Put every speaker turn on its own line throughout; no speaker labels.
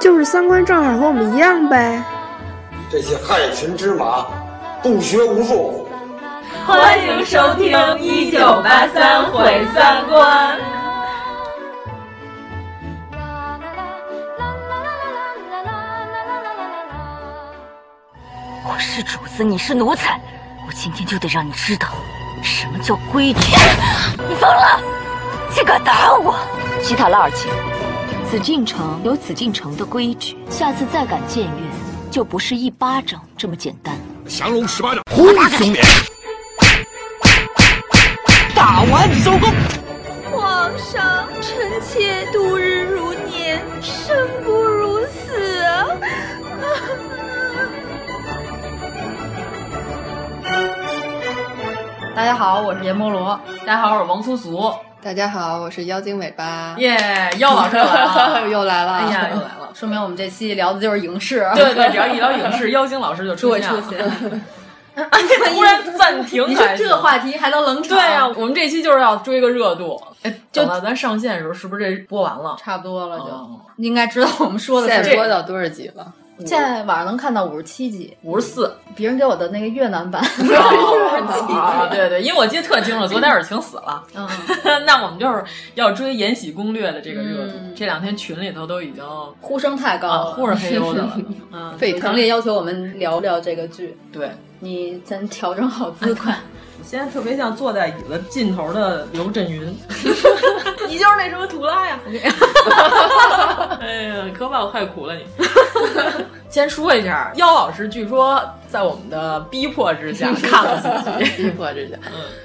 就是三观正好和我们一样呗。
这些害群之马，不学无术。
欢迎收听《一九八三毁三观》。
我是主子，你是奴才，我今天就得让你知道什么叫 规矩。你疯了！竟敢打我！
吉塔拉尔钦，紫禁城有紫禁城的规矩，下次再敢僭越，就不是一巴掌这么简单。
降龙十八掌，轰胸脸，
打完收工。
皇上，臣妾度日如年，生不如死啊！
大家好，我是阎摩罗。大家好，我是王苏苏。
大家好，我是妖精尾巴。
耶、yeah,，又老师来了，
又来了，
哎呀，又来了，
说明我们这期聊的就是影视。
对 对，只要一聊影视，妖精老师就出
现了。
突然暂停，
你说这个话题还能冷 场？
对啊，我们这期就是要追个热度。哎，就哦咱上线的时候，是不是这播完了？
差不多了就，就、嗯、应该知道我们说的
现在播到多少集了？
现在晚上能看到五十七集，
五十 四。
别人给我的那个越南版，
哦、对对，因为我记得特清楚，昨天尔晴死了。 嗯，那我们就是要追《延禧攻略》的这个热度、嗯，这哦两天群里头都已经
呼声太高了，啊、
呼声黑溜 的了。
嗯，沸腾烈要求我们聊聊这个剧。
对。
你先调整好姿 态。
我现在特别像坐在椅子尽头的刘震云，你就是那什么土拉呀！哎呀，可把我害苦 了你。先说一下，妖老师据说在我们的逼迫 之下看了嗯
几集，逼迫之下，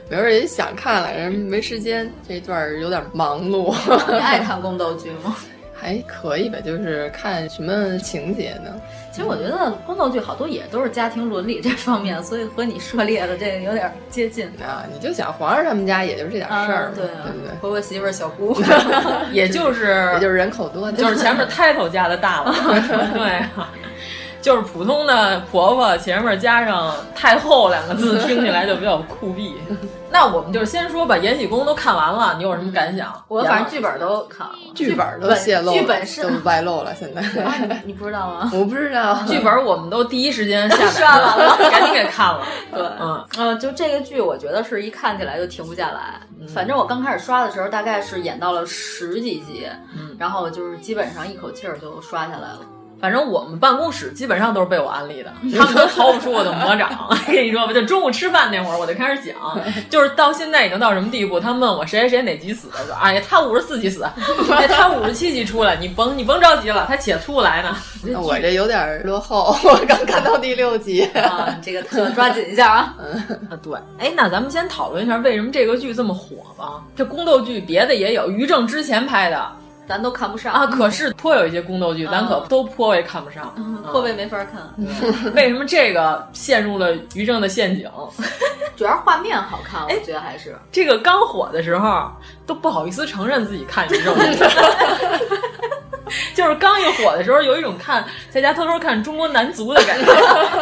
没事也想看了，人没时间，这段有点忙碌。
你爱看宫斗剧吗？
还可以吧，就是看什么情节呢？
其实我觉得宫斗剧好多也都是家庭伦理这
嗯
方面，所以和你涉猎的这个有点接近
啊。你就想皇上他们家也就是这点事儿、
啊，对、
啊、对不对？
婆婆媳妇儿小姑，
啊也就是
也就是人口多，
就是前面 title 加的 大了，对、啊。就是普通的婆婆前面加上太后两个 字，听起来就比较酷毙。那我们就先说吧，《延禧宫》都看完了，你有什么感想？
我反正剧本都看了，
剧本都泄露，
剧本是
都外露了。现在
啊、你不知道吗？
我不知道，
剧本我们都第一时间 下
刷完了，
赶紧给看 了。
对，嗯，呃，就这个剧，我觉得是一看起来就停不下来。嗯、反正我刚开始刷的时候，大概是演到了十几集，嗯、然后就是基本上一口气儿就刷下来了。
反正我们办公室基本上都是被我安利的，他们都逃不出我的魔 掌。跟你说吧，就中午吃饭那会儿，我就开始讲，就是到现在已经到什么地步。他们问我谁谁谁哪集死的，说哎呀他五十四集死，哎他五十七集出来，你甭你甭着急了，他且出来呢。
我这有点落后，我刚看到第六集
啊，这个抓紧一下啊。
啊对，哎那咱们先讨论一下为什么这个剧这么火吧？这宫斗剧别的也有，于正之前拍的。
咱都看不上
啊！可是颇有一些宫斗剧，嗯、咱可都颇为看不上，
嗯嗯、颇为没法看。
为什么这个陷入了于正的陷阱？
主要是画面好看，我觉得还是
这个刚火的时候都不好意思承认自己看于 正。就是刚一火的时候，有一种看在家偷偷看中国男足的感 觉。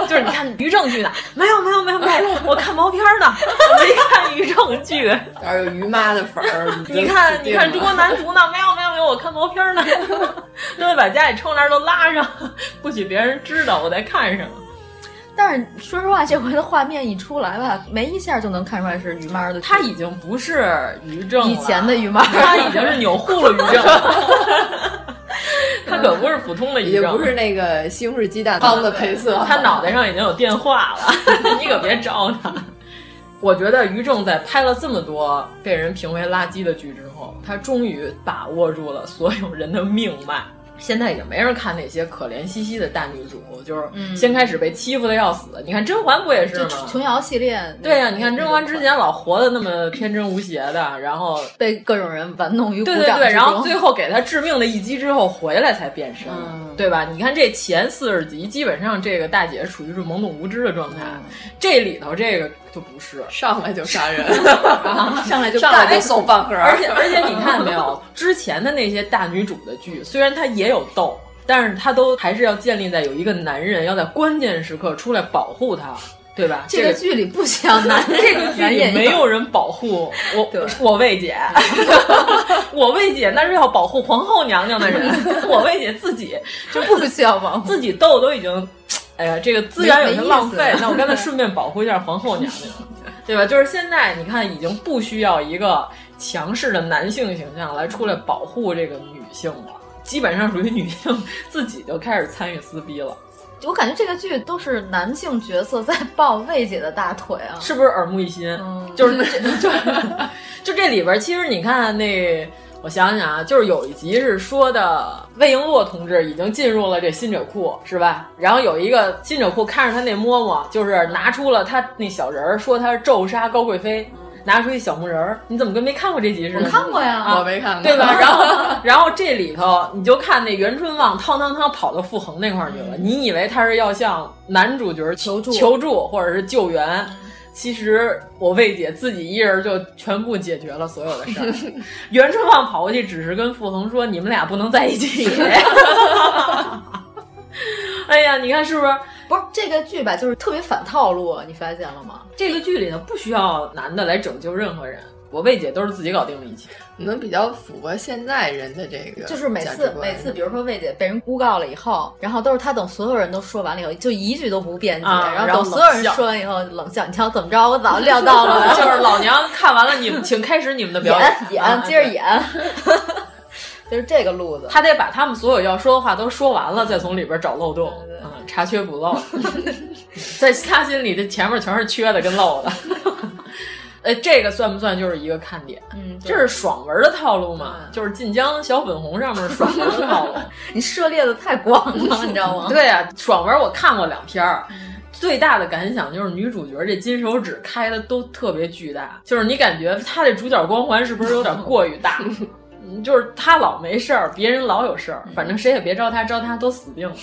就是你看于正剧呢，没有没有没有没有，我看毛片 呢，没看于正剧。
哪有于妈的粉儿？
你看你看中国男足呢，没有没有没有，我看毛片呢。 都得把家里窗帘都拉上，不许别人知道我在看什么。
但是说实话，这回的画面一出来吧，没一下就能看出来是于妈的。
他已经不是于正
以前的于妈，
他已经是钮祜了于正了。 他可不是普通的于
正，也不是那个西红柿鸡蛋汤的配色，
他脑袋上已经有电话了， 你可别招他。我觉得于正在拍了这么多被人评为垃圾的剧之后，他终于把握住了所有人的命脉。现在已经没人看那些可怜兮兮的大女主，就是先开始被欺负的要死。你看甄嬛不也是吗？
琼瑶系列，
对呀、你看甄嬛之前老活得那么天真无邪的，然后
被各种人玩弄于
对
鼓
对
掌
对，
之
然后
中
最后给她致命的一击之后回来才变身，
嗯
对吧？你看这前四十集，基本上这个大姐处于是懵懂无知的状态，
嗯
这里头这个就不是，
上来就杀人，
上来就
上来
干
就送饭盒，
而且而且你看没有，之前的那些大女主的剧，虽然她也有斗，但是她都还是要建立在有一个男人要在关键时刻出来保护她，对吧？
这个剧里不需要男
这个 剧
男
里
演
没
员
有人保护我，我 魏姐，我魏姐那是要保护皇后娘娘的 人，我魏姐自己就不
需要保
护，自己斗都已经，哎呀，这个资源有些浪
没没
费
意思，
那我干脆顺便保护一下皇后娘娘。对吧？就是现在，你看已经不需要一个强势的男性形象来出来保护这个女性了，基本上属于女性自己就开始参与撕逼了，
我感觉这个剧都是男性角色在抱魏姐的大腿啊，嗯
是不是耳目一新？就是这就就这里边儿，其实你看那，我想想啊，就是有一集是说的魏璎珞同志已经进入了这新者库，是吧？然后有一个新者库看着他那嬷嬷，就是拿出了他那小人儿，说他是咒杀高贵妃。拿出一小木人儿，你怎么跟没看过这集似的？
我 看过呀
啊
我没看过
对 吧？然后，然后这里头你就看那袁春望汤汤汤跑到傅恒那块儿去
嗯
了，你以为他是要向男主角求助、求助或者是救
嗯
援，其实我魏姐自己一人就全部解决了所有的事儿。 袁春望跑过去，只是跟傅恒说：“你们俩不能在一起。”哎呀，你看是不是？
不是这个剧吧，就是特别反套路，你发现了吗？
这个剧里头不需要男的来拯救任何人，我魏姐都是自己搞定了一 切。
可能比较符合现在人的这个，
就是每次每次，比如说魏姐被人诬告了以后，然后都是她等所有人都说完了以后，就一句都不辩解，
啊
然
然
后
后
等所有人
冷笑
说完以后冷笑。你瞧怎么着？我 早料到了，
就是老娘看完了你们，请开始你们的表
演
演，
演
啊
接 着。演，就是这个路子
对。他得把他们所有要说的话都说完了，再从里边找漏洞，嗯，查缺补漏。 在他心里，这前面全是缺的跟漏 的。呃，这个算不算就是一个看点？
嗯，
这是爽文的套路嘛？就是晋江小粉红上面爽文的套路。
你涉猎的太广 了，你知道吗？
对啊，爽文我看过两篇儿。最大的感想就是女主角这金手指开的都特别巨大，就是你感觉她这主角光环是不是有点过于大？嗯就是她老没事儿，别人老有事儿，反正谁也别招她，招她都死定了。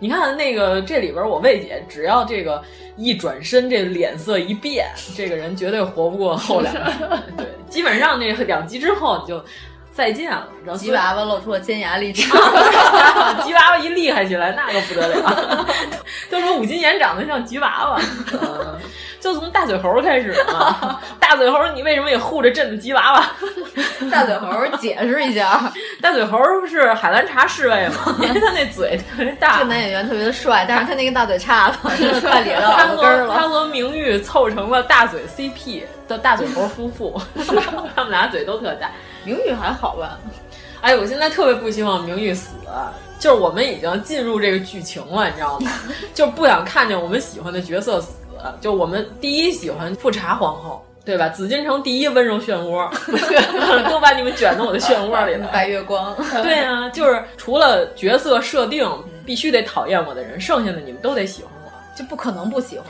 你看那个这里边，我魏姐只要这个一转身，这脸色一变，这个人绝对活不过后两集。对，基本上这两集之后你就再见了。然后
吉娃娃露出了尖牙 利齿，
吉娃娃一厉害起来，那个不得 了。都说五金岩长得像吉娃娃，
嗯
就从大嘴猴开始嘛。大嘴猴，你为什么也护着朕的吉娃娃？
大嘴猴儿解释一下，
大嘴猴是海兰察侍卫 嘛，因为他那嘴特别大。
这个男演员特别的帅，但是他那个大嘴叉子 快 咧到
他
耳朵
和
根儿
他
了。
和明玉凑成了大嘴 CP 的大嘴猴夫妇， 他们俩嘴都特大。
明玉还好吧？
哎，我现在特别不希望明玉死，就是我们已经进入这个剧情了，你知道吗？ 就是不想看见我们喜欢的角色死。就我们第一喜欢富察皇后，对吧？紫禁城第一温柔漩涡， 都把你们卷到我的漩涡里了。
白月光，
对啊，就是除了角色设定必须得讨厌我的人，剩下的你们都得喜欢我。
就不可能不喜欢。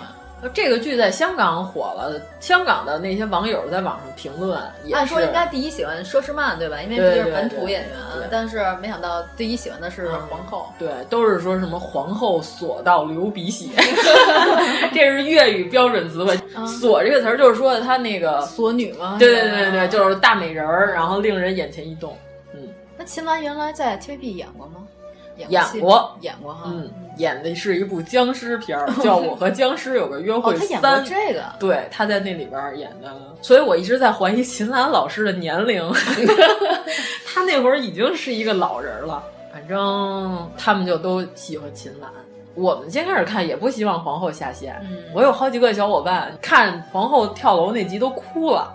这个剧在香港火了，香港的那些网友在网上评论，也是
按说应该第一喜欢佘诗曼对吧？嗯因为
对
毕竟是
对
本
对
土演员，但是没想到第一喜欢的是皇后。
对，都是说什么皇后索到流鼻血， 这是粤语标准词汇。
嗯
索这个词儿就是说她那个，
索女吗？
对对
啊
对对，就是大美人儿，然后令人眼前一动。
那秦岚原来在 TVB 演过吗？演
演
戏
过
演过哈。
嗯，演的是一部僵尸片儿，叫《我和僵尸有个约
哦，
会
他演
三》
过这个。
对，他在那里边儿演的，所以我一直在怀疑秦岚老师的年龄， 他那会儿已经是一个老人了。反正他们就都喜欢秦岚。我们先开始看，也不希望皇后下线。
嗯
我有好几个小伙伴看皇后跳楼那集都哭了，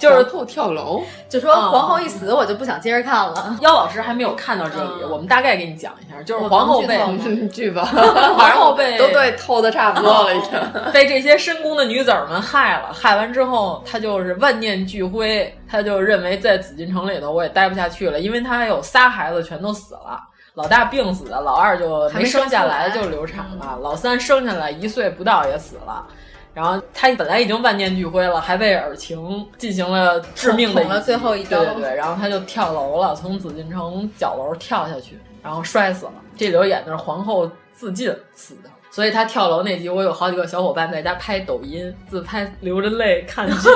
就是
后跳楼，
就说
嗯
皇后一死，我就不想接着看了。
妖老师还没有看到这里，我们大概给你讲一下，就是皇后被
嗯我能剧透吗剧 吧，
皇后被
都对透的差不多了，已经。
被这些深宫的女子儿们害了，害完之后，她就是万念俱灰，她就认为在紫禁城里头我也待不下去了，因为她还有仨孩子全都死了。老大病死的，老二就
还
没
没
生
生
下
出
来
来
就流产了，老三生下来一岁不到也死了。然后他本来已经万念俱灰了，还为尔晴进行了致命的
捅了最后一刀
对对对，然后他就跳楼了，从紫禁城角楼跳下去，然后摔死了。这里头演的是皇后自尽死的，所以他跳楼那集，我有好几个小伙伴在家拍抖音自拍，流着泪看剧。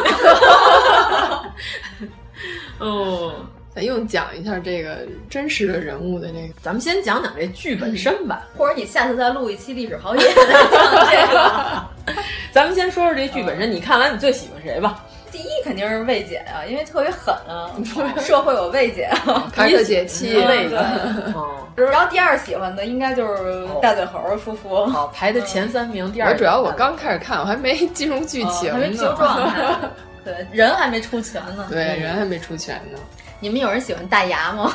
哦，
咱用讲一下这个真实的人物的这个，嗯
咱们先讲讲这剧本身吧。
或者你下次再录一期历史豪杰再讲这个。
咱们先说说这剧
啊
本身，你看完你最喜欢谁吧？
第一肯定是魏姐啊，因为特别狠 啊，社会有魏姐啊，
凯特解气嗯
对。
哦，
然后第二喜欢的应该就是
哦
大嘴猴儿夫妇，
好排的前三名，第二
我
名
主要我刚开始看，我还没进入剧情呢，
还没进入状态，对，人还没出全呢。
对，人还没出全呢。
你们有人喜欢大牙吗？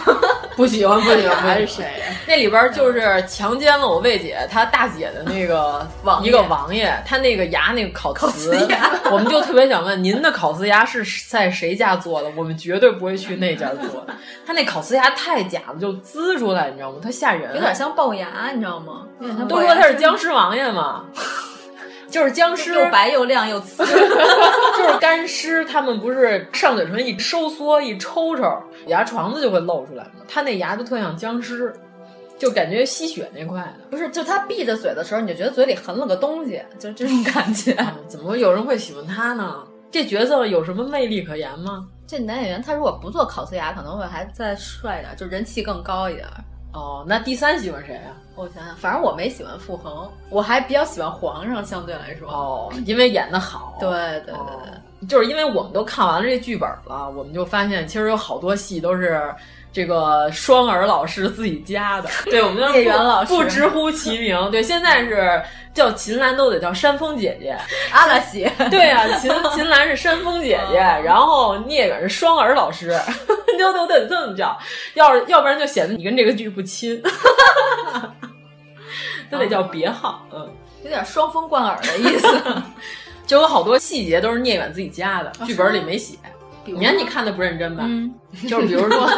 不喜欢，不喜欢，
还
不
是
喜欢。
谁呀？
那里边就是强奸了我魏姐，她大姐的那个
王爷
一个王爷，他那个牙那个烤瓷，我们就特别想问，您的烤瓷牙是在谁家做的？我们绝对不会去那家做的，他那烤瓷牙太假了，就滋出来，你知道吗？它吓人，
有点像龅牙，你知道吗？有点
嗯
像
都
龅
说
牙
他是僵尸王爷嘛，就是僵尸，
又白又亮 又呲。
就是干尸，他们不是上嘴唇一收缩一抽抽，牙床子就会露出来嘛。他那牙就特像僵尸，就感觉吸血那块的。
不是，就他闭着嘴的时候，你就觉得嘴里含了个东西，就这种感觉。
啊怎么有人会喜欢他呢？这角色有什么魅力可言吗？
这男演员他如果不做烤瓷牙，可能会还再帅一点，就人气更高一点。
哦，那第三喜欢谁啊？
我想想，反正我没喜欢傅恒，我还比较喜欢皇上，相对来说。
哦，因为演的好。
对对对对，
哦
就是因为我们都看完了这剧本了，我们就发现其实有好多戏都是这个双儿老师自己加的，对，我们 就是不
叶源老师
不直呼其名，对，现在是叫秦岚都得叫山峰姐姐，
阿拉西，
对啊，秦秦岚是山峰姐姐，
嗯
然后聂远是双儿老师， 都都得这么叫，要是要不然就显得你跟这个剧不亲， 都得叫别号，嗯。
有点双峰贯耳的意思。
就有好多细节都是聂远自己加的，剧本里没写。
啊比如
你看你看的不认真吧？
嗯，
就是比如 说，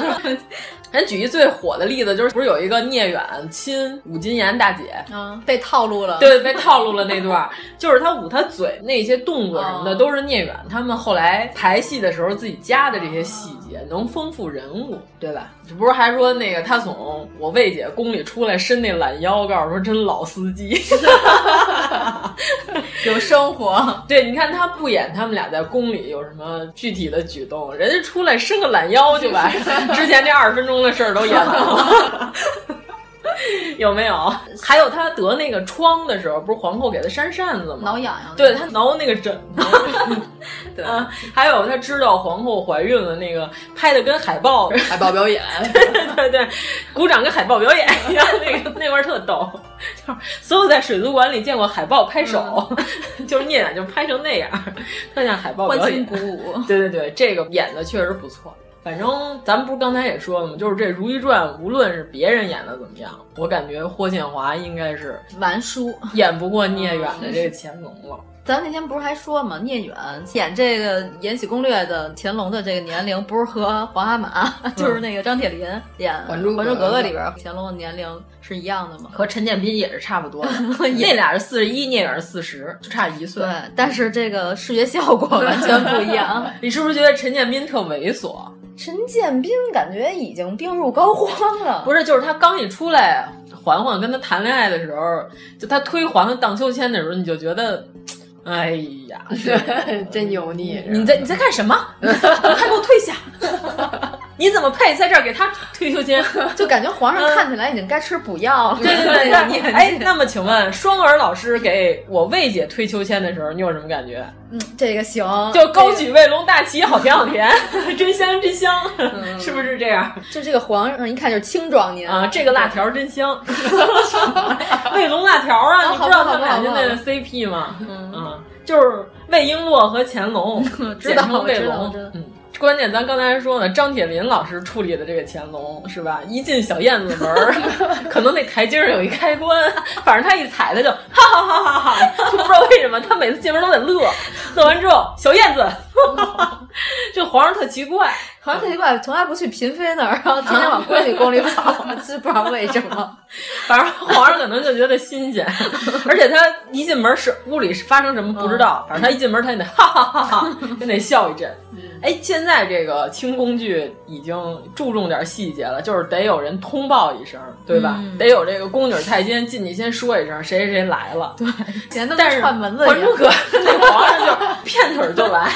咱举一最火的例子，就是不是有一个聂远亲武金岩大姐，
嗯，被套路 了。
对，被套路了那段儿，就是他捂他嘴那些动作什么的，
哦
都是聂远他们后来排戏的时候自己加的这些细节，能丰富人物，对吧？这不是还说那个他从我魏姐宫里出来伸那懒腰，告诉说真老司机，
有生活，
对，你看他不演他们俩在宫里有什么具体的举动，人家出来伸个懒腰就把之前这二十分钟的事儿都演完了。 有没有？还有他得那个疮的时候，不是皇后给他扇扇子吗
挠？痒痒。
对他挠那个枕头，
嗯 对，
嗯，还有他知道皇后怀孕了，那个拍的跟海 报，
海报表演，
对对对，鼓掌跟海报表演一样，那个那块儿特逗，就是所有在水族馆里见过海报拍手， 就是聂远就拍成那样，特像海报
嗯欢
表
欣
演
鼓。舞。
对对对，这个演的确实不错。反正咱们不是刚才也说了吗？就是这《如懿传》，无论是别人演的怎么样，我感觉霍建华应该是
完叔，
演不过聂远的这个乾隆了。
咱那天不是还说嘛，聂远演这个《延禧攻略》的乾隆的这个年龄，不是和皇阿玛，就是那个张铁林演《
还珠格格
格格》里边乾隆的年龄是一样的嘛？
和陈建斌也是差不多的， 那俩是四十一，聂远是四十，就差一岁
对。，但是这个视觉效果完全不一样。
你是不是觉得陈建斌特猥琐？
陈建斌感觉已经病入膏 肓了，
不是，就是他刚一出来，环环跟他谈恋爱的时候，就他推环环荡秋千的时候，你就觉得，哎呀，
真油腻。
你在你在干什么？你快给我退下！你怎么配在这儿给他推秋 千？
就感觉皇上看起来已经该吃补 药了。
对对对，
那
那
年纪
哎，那么请问双儿老师给我魏姐推秋千的时候，你有什么感觉？
嗯，这个行，
就高举卫龙大旗，好甜好甜， 真香真香，
嗯
是不是这样
这个，就这个皇上一看就是青壮年
啊？这个辣条真 香，卫龙辣条啊！
啊
你不知道
好吧
他们俩
好吧
现在的
好
CP 吗？嗯，就是魏璎珞和乾隆，
知
简
道
称
我
卫
知道
龙
我知道。
嗯，关键咱刚才说呢，张铁林老师处理的这个乾隆是吧？一进小燕子门儿， 可能那台阶上有一开关，反正他一踩他就哈哈哈哈哈，就不知道为什么他 每次进门都得乐，乐完之后小燕子，这皇上特奇怪。
好像特奇怪，从来不去嫔妃那儿，然啊后天天往闺女宫里跑，是不知道为什 么。
反正皇上可能就觉得新鲜， 而且他一进门是屋里是发生什么不知
嗯
道，反正他一进门他也得哈哈哈哈，就得笑一阵。哎，现在这个清宫剧已经注重点细节了，就是得有人通报一声，对吧？
嗯
得有这个宫女太监进去先说一声谁谁谁来了。对，
前头
但是
串门子一样
还珠格格》那皇上就 片腿儿就来，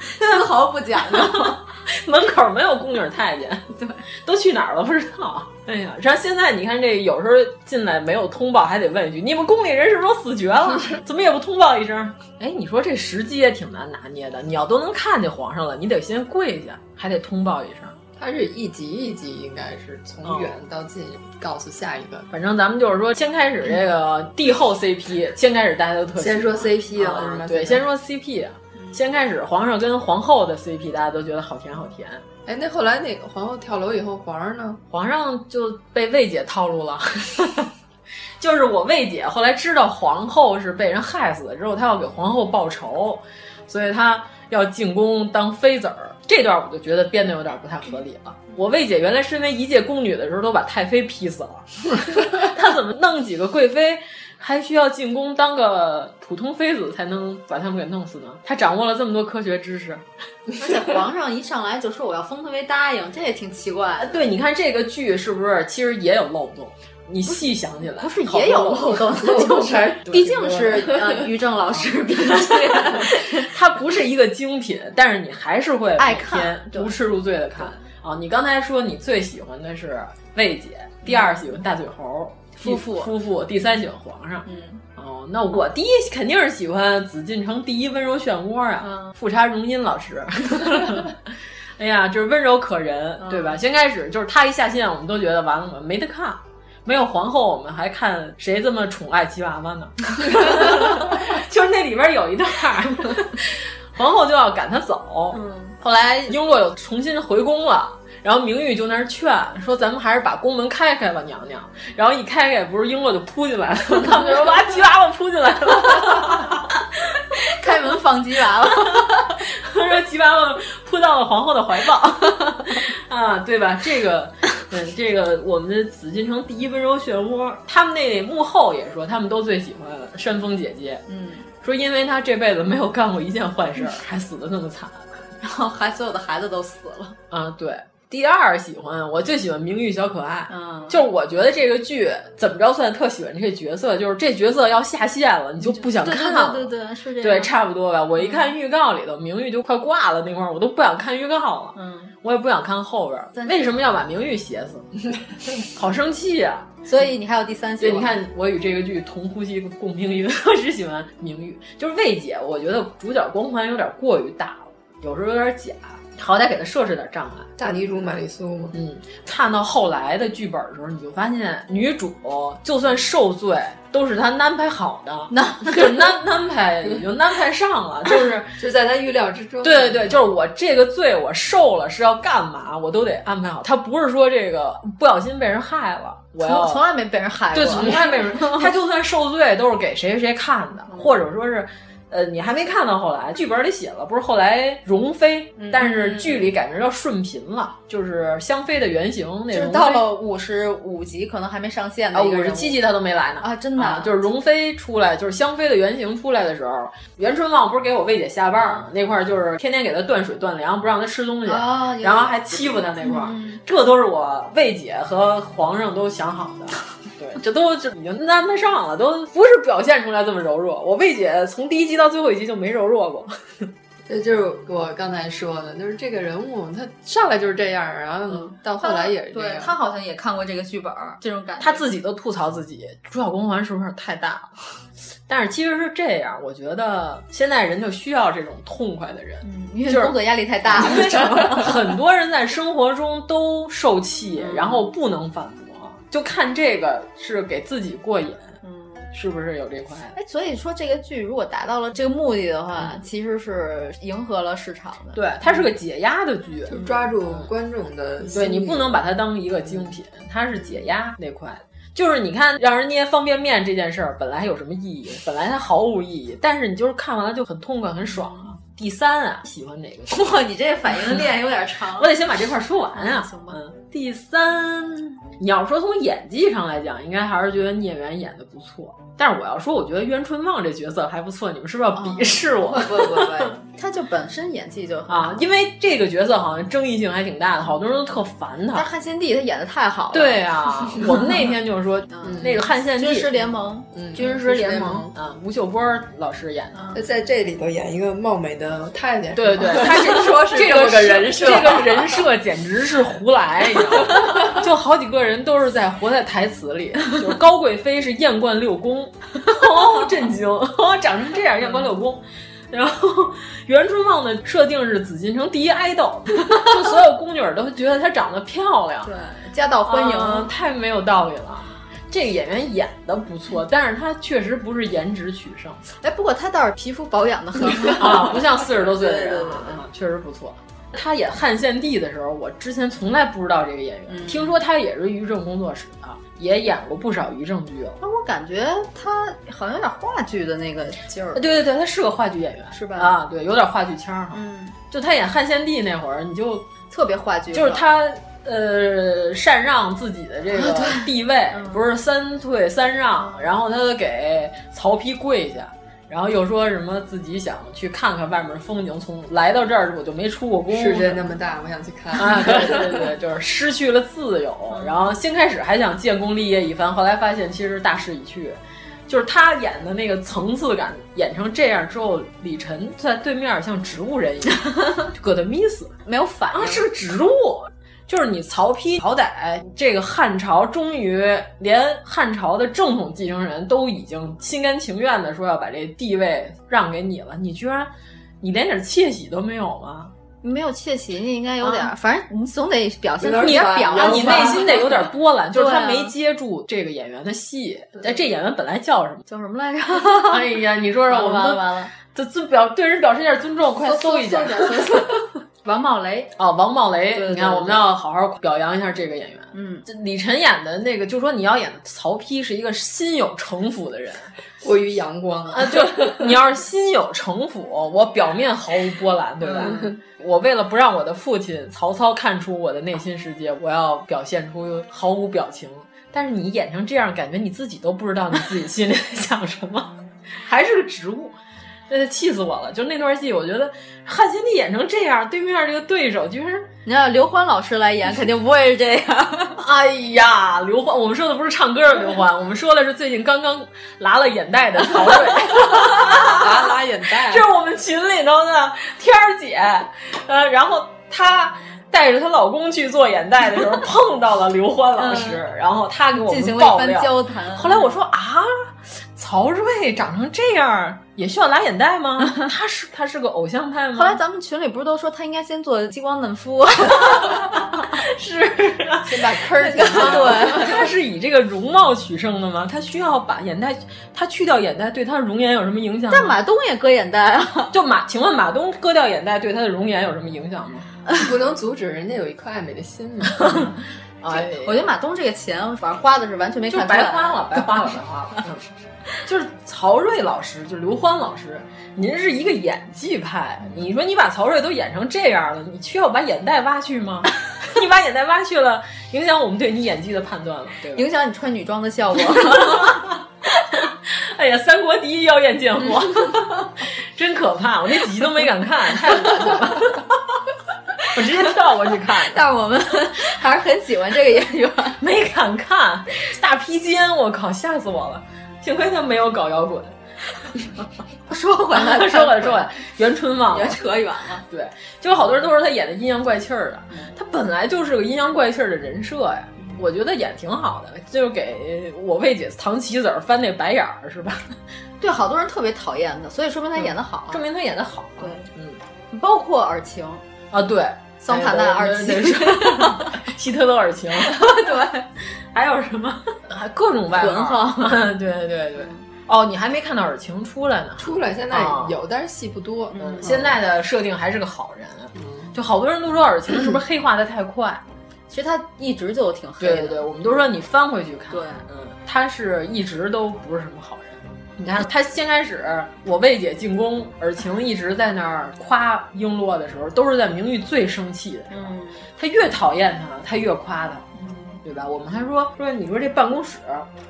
丝毫不讲究。
门口没有宫女太监，对，都去哪儿了不知道。哎呀，然后现在你看这有时候进来没有通报，还得问一句：“你们宫里人是不是都死绝了？怎么也不通报一声？”哎，你说这时机也挺难拿捏的。你要都能看见皇上了，你得先跪下，还得通报一声。
它是一集一集，应该是从远到近告诉下一个。
反正咱们就是说，先开始这个帝后 CP，先开始大家都特喜欢
先说 CP 的是
啊
吗，
对，先说 CP，啊先开始皇上跟皇后的 CP，大家都觉得好甜好甜。
哎，那后来那个皇后跳楼以后，皇上呢？
皇上就被魏姐套路了， 就是我魏姐后来知道皇后是被人害死的之后，她要给皇后报仇，所以她要进宫当妃子儿。这段我就觉得编的有点不太合理了。我魏姐原来身为一介宫女的时候，都把太妃劈死了， 她怎么弄几个贵妃，还需要进宫当个普通妃子才能把她们给弄死呢？她掌握了这么多科学知识，
而且皇上一上来就说我要封她为答应，这也挺奇怪的。
对，你看这个剧是不是其实也有漏洞？你细想起来，不
是也有漏洞，就是毕竟是呃于正老师编剧，
它不是一个精品，但是你还是会
爱
每
看
天无吃入醉的看啊。你刚才说你最喜欢的是魏姐，第二喜欢大嘴猴
夫妇
第夫妇，第三喜欢皇上。
嗯，
哦，那我第一肯定是喜欢紫禁城第一温柔漩涡
嗯
啊，富察容音老 师。哎呀，就是温柔可人，对
嗯
吧？先开始就是他一下啊线，我们都觉得完了，我们没得看，没有皇后，我们还看谁这么宠爱吉娃娃呢？就是那里边有一段儿，皇后就要赶他走，
嗯
后来璎珞又重新回宫了。然后明玉就那儿劝说：“咱们还是把宫门开开吧，娘娘。”然后一开开，不是璎珞就扑进来了， 他们就说：“哇，吉娃娃扑进来了。”
开门放吉娃娃，
他说吉娃娃扑到了皇后的怀抱，啊，对吧？这个，嗯，这个我们的紫禁城第一温柔漩涡，他们那幕后也说，他们都最喜欢山峰姐姐，
嗯，
说因为她这辈子没有干过一件坏 事儿，还死的那么惨，
然后还所有的孩子都死了，
啊，对。第二喜欢，我最喜欢明玉小可爱。
嗯
就是我觉得这个剧怎么着算特喜欢这个角色，就是这角色要下线了，你就不想
对
看
对
了。
对对对，是这样，
对，差不多吧。我一看预告里头，明玉就快挂了那块儿，我都不想看预告了。
嗯，
我也不想看后边儿，为什么要把明玉写死？ 好生气啊！
所以你还有第三
所
喜
以
欢，
你看，我与这个剧同呼吸共命 运，我只喜欢明玉。就是魏姐，我觉得主角光环有点过于大了，有时候有点假，好歹给她设置点障碍。
大女主玛丽苏嘛，
嗯，看到后来的剧本的时候，你就发现女主就算受罪，都是她安排好的， 那就是安安排也就安排上了， 就是
就在她预料之中。
对对对，就是我这个罪我受了是要干嘛，我都得安排好。他不是说这个不小心被人害了，我要
从从来没被人害过，
对从来 没人，他就算受罪都是给谁谁谁看的，
嗯
或者说是。呃，你还没看到后来剧本里写了，不是后来容妃，
嗯
但是剧里改名叫顺嫔了，就是香妃的原型那
就
容
是
妃
到了五十五集可能还没上线
啊，
的一个
五
人物
十七集他都没来呢
啊，真的
啊就是容妃出来，就是香妃的原型出来的时候，袁春望不是给我魏姐下班儿、那块儿，就是天天给她断水断粮，不让她吃东西，
啊有
然后还欺负她那块儿，
嗯
这都是我魏姐和皇上都想好的。对，这都这已经安排上了，都不是表现出来这么柔弱。我魏姐从第一集到最后一集就没柔弱过。
对，就是我刚才说的，就是这个人物他上来就是这样，然后
嗯
到后来也是这
对
样。
他好像也看过这个剧本儿，这种感觉，
他自己都吐槽自己，主角光环是不是有点太大了？ 但是其实是这样，我觉得现在人就需要这种痛快的人，
嗯因为
就是
工作压力太大 了，为什么？
很多人在生活中都受气，然后不能反驳，就看这个是给自己过瘾，
嗯，
是不是有这块？
哎，所以说这个剧如果达到了这个目的的话，其实是迎合了市场的。嗯
对，它是个解压的剧，
就抓住观众的心
对
理，
你不能把它当一个精品，它是解压那块。就是你看，让人捏方便面这件事儿，本来有什么意义？本来它毫无意义，但是你就是看完了就很痛快、很爽啊。第三啊，喜欢哪个？
哇， 你这反应链有点长，
我得先把这块说完啊。
行吧。
嗯，第三，你要说从演技上来讲，应该还是觉得聂远演的不错。但是我要说，我觉得袁春望这角色还不错，你们是不是要鄙视我？
不不不，他就本身演技就
啊，因为这个角色好像争议性还挺大的，好多人都特烦他。
但汉献帝他演的太好了。
对 啊，我们那天就是说那个汉献帝
嗯
嗯
军师联盟，军
师
联
盟啊，吴秀波老师演的，
在这里头演一个貌美的太监。
对 对，他是说是这
么个人设，
这个人设简直是胡来，你知道吗？就好几个人都是在活在台词里，就是高贵妃是艳冠六宫，哦，震惊，哦，长成这样，艳冠六宫。然后袁春望的设定是紫禁城第一爱豆，就所有宫女都觉得她长得漂亮，
对，家道欢迎、
呃，太没有道理了。这个演员演的不错，但是他确实不是颜值取胜。
哎，不过他倒是皮肤保养的很好
啊，不像四十多岁的人，
对对对
确实不错。他演汉献帝的时候，我之前从来不知道这个演员，
嗯
听说他也是于正工作室的，也演过不少于正剧哦。
但我感觉他好像有点话剧的那个劲儿
对，对对，他是个话剧演员，
是吧
啊，对，有点话剧腔儿哈。
嗯，
就他演汉献帝那会儿，你就
特别话剧，
就是他呃禅让自己的这个地位，不是三退三让，然后他给曹丕跪下。然后又说什么自己想去看看外面的风景，从来到这儿我就没出过宫，
世界那么大，我想去看。
啊，对对对对，就是失去了自由。然后先开始还想建功立业一番，后来发现其实大势已去。就是他演的那个层次感，演成这样之后，李晨在对面像植物人一样，就葛的咪死
没有反应，
啊，是个植物。就是你曹丕，好歹这个汉朝终于连汉朝的正统继承人都已经心甘情愿的说要把这地位让给你了，你居然你连点窃喜都没有吗？
没有窃喜，你应该有点，
啊
反正你总得表现出
你
点
要
表
啊
达，
你内心得有 点波澜，就是
对
他
啊？
没接住这个演员的戏。哎，这演员本来叫什么
叫什么来 着？
哎呀，你说说，我们
完了
都
完了，
这尊表对人表示一下尊重，快搜一下。
王茂雷，
哦，王茂雷，
对对
你看，
对
我们要好好表扬一下这个演员。
嗯，
这李晨演的那个，就说你要演的曹丕是一个心有城府的人
过于阳光
啊，
了。
就你要是心有城府，我表面毫无波澜，对吧？
嗯
我为了不让我的父亲曹操看出我的内心世界，我要表现出毫无表情。但是你演成这样，感觉你自己都不知道你自己心里在想什 么，
嗯
还是个植物，那气死我了！就那段戏，我觉得汉献帝演成这样，对面这个对手居然。
你要刘欢老师来演，肯定不会是这样。
哎呀，刘欢，我们说的不是唱歌的刘欢，我们说的是最近刚刚拉了眼袋的曹 睿，
拉拉眼 袋
这是我们群里头的天儿姐，呃，然后她带着她老公去做眼袋的时候碰到了刘欢老师，然后她给我
嗯进行
们
了一
爆
番
料，
交谈。
后来我说啊，曹睿长成这样也需要拉眼袋吗？ 他是他是个偶像派吗？
后来咱们群里不是都说他应该先做激光嫩肤，
是啊
先把坑儿填上。
对，他是以这个容貌取胜的吗？他需要把眼袋，他去掉眼袋对他的容颜有什么影响吗？
但马东也割眼袋啊，
就马，请问马东割掉眼袋对他的容颜有什么影响吗？
不能阻止人家有一颗爱美的心嘛。
哎
我觉得马东这个钱反正花的是完全没
就
看出来，
白花 了，白花了，白花了。嗯，就是曹睿老师，就是刘欢老师，您是一个演技派，你说你把曹睿都演成这样了，你需要把眼袋挖去吗？ 你把眼袋挖去了，影响我们对你演技的判断了，对吧？
影响你穿女装的效果。
哎呀，三国第一妖艳贱货，真可怕！我那几集都没敢看，太恶心了。 我直接跳过去看的，
但我们 还是很喜欢这个演 员。
没敢看大披肩，我靠，吓死我了！幸亏他没有搞摇滚。
说回来，
说回来，说回来，袁春望
也，扯远了。
对，就是好多人都说他演的阴阳怪气儿的，
嗯
他本来就是个阴阳怪气儿的人设呀。我觉得演挺好的，就是给我为姐唐棋子儿翻那白眼儿是吧？
对，好多人特别讨厌他，所以说
嗯
明他演的好。
证明他演的好。
啊对，
嗯，
包括尔晴，
啊，对，
桑塔
哎
纳二期
期， 希特勒二期，
对，
还有什么？ 还各种外
混 号
对对对。哦，你还没看到尔晴出来呢。哦
出来现在有，但是戏不多。嗯
嗯，现在的设定还是个好人，就好多人都说尔晴是不是黑化的太 快？
其实他一直就挺黑
对对
的。
对，我们都说你翻回去看。
对
嗯，他是一直都不是什么好人。你看，他先开始我魏姐进宫，尔晴一直在那儿夸璎珞的时候，都是在明玉最生气的时候。
嗯，
他越讨厌他，他越夸他。对吧？我们还说说，你说这办公室，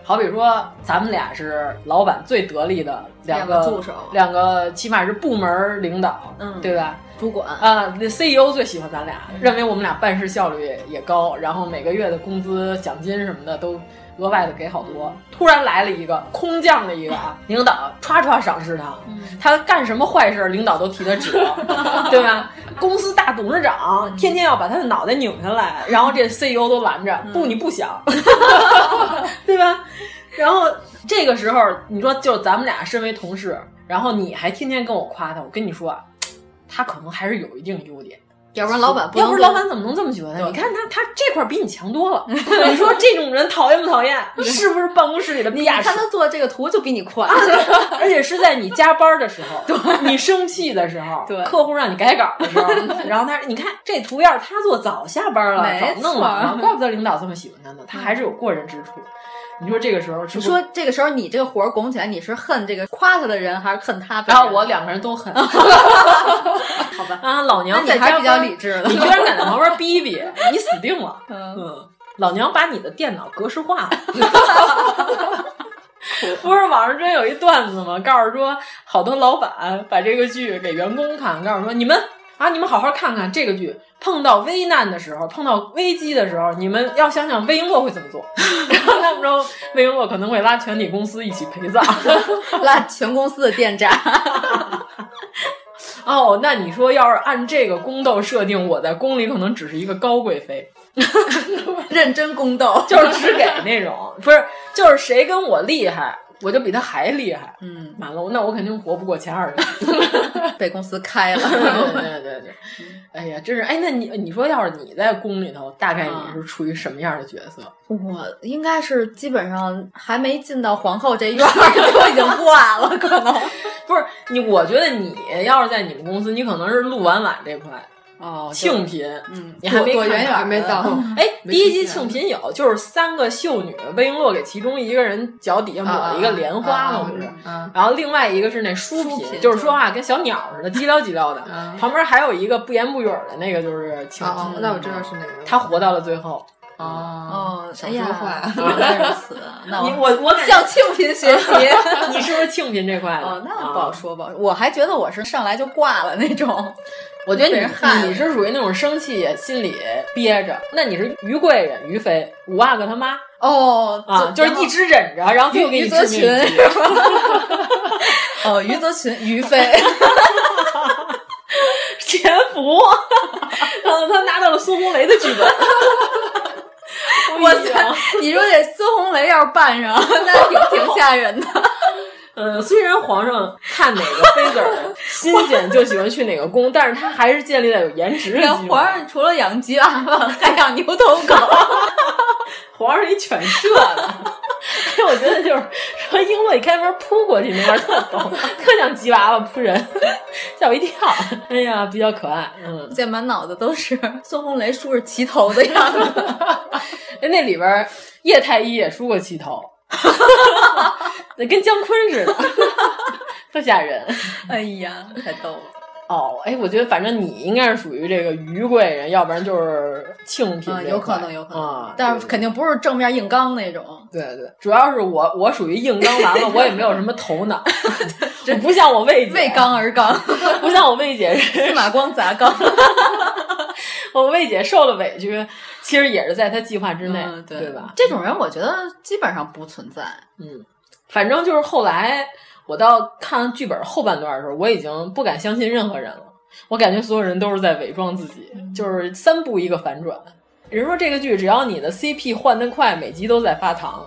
好比说咱们俩是老板最得力的两个
两个助手
两个起码是部门领导，
嗯
对吧？
主管
啊，那 CEO 最喜欢咱俩，认为我们俩办事效率也高，然后每个月的工资、奖金什么的都额外的给好多。突然来了一个空降的一个啊，领导歘歘赏识他，他干什么坏事儿，领导都替他指，对吧？公司大董事长天天要把他的脑袋拧下来，然后这 CEO 都拦着，不，你不想， 对吧？然后这个时候，你说就咱们俩身为同事，然后你还天天跟我夸他，我跟你说啊，他可能还是有一定优点。
要不然老板不
要
能
不然老板怎么能这么觉得？你看他，他这块比你强多 了。你说这种人讨厌不讨厌？是不是办公室里的地
你
下
看
室？
他做这个图就比你快，
而且是在你加班的时 候，你生气的时候，
对
客户让你改稿的 时候，然后他，你看这图样，他做早下班了，
没
早弄了，
错
怪不得领导这么喜欢他呢，他还是有过人之处。你说这个时候是
嗯你
不是，
说这个时候你这个火儿拱起来，你是恨这个夸他的人，还是恨他本
然
人？啊
后我两个人都很
好吧，
啊，老娘
那
在
你还
家
比较
班儿
理智了
你居然敢在旁边逼逼，你死定了。
嗯，
嗯，老娘把你的电脑格式化了。不是网上真有一段子吗？告诉说好多老板把这个剧给员工看，告诉说你们啊，你们好好看看这个剧，碰到危难的时候，碰到危机的时候，你们要想想魏璎珞会怎么做。 然后他们说魏璎珞可能会拉全体公司一起陪葬。
拉全公司的电闸，
哦，那你说要是按这个宫斗设定，我在宫里可能只是一个高贵妃，
认真宫斗，
就是只给那种，不是，就是谁跟我厉害，我就比他还厉害。
嗯，
完了，那我肯定活不过 前二十。
被公司开
对
了。
对对对，
嗯
哎呀，真是哎，那你你说要是你在宫里头，大概
嗯
你是处于什么样的角色？
我应该是基本上还没进到皇后这院儿就已经挂了，可能
不是你，我觉得你要是在你们公司，你可能是陆婉婉这块
哦
庆嫔，
嗯，
你还没
躲躲
看
远远
到
儿没到
嗯哎，
没
第一
出现
集庆嫔有，就是三个秀女，魏璎珞给其中一个人脚底下
嗯
抹
啊
了一个莲花嘛，不是？
啊，
然后另外一个是那淑
淑嫔
就是说话跟小鸟似的，叽撩叽撩的。
啊
嗯
旁边还有一个不言不语儿的那个，就是庆嫔。
啊
哦，那我知道是哪个了。
她活到了最后。
哦
嗯
哦，
少
哎
说
呀
话，
那如此，那
你我 我感觉
向庆嫔学习。
你是不是庆嫔这块的？
哦，那
啊
不好。说吧，我还觉得我是上来就挂了那种。
我觉得
被人害了
你你是属于那种生气心里憋着，那你是于贵人、于妃、五阿哥他妈
哦，
啊，就是一直忍着，然后最后给
余
你
则
致
群
命一击。
是吧？ 哦，余则群，于飞，
潜 伏，嗯，他拿到了苏红雷的剧本。
我
操！
操！你说这孙红雷要是扮上，那挺挺吓人的。
呃，虽然皇上看哪个妃子
嗯
儿新鲜就喜欢去哪个宫，但是他还是建立在有颜值的基
这
础。
皇上除了养鸡娃娃，还养牛头狗。
皇上一犬舍的。 所以我觉得就是说，璎珞一开门扑过去那边特逗，特像吉娃娃扑人，吓我一跳。哎呀，比较可爱。嗯，
这满脑子都是孙红雷梳着齐头的样子，
哎那里边叶太医也梳过齐头， 那跟姜昆似的， 特吓人。
哎呀，太逗了。
哦，哎，我觉得反正你应该是属于这个于贵人，要不然就是庆嫔、
嗯，有可能，有可能
啊，，
但是肯定不是正面硬刚那种。
对对，主要是我我属于硬刚完了，我也没有什么头 脑，我不像我魏姐，
为刚而刚，
不像我魏姐是
司马光砸缸。
我魏姐受了委屈，其实也是在她计划之内，
嗯，
对吧？
这种人我觉得基本上不存在。
嗯，反正就是后来我到看剧本后半段的时候，我已经不敢相信任何人了，我感觉所有人都是在伪装自己，
嗯
就是三步一个反转。人说这个剧只要你的 CP 换得快，每集都在发糖。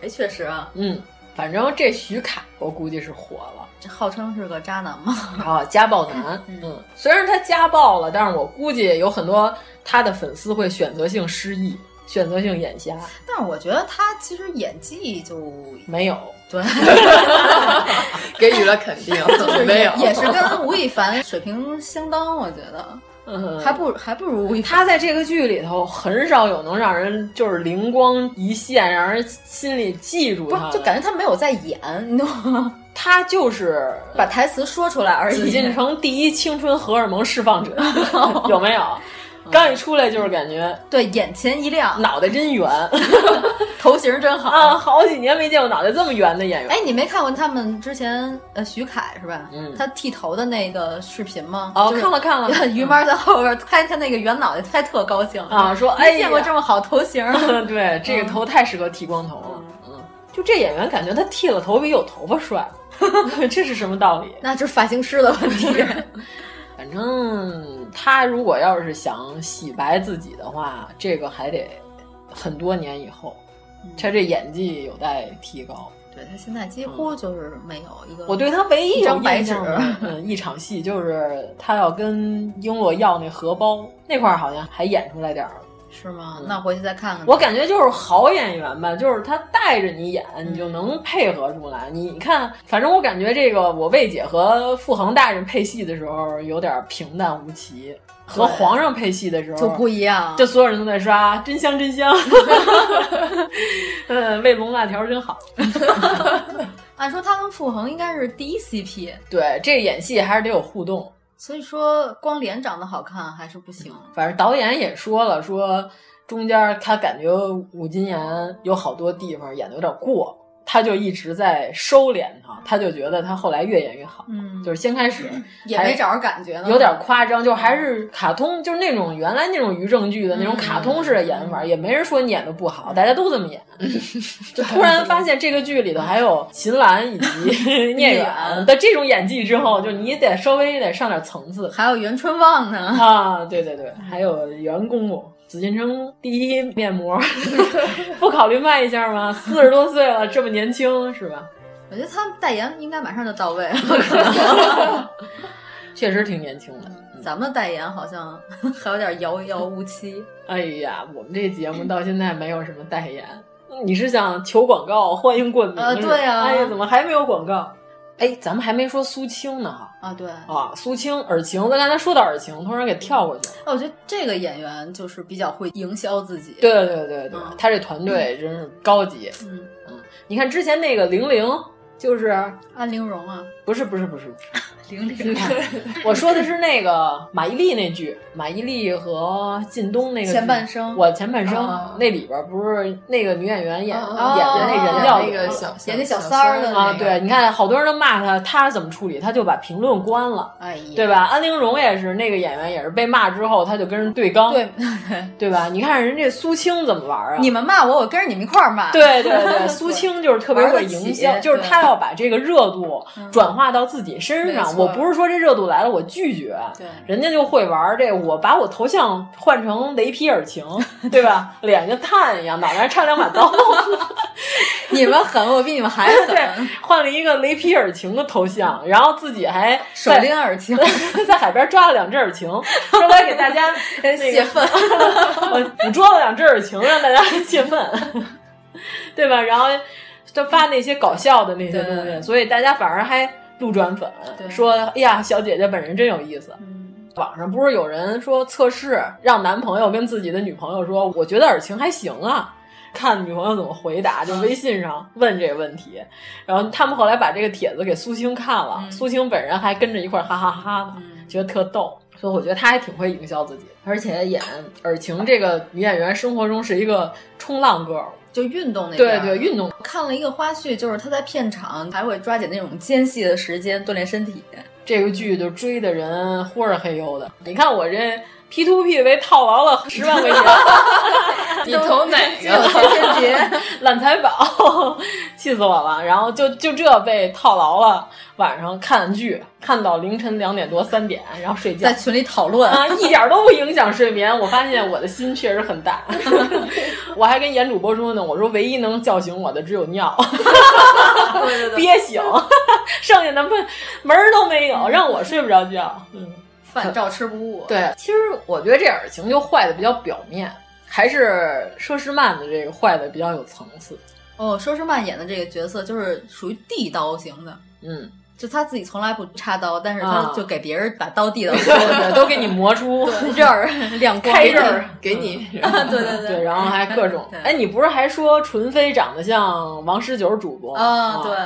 哎，确实啊，
嗯，反正这徐凯我估计是火了。
这号称是个渣男嘛。
啊，家暴男，嗯，虽然他家暴了，但是我估计有很多他的粉丝会选择性失忆、选择性眼瞎，
但是我觉得他其实演技就
没有，
对，
给予了肯定
就，是
没有，
也是跟吴亦凡水平相当，我觉得。
嗯，
还不还不如
他在这个剧里头很少有能让人就是灵光一现，让人心里记住
不
他的，
就感觉他没有在演，你懂吗？
他就是
把台词说出来而已。
紫禁城第一青春荷尔蒙释 放者，有没有？刚一出来就是感觉
对眼前一亮，
脑袋真圆，
啊头型真好
嗯啊！好几年没见过脑袋这么圆的演员。
哎，你没看过他们之前呃徐凯是吧？嗯，他剃头的那个视频吗？
哦，
就是
看了 看了。
于妈在后边拍他那个圆脑袋，他特高兴
啊，说哎，
见过这么好头型。
对，这个头太适合剃光头了。嗯，就这演员感觉他剃了头比有头发 帅，这是什么道理？
那这是发型师的问 题。
反正他如果要是想洗白自己的话，这个还得很多年以后，
嗯
他这演技有待提高。
对他现在几乎就是没有一个，
嗯我对他唯一
一张白纸，
嗯，一场戏就是他要跟璎珞要那荷包那块儿，好像还演出来点儿。
是吗？那回去再看看。
嗯我感觉就是好演员吧，就是他带着你演，
嗯
你就能配合出来。你看，反正我感觉这个我魏姐和傅恒大人配戏的时候有点平淡无奇，和皇上配戏的时候
就不一样，
就所有人都在刷真香真 香。嗯，卫龙辣条真好。
按说他跟傅恒应该是第一 CP，
对，这演戏还是得有互动。
所以说，光脸长得好看还是不行。
反正导演也说了，说中间他感觉吴金言有好多地方演的有点过，他就一直在收敛他，他就觉得他后来越演越好。
嗯，
就是先开始
也没找着感觉呢，
有点夸张，就还是卡通，就是那种原来那种于正剧的那种卡通式的演法，
嗯、
也没人说你演的不好，大家都这么演。 就突然发现这个剧里头还有秦岚以 及聂远的这种演技之后，就你得稍微得上点层次。
还有袁春望呢
啊，对对对，还有袁公公。紫禁城第一面 膜，不考虑卖一下吗？四十多岁了，这么年轻是吧？
我觉得他代言应该马上就到位，
确实挺年轻的。嗯、
咱们代言好像 还有点遥遥无期。
哎呀，我们这节目到现在没有什么代言。你是想求广告欢迎冠名？
呃，对呀、啊。
哎呀，怎么还没有广告？哎，咱们还没说苏青呢
啊，对
啊，苏青、尔晴，咱刚才说到尔晴，突然给跳过去了。
哎、啊，我觉得这个演员就是比较会营销自己。
对对对对，嗯、他这团队真是高级。
嗯
嗯，你看之前那个玲玲，就是
安陵容啊，
不是不是不是，
玲玲，
我说的是那个马伊琍那剧，马伊琍和靳东那个
前半生，
我前半生、
啊、
那里边不是那个女演员演、
啊、
哦演的那人叫
那个小
演
那
小三儿
的
啊，对，你看好多人都骂他，他怎么处理？他就把评论关了，
哎，
对吧？安陵容也是那个演员，也是被骂之后，他就跟人对刚，
对
对吧？你看人家苏青怎么玩啊？
你们骂我，我跟着你们一块儿骂，
对对对，苏 青就是特别会营销，就是他要把这个热度
嗯
转化到自己身上，我。不是说这热度来了我拒绝，
对，
人家就会玩这，我把我头像换成雷劈尔 晴，对吧？脸跟炭一样，脑袋上插两把刀。
你们狠，我比你们还狠。
对，换了一个雷劈尔晴的头像，然后自己还
手拎尔晴，
在海边抓了两只尔晴，说我要给大 家、那个、
呃泄愤，
我捕捉了两只尔晴，让大家 泄愤，对吧？然后就发那些搞笑的那些东西，所以大家反而还。路转粉说：“哎呀，小姐姐本人真有意思。
嗯”
网上不是有人说测试让男朋友跟自己的女朋友说：“我觉得尔晴还行啊。”看女朋友怎么回答，
嗯
就微信上问这个问题。嗯、然后他们后来把这个帖子给苏青看了，
嗯、
苏青本人还跟着一块哈哈哈呢，觉得特逗。所以我觉得她还挺会营销自己，而且演尔晴这个女演员，生活中是一个冲浪 girl。
就运动那
对对运动，
看了一个花絮，就是他在片场还会抓紧那种间隙的时间锻炼身体。
这个剧就追的人忽而黑黝的。你看我这 P to P 被套牢了十万块钱，
你投哪个
了？千杰、
懒财宝， 气死我了！然后就就这被套牢了，晚上看剧看到凌晨两点多三点，然后睡觉，
在群里讨论
啊，一点都不影响睡眠。我发现我的心确实很大， 我还跟严主播说呢，我说唯一能叫醒我的只有尿，憋醒， 剩下的门门儿都没有。让我睡不着觉，嗯，
饭照吃不误。
对，其实我觉得这尔晴就坏的比较表面，还是佘诗曼的这个坏的比较有层次。
哦，佘诗曼演的这个角色就是属于地道型的，
嗯。
就他自己从来不插刀，但是他
啊
就给别人把刀 递到
都给你磨出
刃儿亮光，
开刃 儿
给你，对
对对
对，然后还各种。哎，你不是还说纯妃长得像王十九主 播吗
啊，对，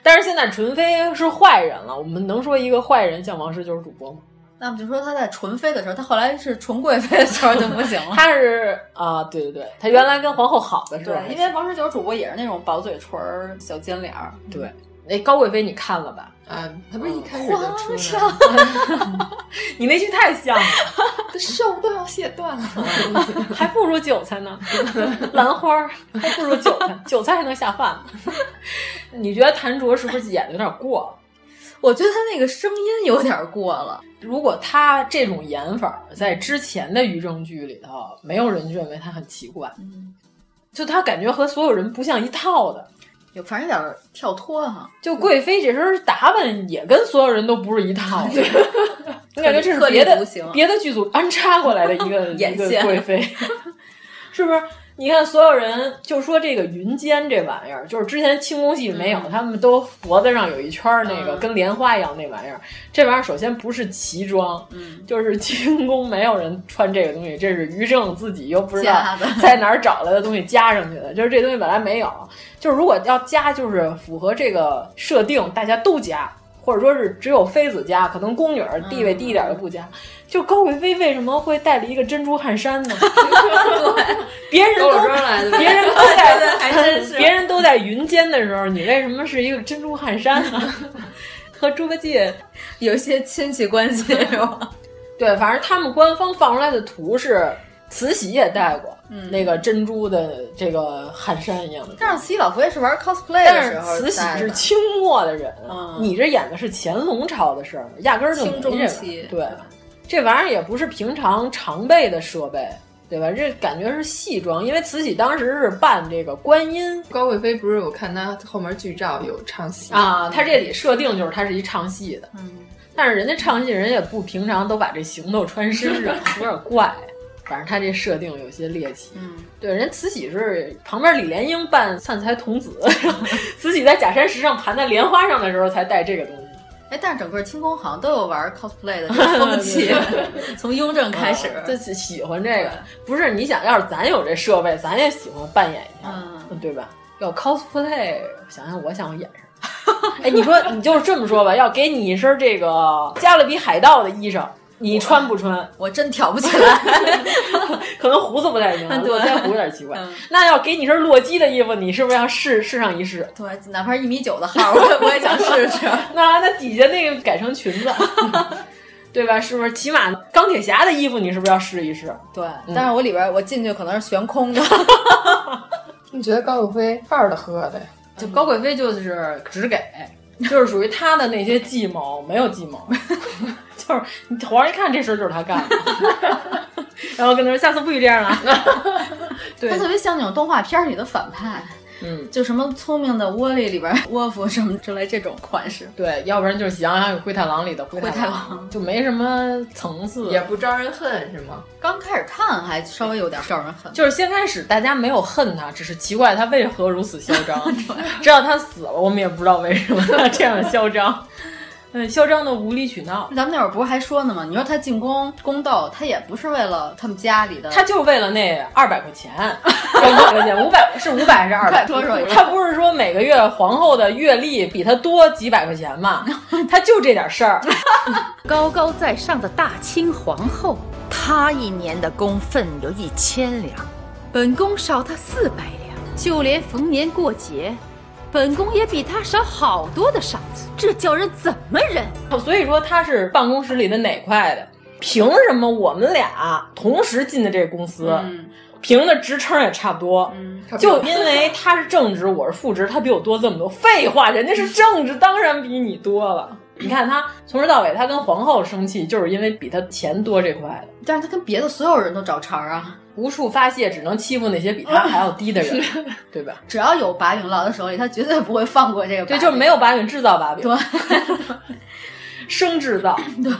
但是现在纯妃是坏人了，我们能说一个坏人像王十九主播吗？
那么就说他在纯妃的时候，他后来是纯贵妃的时候就不行 了。
他是啊，对对对，他原来跟皇后好的时候还
对，
行，
因为王十九主播也是那种薄嘴唇儿、小尖脸儿，
对那哎高贵妃你看了吧？
啊，他不是一开始就
皇
出
上
了，
你那句太像了，
手都要卸断了。
还不如韭菜呢，兰花儿还不如韭菜，韭菜还能下饭呢。 你觉得谭卓是不是演的有点过了？
我觉得他那个声音有点过了。
如果他这种演法儿在之前的于正剧里头，没有人认为他很奇怪，
嗯
就他感觉和所有人不像一套的。
有反正有点跳脱哈、
就贵妃这身打扮也跟所有人都不是一套的， 我感觉这是
特立
别的
独行
别的剧组安插过来的一 个
眼
一个
线
贵妃， 是不是？你看，所有人就说这个云肩这玩意儿，就是之前清宫戏没有，他们都脖子上有一圈儿那个、
嗯
跟莲花一样那玩意儿。这玩意儿首先不是奇装，
嗯
就是清宫没有人穿这个东西，这是于正自己又不知道
加的
在哪儿找来的东西加上去的，就是这东西本来没有，就是如果要加，就是符合这个设定，大家都加，或者说是只有妃子加，可能宫女儿地位低一点的不
嗯
加。就高贵妃为什么会带了一个珍珠汗衫 呢？别人都
狗装来的呗
别人都在
对对还真是
别人都在云间的时候，你为什么是一个珍珠汗衫呢？ 和猪八戒
有一些亲戚关系是吧？
对，反正他们官方放出来的图是慈禧也戴过、那个珍珠的这个汗衫一样的东西，
但是慈禧老佛爷是玩 cosplay
但
的时
是
候
慈禧
戴的
是清末的人，
嗯
你这演的是乾隆朝的事儿，压根儿就没
清
这
中
玩意
期
儿。对，这玩意儿也不是平常常备的设备。对吧？这感觉是戏装，因为慈禧当时是扮这个观音
高贵妃不是我看她后面剧照有唱戏
啊，她这里设定就是她是一唱戏的，
嗯，
但是人家唱戏人也不平常都把这行头穿身 上，有点怪。反正她这设定有些猎奇。
嗯，
对，人慈禧是旁边李莲英扮散财童子，然后慈禧在假山石上盘在莲花上的时候才戴这个东西。
哎，但是整个清宫好像都有玩 cosplay 的这 个风嗯气
对，
从雍正开始，
啊就喜欢这个。不是你想要是咱有这设备，咱也喜欢扮演一下，
嗯
对吧？要 cosplay，想想我想演什么？ 哎，你说你就这么说吧，要给你一身这个加勒比海盗的衣裳，你穿不穿？
我真挑不起来，
可能胡子不太行，
嗯对
络腮胡有点奇怪
嗯。
那要给你一身洛基的衣服，你是不是要试试上一试？
对，哪怕一米九的号，我也我也想试 试。
那那底下那个改成裙子，对吧？是不是？起码钢铁侠的衣服你是不是要试一试？
对，但是我里边我进去可能是悬空 的，
你觉得高贵妃范儿的喝的呀？
就高贵妃就是只给，就是属于她的那些计谋没有计谋， 就是你皇上一看这事儿就是她干的，然后跟他说下次不许这样啊了。对
他，特别像那种动画片里的反派，
嗯，
就什么聪明的窝里里边 窝夫什么之类这种款式。
对，要不然就是《喜羊羊与灰太狼》里的灰
灰
太
太
狼，就没什么层次，
也不招人恨是吗？
刚开始看还稍微有点招人恨，
就是先开始大家没有恨他，只是奇怪他为何如此嚣张。直到他死了，我们也不知道为什么他这样嚣张。嗯，嚣张的无理取闹，
咱们那会儿不是还说呢吗？你说他进宫宫斗，他也不是为了他们家里的，
他就是为了那二百块钱，两百块钱，五百是五百还是二百？
快说说
他不是说每个月皇后的月历比他多几百块钱吗？他就这点事儿。
高高在上的大清皇后，她一年的工分有一千两，本宫少她四百两，就连逢年过节，本宫也比她少好多的赏赐，这叫人怎么忍？啊
所以说他是办公室里的哪块的？凭什么我们俩同时进的这个公司？
嗯
凭的职称也差不多，嗯就因 为他是正职，我是副职，他比我多这么多。废话，人家是正职，当然比你多了。你看他从头到尾，他跟皇后生气，就是因为比他钱多这块的。
但是他跟别的所有人都找茬儿啊。
无处发泄，只能欺负那些比他还要低的 人，对吧？
只要有把柄落到手里，他绝对不会放过这个把
对，
柄。
就是没有把柄，制造把柄，
对，
生制造。
对，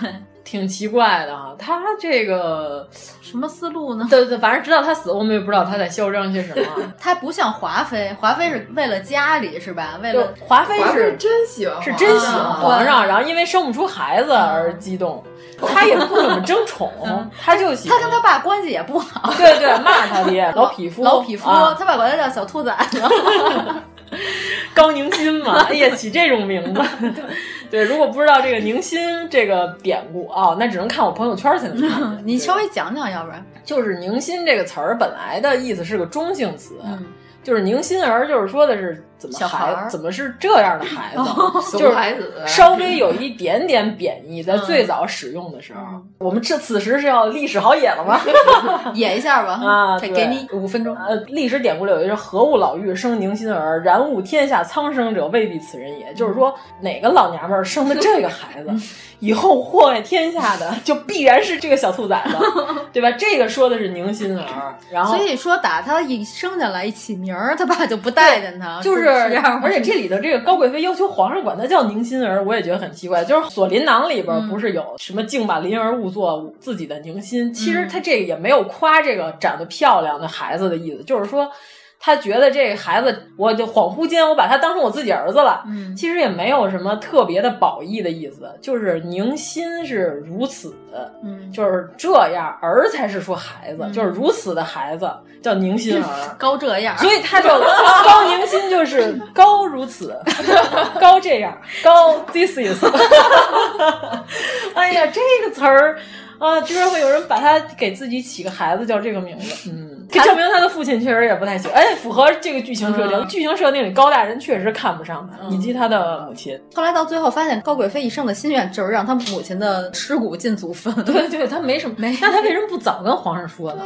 挺奇怪的啊，他这个什么思路呢？对对，反正直到他死，我们也不知道他在嚣张些什么。啊
他不像华妃，华妃是为了家里是吧？为
就
了
华妃是
真喜欢，
是真喜欢皇上，然后因为生不出孩子而激动，他也不怎么争宠， 他就喜
他跟他爸关系也不好，
对对骂他 爹 老匹夫
老匹夫，
啊
他爸管他叫小兔崽 子。
高宁心嘛，哎呀，起这种名字， 对，如果不知道这个宁心这个典故啊、那只能看我朋友圈才能看见。
你稍微讲讲，要不然
就是宁心这个词儿本来的意思是个中性词，
嗯
啊就是宁心儿，就是说的是怎么
小孩
孩
儿
怎么是这样的孩子，啊
哦
就
熊孩子嗯
是稍微有一点点贬义，在最早使用的时候，我们这此时是要历史好演了吗？
演一下吧。
啊，
给
对
给你五分钟。
呃，历史典故里有一个“何物老妪生宁心儿，然悟天下苍生者，未必此人也”，
嗯
就是说哪个老娘们儿生的这个孩子，以后祸害天下的就必然是这个小兔 崽子，对吧？这个说的是宁心儿，然后
所以说，打他一生下来一起名儿，他爸就不待见他，
就是是
啊这样吗。
而且这里头这个高贵妃要求皇上管她叫宁心儿，我也觉得很奇怪。就是《锁麟囊》里
嗯
边不是有什么“竟把麟儿误作自己的宁心”，其
嗯
实她这个也没有夸这个长得漂亮的孩子的意思，就是说。她觉得这个孩子，我就恍惚间我把他当成我自己儿子了，
嗯
其实也没有什么特别的褒义的意思，就是宁心是如此，
嗯，
就是这样，儿才是说孩子，就是如此的孩子叫宁心 儿，
高这样，
所以他就高宁心 就是高如此，高这样，高 this is。哎呀，这个词儿啊，居然会有人把他给自己起个孩子叫这个名字，嗯，这证明他的父亲确实也不太行。哎，符合这个剧情设定，剧情设定里高大人确实看不上他，以及他的母亲。
后来到最后发现，高贵妃一生的心愿就是让她母亲的尸骨尽祖坟。
对对，他没什么，没那他为什么不早跟皇上说呢？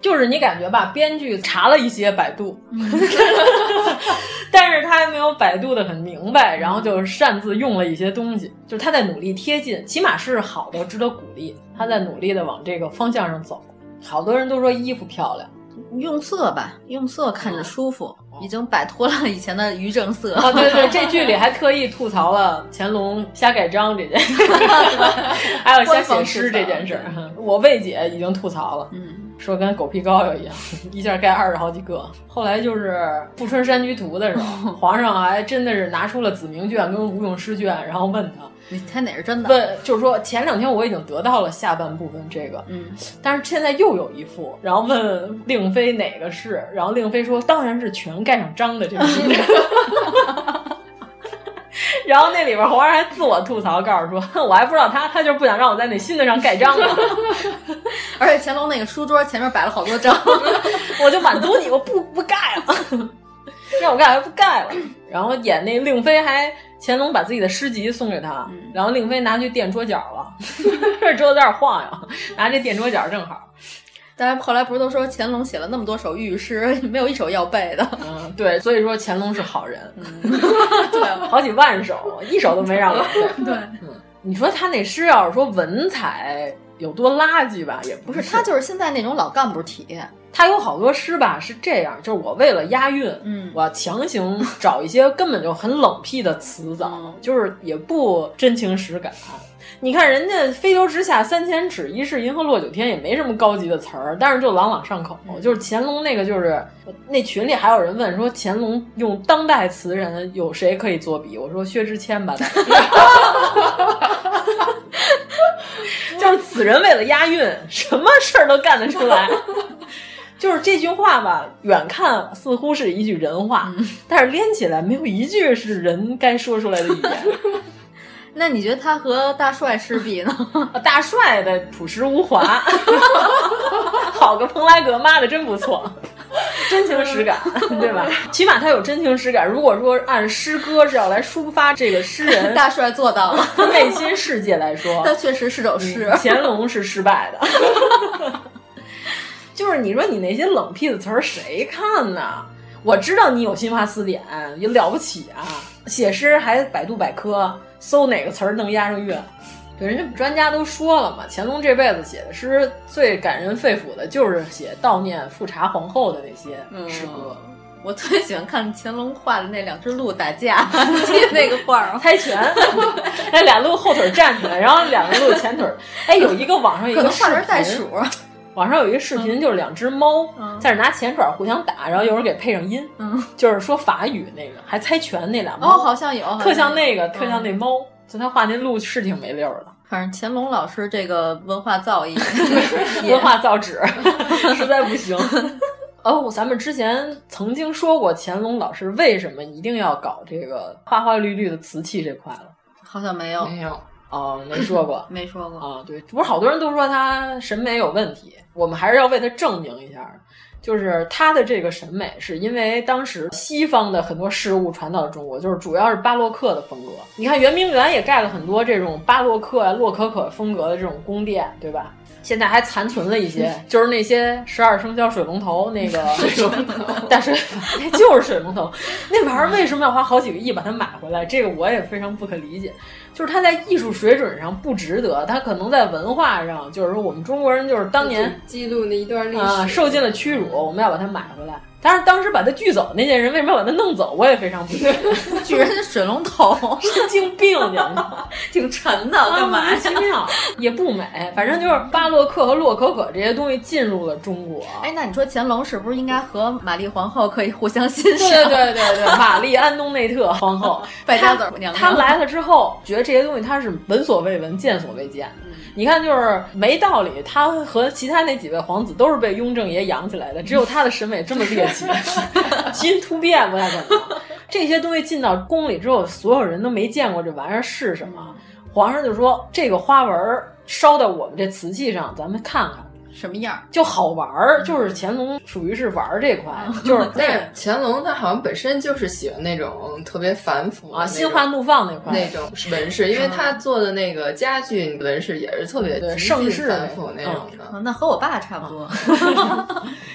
就是你感觉吧，编剧查了一些百度， 但是他还没有百度的很明白，然后就擅自用了一些东西，就是他在努力贴近，起码是好的，值得鼓励。他在努力的往这个方向上走。好多人都说衣服漂亮，
用色吧，用色看
嗯
着舒服，已经摆脱了以前的于正色。
啊，对对，这剧里还特意吐槽了乾隆瞎盖章这件事，还有瞎写诗这件事儿。我魏姐已经吐槽了，
嗯，
说跟狗皮膏药一样，一下盖二十好几个。后来就是《富春山居图》的时候，皇上还真的是拿出了子鸣卷跟吴用诗卷，然后问他。
你猜哪是真的？
问就是说，前两天我已经得到了下半部分这个，
嗯，
但是现在又有一副，然后问令妃哪个是，然后令妃说当然是全盖上章的这个是。 然后那里边皇上还自我吐槽，告诉说哼我还不知道他，他就是不想让我在那新的上盖章呢，
而且乾隆那个书桌前面摆了 好多张，
我就满足你，我不不盖了，让我盖还不盖了。然后演那令妃还乾隆把自己的诗集送给她，
嗯
然后令妃拿去垫桌角了， 这桌子有点晃悠，拿这垫桌角正好。
但是后来不是都说乾隆写了那么多首御诗，没有一首要背的。
嗯，对，所以说乾隆是好人，对，啊好几万首，一首都没让我背。嗯
嗯对，
你说他那诗要是说文采有多垃圾吧，也不
不
是
是他就是现在那种老干部体，
他有好多诗吧是这样，就是我为了押韵，
嗯
我要强行找一些根本就很冷僻的词藻，就是也不真情实感。你看人家“飞流直下三千尺，疑是银河落九天”也没什么高级的词儿，但是就朗朗上口。就是乾隆那个，就是那群里还有人问说乾隆用当代词人有谁可以作比？我说薛之谦吧，大家 就是此人为了押韵，什么事儿都干得出来。 就是这句话吧，远看似乎是一句人话，但是连起来没有一句是人该说出来的语言。
那你觉得他和大帅是比呢？
大帅的朴实无华， 好个蓬莱阁，妈的真不错，真情实感，对吧？ 起码他有真情实感。如果说按诗歌是要来抒发这个诗人
大帅做到了，
内心世界来 说，
他确实是首诗。
嗯乾隆是失败的。 就是你说你那些冷僻的词儿谁看呢？我知道你有新华词典，也了不起啊！写诗还百度百科搜哪个词儿能押上韵。对，人家专家都说了嘛，乾隆这辈子写的诗
嗯
最感人肺腑的就是写悼念富察皇后的那些诗歌。
我特别喜欢看乾隆画的那两只鹿打架， 记得那个画儿吗？
猜 拳，那哎俩鹿后腿站起来，然后两个鹿前腿。哎，有一个网上有一
可
个
能
视
画
频
的是袋鼠。
网上有一个视
嗯
频，就是两只猫在那拿钱爪互相打，然后有人给配上音， 就是说法语那个，还猜拳那俩猫，
嗯哦好像有好像有
特像那个，
嗯
特像那猫，就他画那鹿是挺没溜儿的，
反正乾隆老师这个文化造 诣也，
文化造 纸实在不行。 哦，咱们之前曾经说过乾隆老师为什么一定要搞这个花花绿绿的瓷器这块了。
好像没有
没有哦，没说过
没说过
啊。对，不是好多人都说他审美有问题，我们还是要为他证明一下，就是他的这个审美是因为当时西方的很多事物传到了中国，就是主要是巴洛克的风格。你看圆明园也盖了很多这种巴洛克啊、洛可可风格的这种宫殿，对吧？现在还残存了一 些，就是那些十二生肖水龙头那个水龙头， 大水那就是水龙头，那玩意儿为什么要花好几个亿把它买回来？这个我也非常不可理解。就是它在艺术水准上不值得，它可能在文化上，就是说我们中国人就是当年
记录了一段历史，
啊、受尽了屈辱，我们要把它买回来。但是当时把它拒走那些人，为什么要把它弄走？我也非常不 解，
巨人家水龙头，
神经病你知 道吗？
挺沉
啊
的，干
莫
嘛
名
呀
其？妙也不美，反正就是巴洛克和洛可可这些东西进入了中国。
哎，那你说乾隆是不是应该和玛丽皇后可以互相欣赏？
对对对 对，玛丽安东内特皇后，
败家子儿娘娘
她来了之后，觉得这些东西她是闻所未闻、见所未见的。你看，就是没道理，她和其他那几位皇子都是被雍正爷养起来的，只有她的审美这么猎奇， 基因突变不太可能。这些东西进到宫里之后，所有人都没见过这玩意儿是什么。皇上就说：“这个花纹儿烧到我们这瓷器上，咱们看看。”
什么样儿？
就好玩儿，就是乾隆属于是玩儿这块，就是嗯那
但是乾隆他好像本身就是喜欢那种特别繁复
啊，
的
心花怒放那块
那种纹饰，
嗯
因为他做的那个家具纹饰也是特别
对
极尽
盛世
繁复那种的。
嗯
嗯
那和我爸差不多，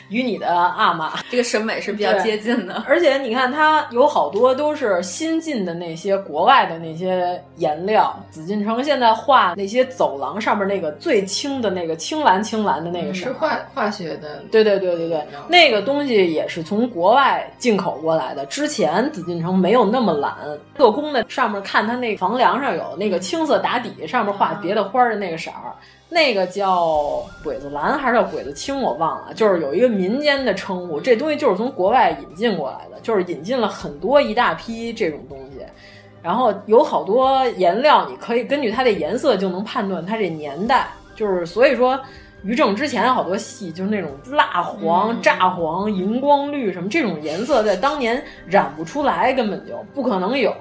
与你的阿玛
这个审美是比较接近的。
而且你看，它有好多都是新进的那些国外的那些颜料，紫禁城现在画那些走廊上面那个最青的那个青蓝青蓝的那个
是
什么。
化化学的，
对对对对对，那个东西也是从国外进口过来的。之前紫禁城没有那么蓝，特工的上面看它那房梁上有那个青色打底，上面画别的花儿的那个色儿，那个叫鬼子蓝还是叫鬼子青，我忘了，就是有一个民间的称呼。这东西就是从国外引进过来的，就是引进了很多一大批这种东西。然后有好多颜料，你可以根据它的颜色就能判断它这年代。就是所以说，于正之前好多戏就是那种蜡黄、炸黄、荧光绿什么这种颜色，在当年染不出来，根本就不可能有。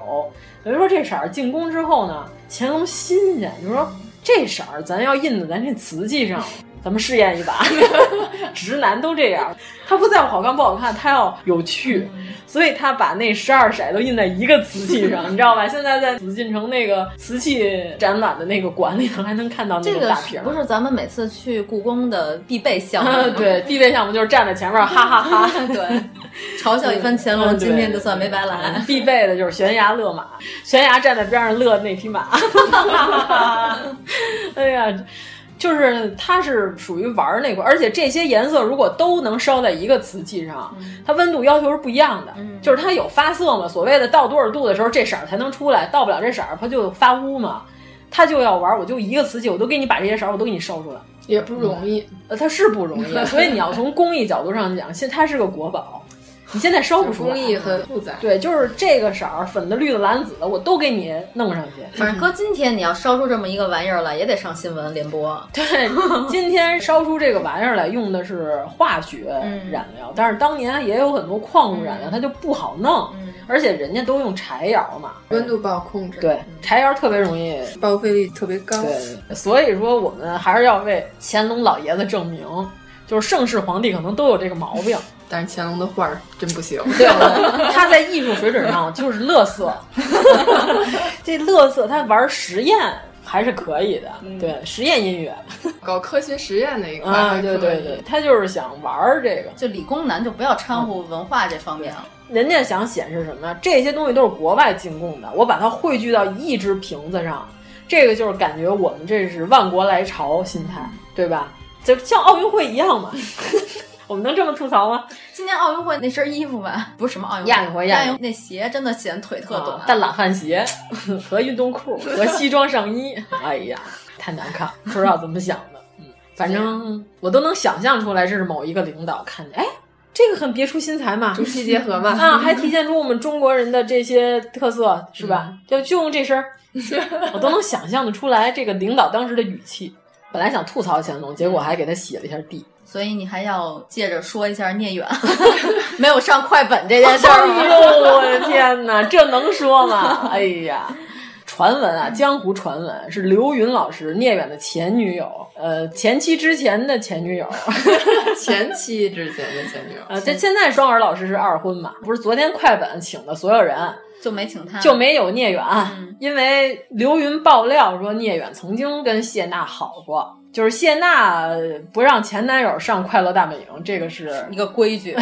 等于说这色儿进宫之后呢，乾隆新鲜，就说这色儿咱要印在咱这瓷器上。咱们试验一把， 直男都这样，他不在乎好看不好看，他要有趣，
嗯
所以他把那十二色都印在一个瓷器上， 你知道吧？现在在紫禁城那个瓷器展览的那个馆里头，还能看到那
这
个
个
大瓶儿。
不是咱们每次去故宫的必备项目
啊，
吗，
对，必备项目就是站在前面，哈哈哈
对，嘲笑一番乾隆，
嗯对
今天就算没白来。
必备的就是悬崖勒马，悬崖站在边上勒那匹 马。 哎呀，就是它是属于玩儿那块儿，而且这些颜色如果都能烧在一个瓷器上，
嗯
它温度要求是不一样的。就是它有发色嘛，所谓的到多少度的时候这色儿才能出来，到不了这色儿它就发乌嘛。它就要玩儿，我就一个瓷器，我都给你把这些色儿我都给你烧出来。
也不容易，
呃，它是不容易，所以你要从工艺角度上讲，现它是个国宝，你现在烧 不出来。
嗯工艺很复杂。
对，就是这个色儿，粉的、绿的、蓝、紫的，我都给你弄上去。
反正搁今天，你要烧出这么一个玩意儿来，也得上新闻联播。
对，今天烧出这个玩意儿来用的是化学
嗯
染料，但是当年啊也有很多矿物染料，它就不好弄，而且人家都用柴窑嘛，
嗯温度不好控制，嗯
对，柴窑特别容易
报废率特别高。
对，所以说我们还是要为乾隆老爷子证明，就是盛世皇帝可能都有这个毛病。
但是乾隆的画儿真不行，
对，他在艺术水准上就是乐 色，这乐色他玩实验还是可以的，对，实验音乐
嗯搞科学实验那一块
啊，
还可以
对对对，他就是想玩儿这个，
就理工男就不要掺和文化这方面了。
人家想显示什么呀？这些东西都是国外进贡的，我把它汇聚到一只瓶子上，这个就是感觉我们这是万国来朝心态，对吧？就像奥运会一样嘛， 我们能这么吐槽吗？
今年奥运会那身衣服吧，不是什么奥运会，
亚运会亚
亚
运
运那鞋真的显腿特
啊
短，
但懒 饭鞋和运动裤和西装上衣，哎呀，太难看，不知道怎么想的。嗯，反正我都能想象出来，这是某一个领导看见，哎，这个很别出心裁嘛，
中西结合嘛
啊，还体现出我们中国人的这些特色，是吧？
嗯
就就用这 身儿，我都能想象的出来，这个领导当时的语气。本来想吐槽乾隆，结果还给他洗了一下地。
所以你还要借着说一下聂远没有上快本这件事
哎
儿 啊
呦，
吗。
我的天 哪，这能说吗？哎呀，传闻啊，江湖传闻是刘云老师聂远的前女友，呃，前妻之前的前 女友，
前妻之前的前女友，
呃，这现在双儿老师是二婚嘛？不是昨天快本请的所有人。
就没请他，
就没有聂远，
嗯
因为刘云爆料说聂远曾经跟谢娜好过，就是谢娜不让前男友上《快乐大本营》，这个是
一个规矩。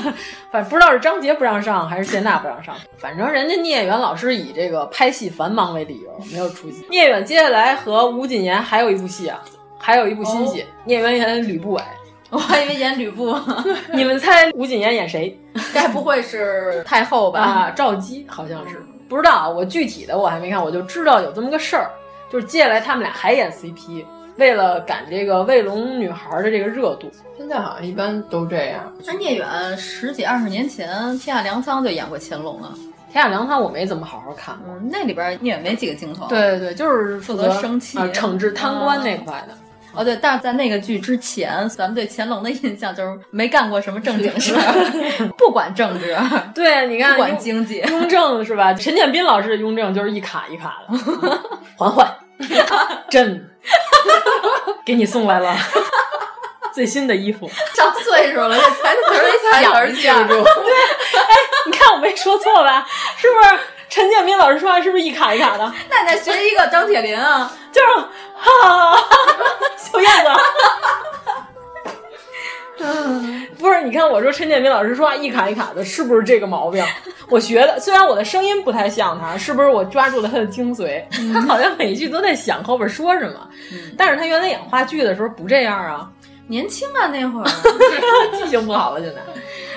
反正不知道是张杰不让上还是谢娜不让上，反正人家聂远老师以这个拍戏繁忙为理由没有出席。聂远接下来和吴谨言还有一部戏啊，还有一部新
哦
戏，聂远演吕不韦。
我还以为演吕布，
你们猜吴谨言演谁？
该不会是太后吧？
啊，赵姬好像是，不知道啊，我具体的我还没看，我就知道有这么个事儿，就是接下来他们俩还演 CP，为了赶这个卫龙女孩的这个热度，
现在好像一般都这样。
这聂远十几二十年前，天下粮仓就演过乾隆了。
天下粮仓我没怎么好好看
过，那里边聂远没几个镜头。
对对，就是
负
负
责
责
生气、
啊惩治贪官那块的。
哦，对，但是在那个剧之前，咱们对乾隆的印象就是没干过什么正经事儿， 不管政治，
对，你看，
不管
雍
经济，
雍正是吧？陈建斌老师的雍正就是一卡一卡 的，嬛 嬛，朕给你送来 了最新的 衣服。
上岁数了，这 才词儿得想一下。
住，
哎你看我没说错吧？是不是陈建斌老师说话是不是一卡一卡的？
那你再学一个张铁林啊，
就是哈，小燕子。不是，你看我说陈建斌老师说话一卡一卡的，是不是这个毛病？我学的，虽然我的声音不太像他，是不是我抓住了他的精髓？他好像每一句都在想后边说什么，但是他原来演话剧的时候不这样啊。
年轻啊那会儿，
记性不好了，现在。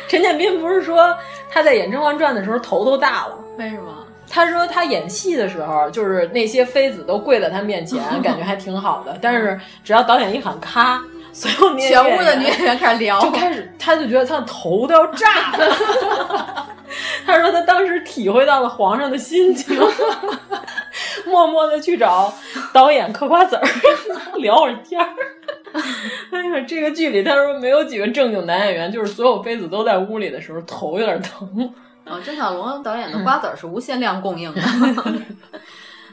陈建斌不是说他在演《甄嬛传》的时候头都大了？
为什 么？
他说他演戏的时候，就是那些妃子都跪在他面 前，感觉还挺好的。但是只要导演一喊咔，所有女演
全
员
屋的女演员开始聊，
就开始，他就觉得他的头都要炸了。 他说他当时体会到了皇上的心情， 默默的去找导演嗑瓜子儿聊会儿天 儿。哎呀，这个剧里他说没有几个正经男演员，就是所有妃子都在屋里的时候头有点疼。
哦，郑晓龙导演的瓜子儿是无限量供应的。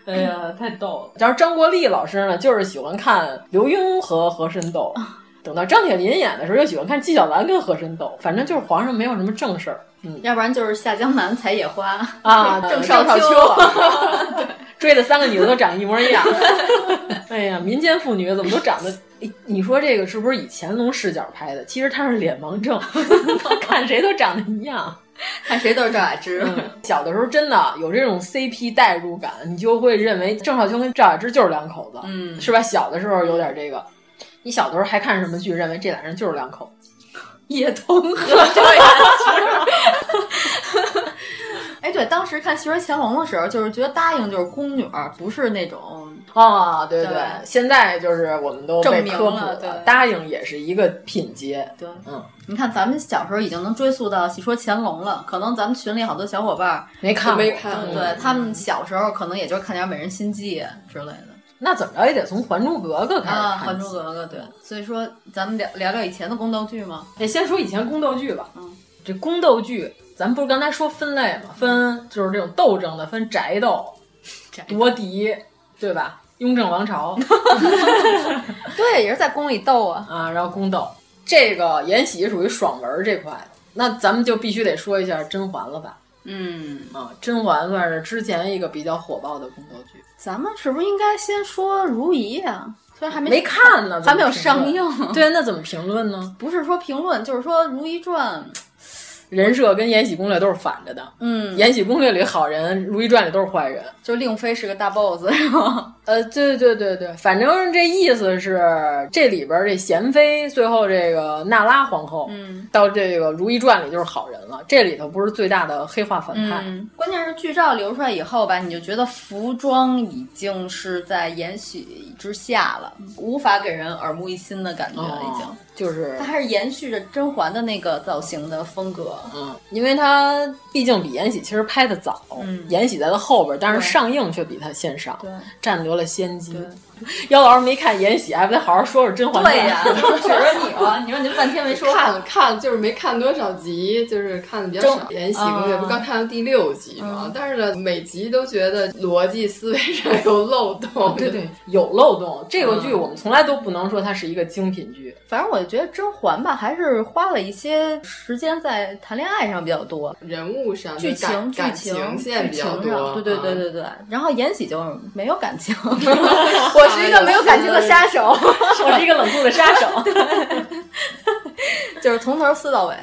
哎呀，太逗了！然后张国立老师呢，就是喜欢看刘墉和和珅斗；
哦
等到张铁林演的时候，又喜欢看纪晓岚跟和珅斗。反正就是皇上没有什么正事 儿。嗯，
要不然就是下江南采野花
啊
郑
郑少
秋啊
秋追的三个女的都长一模一样。 哎呀，民间妇女怎么都长得？哎你说这个是不是以乾隆视角拍的？其实他是脸盲症， 他看谁都长得一样。
看谁都是赵雅芝。
小的时候真的有这种 CP 代入感，你就会认为郑少秋跟赵雅芝就是两口子，
嗯
是吧？小的时候有点这个，你小的时候还看什么剧，认为这俩人就是两口子？
叶童 和赵雅芝。 哎，对，当时看《戏说乾隆》的时候，就是觉得答应就是宫女儿，不是那种
啊、对
哦对
现在就是我们都被
证明
科普
了对
答应也是一个品阶，
对，
嗯，
你看，咱们小时候已经能追溯到《戏说乾隆》了，可能咱们群里好多小伙伴儿
没看过
都
嗯
对他们小时候可能也就是看点《美人心计》之类的
那怎么着也得从《还珠格格》开始
啊，《
看
还珠
起
格格》对，所以说咱们聊聊聊以前的宫斗剧吗？
哎，先说以前宫斗剧吧。嗯，这宫斗剧，咱不是刚才说分类吗？
嗯
分就是这种斗争的，分宅斗、夺嫡，对吧？雍正王 朝
对，也是在宫里斗啊。
啊，然后宫斗，这个延禧属于爽文这块的。那咱们就必须得说一下甄嬛了吧？
嗯，
啊，甄嬛算是之前一个比较火爆的宫斗剧，
咱们是不是应该先说《如懿》啊？虽然还没
没看呢，
还没有
怎么
上
评
映
论。对，那怎么评论呢？
不是说评论，就是说《如懿传》
人设跟《延禧攻略》都是反着的。
嗯，
《延禧攻略》里好人，《如懿传》里都是坏人。
就令妃是个大 boss 是吗？
呃，对对对对，反正这意思是这里边这贤妃，最后这个娜拉皇后，
嗯，
到这个《如懿传》里就是好人了。这里头不是最大的黑化反派。
嗯，关键是剧照流出来以后吧，你就觉得服装已经是在延禧之下了，无法给人耳目一新的感觉了，已经。
哦就是
它还是延续着甄嬛的那个造型的风格。
嗯，因为它毕竟比《延禧》其实拍的早，
嗯
延禧》在它后边，但是
对
上映却比它先上，
对
占得了先机。姚老师没看《延禧》，还不得好好说说《甄嬛传》？
对呀、指着你了，你说你这半天没说
看
话。
了看就是没看多少集，就是看的比较少。《
呃
中
延禧攻略》
啊
不刚看到第六集吗？
嗯
但是呢，每集都觉得逻辑思维上有漏洞。
对对，有漏洞。这个剧
嗯
我们从来都不能说它是一个精品剧，
反正我觉得甄嬛吧，还是花了一些时间在谈恋爱上比较多，
人物上就
剧情、
感
剧
感
情、
情线
剧
比
情
较
上，
多。
对对对
嗯
对对。然后延禧就没有 感情，我是一个没有感情的杀手，
哎
我是一个冷酷的杀 手。
就是从头撕到尾，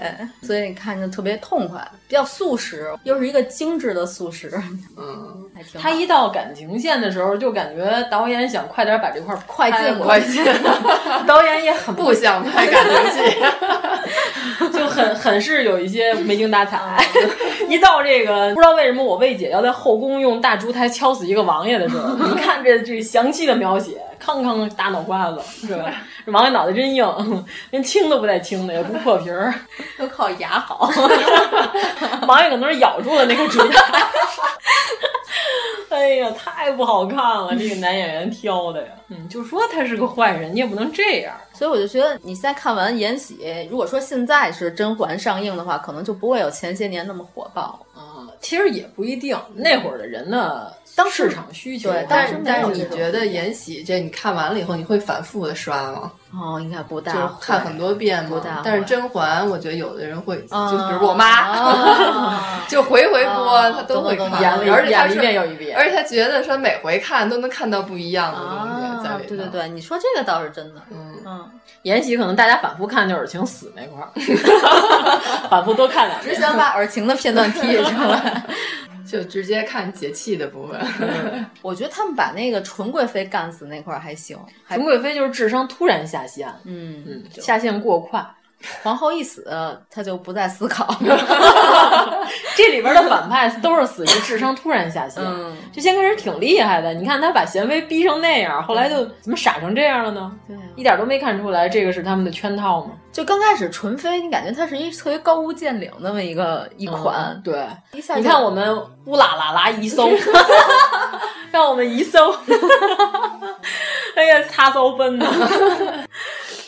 所以你看着特别痛快，比较素食，又是一个精致的素食，
嗯，
还挺好
他一到感情线的时候，就感觉导演想快点把这块儿
快进
拍了
快
进
导演也很
不想拍感情戏，
就很很是有一些没精打采。 一到这个，不知道为什么我魏姐要在后宫用大烛台敲死一个王爷的 时候，你看这这详细的描写，康康大脑瓜子是吧？这王爷脑袋真硬， 连青都不带青的，也不破皮 儿。
都靠牙好。
王爷可能是咬住了那个烛台。 哎呀，太不好看了！这个男演员挑的呀，嗯，就说他是个坏人，你也不能这样。
所以我就觉得，你现在看完《延禧》，如果说现在是甄嬛上映的话，可能就不会有前些年那么火爆。
啊，其实也不一定，那会儿的人呢，当市场需求
对
还
但
当
是
时
但是
没有
你
这种
觉得《延禧》这你看完了以后，你会反复的刷吗？
哦，应该不
就
大
是
会，
看很多遍
不大
嘛
会。
但是甄嬛，我觉得有的人会，
啊
就比如我妈，
啊
就回回播
啊
她都会
懂
看，
懂懂
而且她
演一
是
遍又一遍
而且她觉得说每回看都能看到不一样的东西在
啊
里，头。
对对对，你说这个倒是真的。
嗯，
嗯，
延禧可能大家反复看就是尔晴死那块儿，反复多看两
只
遍。
想把尔晴的片段 踢出来。
就直接看节气的部分。
我觉得他们把那个纯贵妃干死那块儿还行，还
陈贵妃就是智商突然下线，
嗯，
嗯，下线过快。
皇后一死，她就不再思考。
嗯这里边的反派都是死于智商突然下线。
嗯
就先开始挺厉害的，你看他把贤妃逼成那样，后来就怎么傻成这样了呢？
对啊
一点都没看出来这个是他们的圈套吗？
就刚开始纯妃，你感觉她是一特别高屋建瓴那么一个一款
嗯，对，
一下就
你看我们乌啦啦啦一 搜，让我们一搜，哎呀，擦骚奔呢！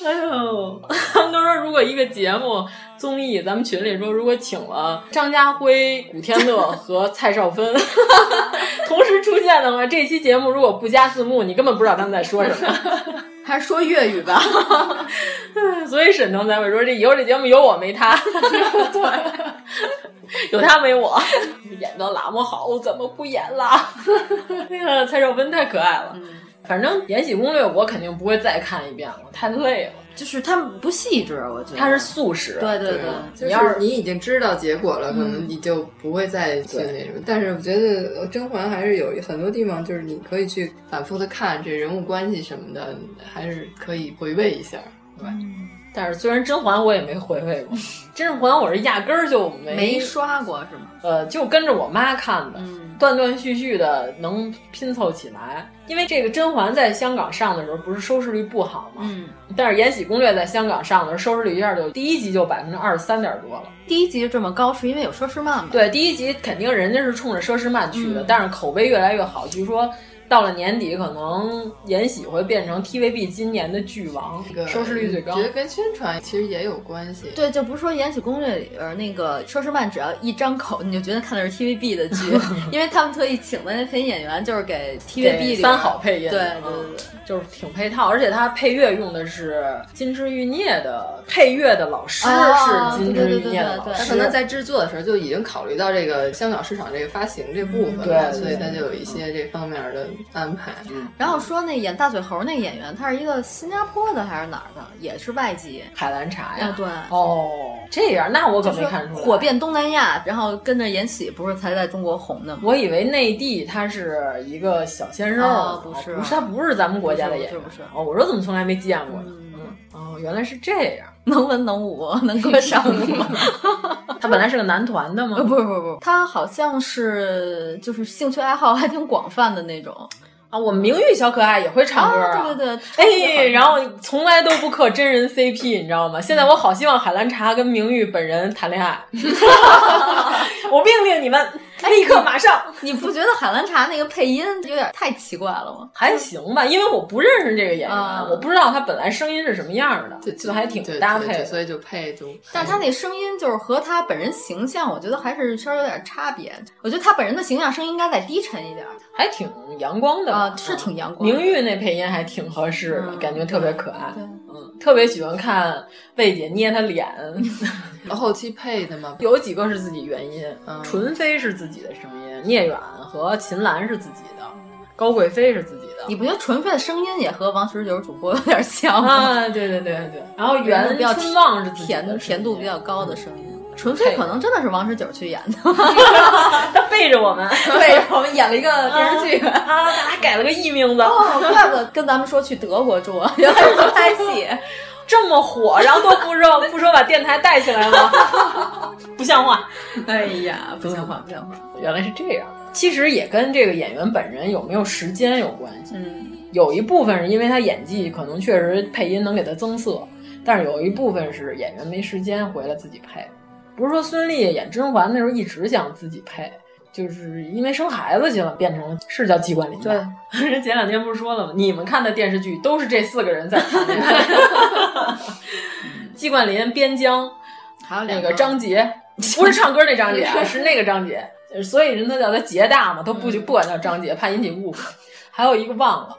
哎呦，他们都说如果一个节目综艺，咱们群里说如果请了张家辉、古天 乐和蔡少芬同时出现的话，这期节目如果不加字幕，你根本不知道他们在说什么。
还是说粤语 吧。
所以沈腾才会说这以后这节目有我没 他， 有他没我，演的那么好，怎么不演啦？ 那个蔡少芬太可爱
嗯
了。反正《延禧攻略》我肯定不会再看一遍了，太累了。
就是他们不细致，我觉得
它是素食，嗯
对对嗯对，
就
你要
是
是
你已经知道结果了，可能你就不会再去那什么。但是我觉得呃甄嬛还是有很多地方，就是你可以去反复的看这人物关系什么的，还是可以回味一下。
但是虽然甄嬛我也没回味 过，甄嬛我是压根儿就没
没刷过是吗？
呃，就跟着我妈看的，
嗯
断断续续的能拼凑起来。因为这个《甄嬛》在香港上的时候，不是收视率不好嘛，
嗯，
但是《延禧攻略》在香港上的时候，收视率一下就第一集就百分之二十三点多了。
第一集这么高是因为有佘诗曼嘛？，
对，第一集肯定人家是冲着佘诗曼去的，
嗯
但是口碑越来越好，据说。到了年底，可能《延禧》会变成 TVB 今年的剧王
这个，
收视率最高
觉。得跟宣传其实也有关系。
对，就不是说《延禧攻略》里边那个佘诗曼，只要一张口你就觉得看的是 TVB 的剧，因为他们特意请的那配音演员就是给 TVB 里
给
边
三好配音，
对
嗯
对对对，
就是挺配套，而且它配乐用的是金枝玉孽的配乐的老师
啊
是金枝玉孽的
对对对对
老
对
他
师，
可能在制作的时候就已经考虑到这个香港市场这个发行这部分了，
对对
所以他就有一些这方面的安排。
然后说那演大嘴猴那演员，他是一个新加坡的还是哪儿的，也是外籍，
海兰察呀
啊，对，
哦，这样那我可没看出来，
火遍东南亚，然后跟着延禧不是才在中国红的吗？
我以为内地他是一个小鲜肉，
啊不是
不是，他不是咱们国家的演员，
不是不是
哦，我说怎么从来没见过呢？嗯，哦，原来是这样，
能文能武，能歌善舞。
他本来是个男团的吗？
呃，不是不是不是， 他好像是就是兴趣爱好还挺广泛的那种
啊。我们明玉小可爱也会唱歌
啊，对对
对，哎，然后从来都不磕真人 CP，你知道吗？现在我好希望海兰察跟明玉本人谈恋 爱， 我命令你们
哎
立刻马上。
你不觉得海兰察那个配音有点太奇怪了吗？
还行吧，因为我不认识这个演员，
啊
我不知道他本来声音是什么样的，就还挺
对
搭
对
配
对
的。
所以就配就。
但是他那声音就是和他本人形象，我觉得还是稍微有点差别。我觉得他本人的形象声音应该再低沉一点，
还挺阳光的嗯
啊，是挺阳光的。嗯
明玉那配音还挺合适的，感觉特别可爱。
对
嗯，特别喜欢看魏姐捏他 脸，
后期配的嘛，
有几个是自己原音，
嗯
纯妃是自己的声音，聂远和秦岚是自己的，高贵妃是自己的。
嗯你不觉得纯粹的声音也和王十九主播有点像吗？
啊，对对对对，然后袁
比较
春望是自己的
甜甜度比较高的声音，
纯
纯粹可能真的是王十九 去演的，
他背着我 们，
对，我们演了一个电 视剧。
啊，还改了个艺名字，
哦，怪不得跟咱们说去德国住，原来是拍戏。
这么火，然后都不说不说把电台带起来吗？不像话。
哎呀，不像话，不像话。
原来是这样，其实也跟这个演员本人有没有时间有关系。
嗯，
有一部分是因为他演技可能确实配音能给他增色，但是有一部分是演员没时间回来自己配。不是说孙俪演甄嬛那时候一直想自己配，就是因为生孩子去了，变成了是叫季冠霖吧？对， 人前两天不是说了吗？你们看的电视剧都是这四个人在谈恋 爱。季冠霖、边疆，
还有
那
两
个张杰，不是唱歌那张杰 啊，是那个张杰，所以人都叫他杰大嘛，都不不管叫张杰，怕引起误会。还有一个忘了，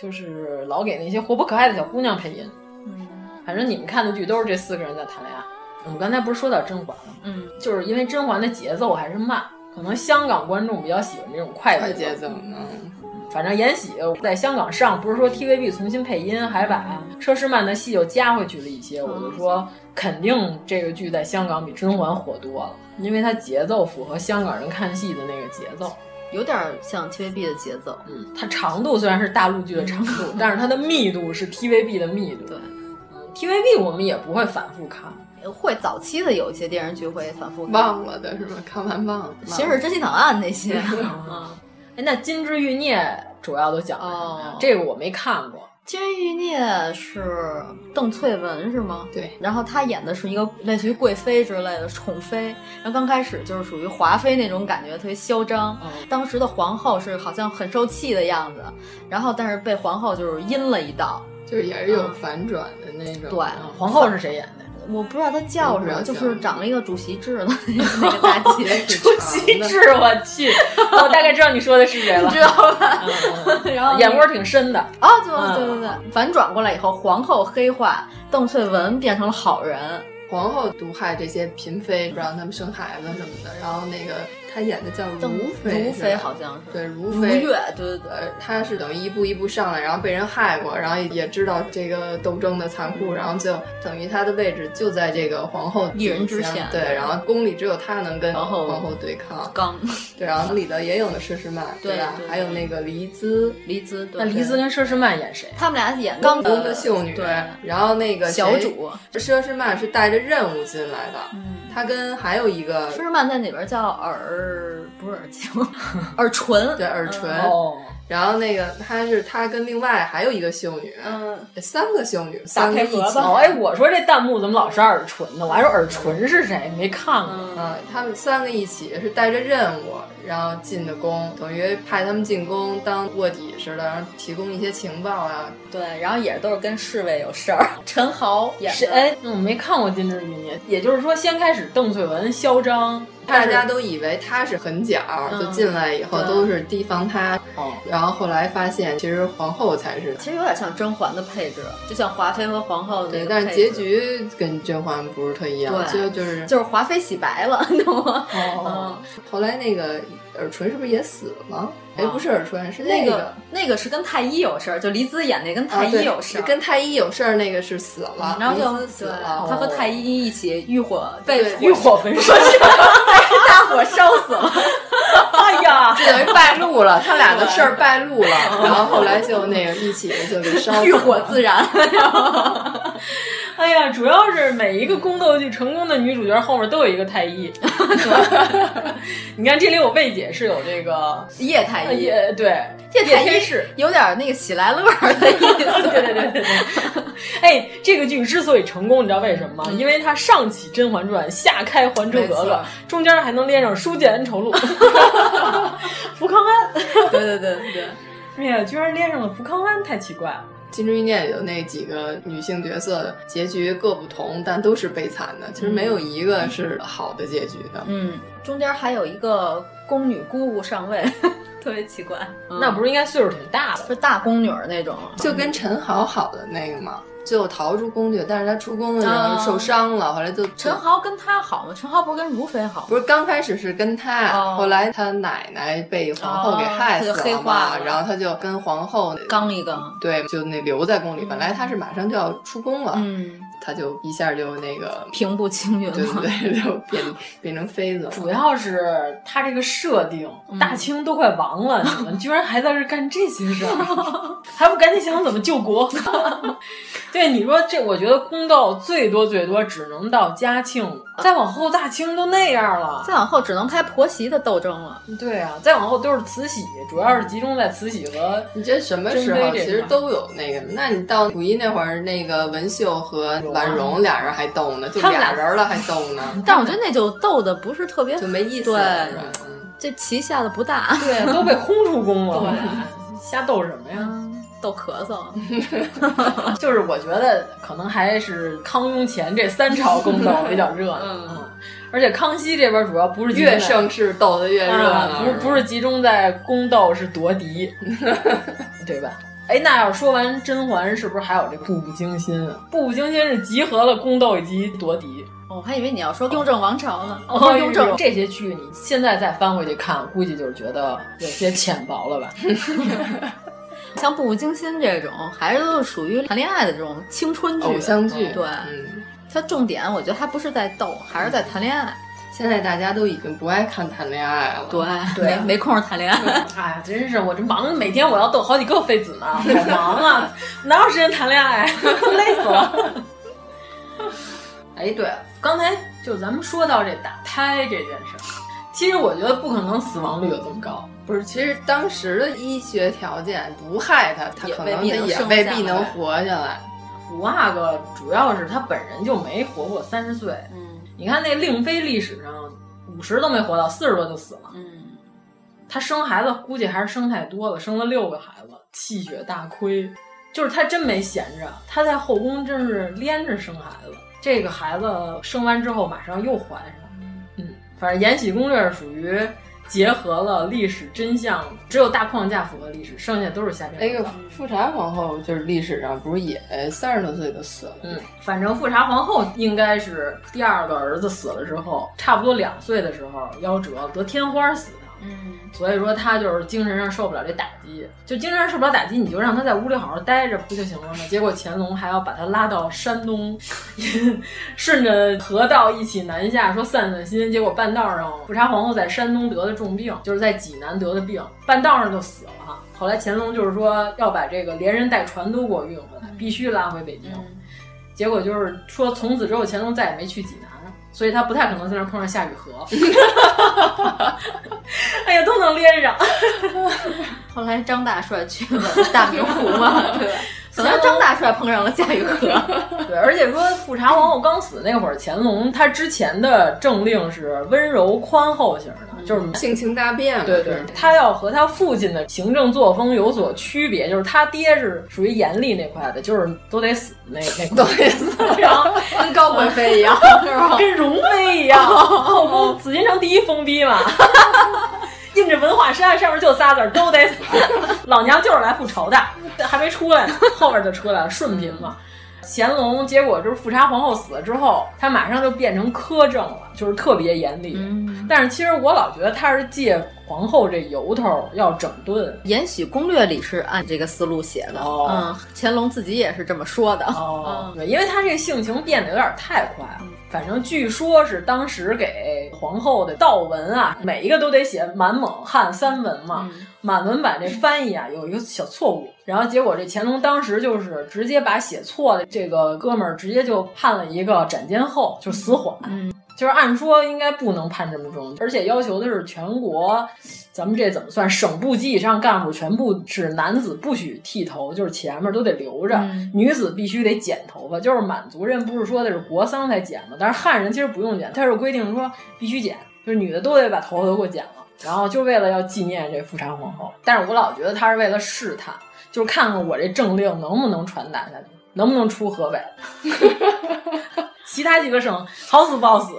就是老给那些活泼可爱的小姑娘配音。
嗯
反正你们看的剧都是这四个人在谈恋爱。我们刚才不是说到甄嬛了吗？
嗯，
就是因为甄嬛的节奏还是慢，可能香港观众比较喜欢这种快
快
节嗯
节奏呢？
反正延禧在香港上，不是说 TVB 重新配音，还把佘诗曼的戏又加回去了一些。我就说，肯定这个剧在香港比甄嬛火多了，因为它节奏符合香港人看戏的那个节奏。
有点像 TVB 的节奏。
嗯，它长度虽然是大陆剧的长度，但是它的密度是 TVB 的密度。嗯对，TVB 我们也不会反复看。
会早期的有一些电视剧会反复看
忘了的是吗？看完忘了。
《刑事侦缉档案》那些。
啊
哎，那《金枝欲孽》主要都
哦
讲了什么呀？这个我没看过。
《金玉孽》是邓萃雯是吗？
对。
然后她演的是一个类似于贵妃之类的宠妃，然后刚开始就是属于华妃那种感觉，特别嚣张。
哦
当时的皇后是好像很受气的样子，然后但是被皇后就是阴了一道。
就是也是有反转的那种。
对
嗯
嗯皇后是谁演的？
我不知道她叫
我不
什
知道
么，就
叫
是长了一个主席制的那个大 姐，
主席
是我去，我大概知道你说的是谁 了，
知道
嗯
吧？然后
眼窝挺深的。
啊，对对对对，反转过来以后，皇后黑化，邓萃雯变成了好人。
皇后毒害这些嫔妃，不让他们生孩子什么的。然后那个她演的叫如妃，
如
是
妃
吧
好像是
对如
如
妃
月，对对对。
呃，她是等于一步一步上来，然后被人害过，然后也知道这个斗争的残酷，然后就等于她的位置就在这个皇后
一人之
下
下
对，然后宫里只有她能跟皇后对抗。
刚，
对，然后里头也有那佘诗曼，
对
吧？
对
还有那个黎姿，
黎姿，对
那黎姿跟佘诗曼演谁？
他们俩演
刚
国
宫的秀女，
对，
然后那个
小
谁
主嗯
佘诗曼是带着任务进来的，她跟还有一个
佘诗曼在里边叫耳，不是耳机， 耳唇，
对耳唇
嗯哦，
然后那个她是她跟另外还有一个秀女，
嗯，
三个秀女，三个一起，
哦，哎，我说这弹幕怎么老是耳唇呢？我还说耳唇是谁？没看过。
啊，他们三个一起是带着任务，然后进的宫，等于派他们进宫当卧底似的，然后提供一些情报啊。
对，然后也都是跟侍卫有事儿。陈豪演
谁？
哎
嗯
的，
哎，那我没看过《金枝欲孽》，也就是说，先开始邓萃雯嚣张，
大家都以为他是狠角，
嗯
就进来以后都是提防他。然后后来发现，其实皇后才是。
哦其实有点像甄嬛的配置，就像华妃和皇后的那
对，
个
但是
配
结
置
局跟甄嬛不是特一样，最后
对，
就是
就是华妃洗白了， 你懂吗？嗯
哦，后来那个耳垂是不是也死了？哎，不是耳垂，是
那
个
个那个是跟太医有事儿，就黎姿演那跟太
啊对
医有事儿，嗯
跟太医有事儿那个是死了，
然后
尼
就
斯死了，
他和太医一起浴火被
对
被大火烧死了。哎呀，
这等于败露了，他俩的事儿败露了，然后后来就那个一起就给烧死了
欲火自燃。
哎呀，主要是每一个宫斗剧成功的女主角后面都有一个太医。 你看这里有魏姐是有这个
叶太医
叶对
叶太
天
医
使。
有点那个喜来乐儿的 意思，
对对对对对， 哎，这个剧之所以成功，你知道为什么吗？因为它上起《甄嬛传》，下开《还珠格
没
格
错》，
中间还能连上《书剑恩仇 录》，福康安。
对对对对。
哎呀，居然连上了福康安，太奇怪了。
《金枝欲孽》里的那几个女性角色结局各不同，但都是悲惨的，其实没有一个是好的结局的。
嗯，中间还有一个宫女姑姑上位， 特别奇怪。
那不是应该岁数挺大的，
是大宫女儿那种，
就跟陈好好的那个嘛，最后逃出宫去，但是他出宫的时候
啊
受伤了，后来就
陈豪跟她好吗？陈豪不是跟如妃好吗？
不是刚开始是跟他，
哦
后来他奶奶被皇后给害死
哦他就黑
了嘛，
化了
然后他就跟皇后
刚一刚，
对，就那留在宫里。本来他是马上就要出宫了，
嗯，
他就一下就那个
平步青云
对
了
对对，就变变成妃子了。
主要是他这个设定，大清都快亡了，你们居然还在这干这些事儿，还不赶紧想想怎么救国？ 对，你说这，我觉得宫斗最多最多只能到嘉庆，再往后大清都那样了。
再往后只能开婆媳的斗争了。
对啊，再往后都是慈禧，主要是集中在慈禧和
你觉得什么时候其实都有那个，那你到溥仪那会儿，那个文秀和婉容俩人还斗呢，就
他们
俩
俩
人了还斗呢，
但我觉得那就斗的不是特别，
就没意思了
对
是吧，嗯
这棋下的不大，
对都被轰出宫了，
对
瞎斗什么呀？
斗 咳嗽。
就是我觉得可能还是康雍乾这 三朝宫斗比较热闹，嗯，而且康熙这边主要不是集中在
越盛世斗得越热
啊
闹，
不是不是集中在宫斗，是 夺嫡，对吧？哎，那要说完甄嬛，是不是还有这个步步惊心啊？步步惊心是集合了宫斗以及夺嫡。
我还以为你要说雍正王朝呢，
哎
哦，
雍正
这些剧你现在再翻回去看，估计就是觉得有些浅薄了吧？
像《步步惊心》这种，还是都是属于谈恋爱的这种青春剧、嗯
偶像剧嗯
对，它重点我觉得还不是在斗，还是在谈恋爱。
嗯现在大家都已经不爱看谈恋爱了，啊
对，
对
没没空谈恋爱。
哎呀，真是我这忙，每天我要逗好几个妃子呢，好忙啊，哪有时间谈恋爱，啊 累死了。哎，对，刚才就咱们说到这打胎这件事儿，其实我觉得不可能死亡率有这么高。
不是，其实当时的医学条件不害他，他
也
可
未
能他
必能
也
生
未
下
必
来
能活下来。
五阿哥主要是他本人就没活过三十岁，
嗯，
你看那令妃历史上五十都没活到，四十多就死了，
嗯，
他生孩子估计还是生太多了，生了六个孩子，气血大亏，就是他真没闲着，他在后宫真是连着生孩子，这个孩子生完之后马上又怀上了，嗯，反正《延禧攻略》是属于。结合了历史真相，只有大框架符合历史，剩下都是瞎编。
哎
那个富察皇后就是历史上不是也三十多岁就死了？
嗯，反正富察皇后应该是第二个儿子死了之后，差不多两岁的时候夭折，得天花死的。
嗯，
所以说她就是精神上受不了这打击，就精神上受不了打击，你就让她在屋里好好待着不就行了吗？结果乾隆还要把她拉到山东， 顺着河道一起南下，说散散心。结果半道上，富察皇后在山东得的重病，就是在济南得的病，半道上就死了。后来乾隆就是说要把这个连人带船都给我运回来，必须拉回北京。
嗯
结果就是说，从此之后乾隆再也没去济南，所以他不太可能在那儿碰上夏雨荷。 哎呀，都能连上。
后来张大帅去了大明湖嘛，对吧？然后张大帅碰上了夏雨荷，
对，而且说富察皇后刚死那会儿，乾隆他之前的政令是温柔宽厚型的，就是
性情大变嘛。
嗯对对，他要和他父亲的行政作风有所区别，就是他爹是属于严厉那块的，就是都得死那那块，
都得死，然后跟高贵妃一 样，是吧？
跟容妃一样，后宫紫禁城第一疯逼嘛。 印着文化衫，上面就仨字儿都得死。老娘就是来复仇的，还没出来呢，后边就出来了，顺嫔嘛。乾隆结果就是富察皇后死了之后，他马上就变成苛政了，就是特别严厉。嗯、但是其实我老觉得他是借皇后这由头要整顿，《
延禧攻略》里是按这个思路写的。
哦、
嗯，乾隆自己也是这么说
嗯
的。
哦，对，因为他这性情变得有点太快了。
嗯
反正据说是当时给皇后的悼文啊，每一个都得写满蒙汉三文嘛。
嗯
满文版这翻译啊有一个小错误，然后结果这乾隆当时就是直接把写错的这个哥们儿直接就判了一个斩监候，就死缓。
嗯，
就是按说应该不能判这么重，而且要求的是全国，咱们这怎么算？省部级以上干部全部是男子不许剃头，就是前面都得留着，
嗯
女子必须得剪头发。就是满族人不是说的是国丧才剪吗？但是汉人其实不用剪，他是规定说必须剪，就是女的都得把头发都给我剪了。然后就为了要纪念这富察皇后，但是我老觉得他是为了试探，就是看看我这政令能不能传达下去，能不能出河 北，其他几个省好死不好 死，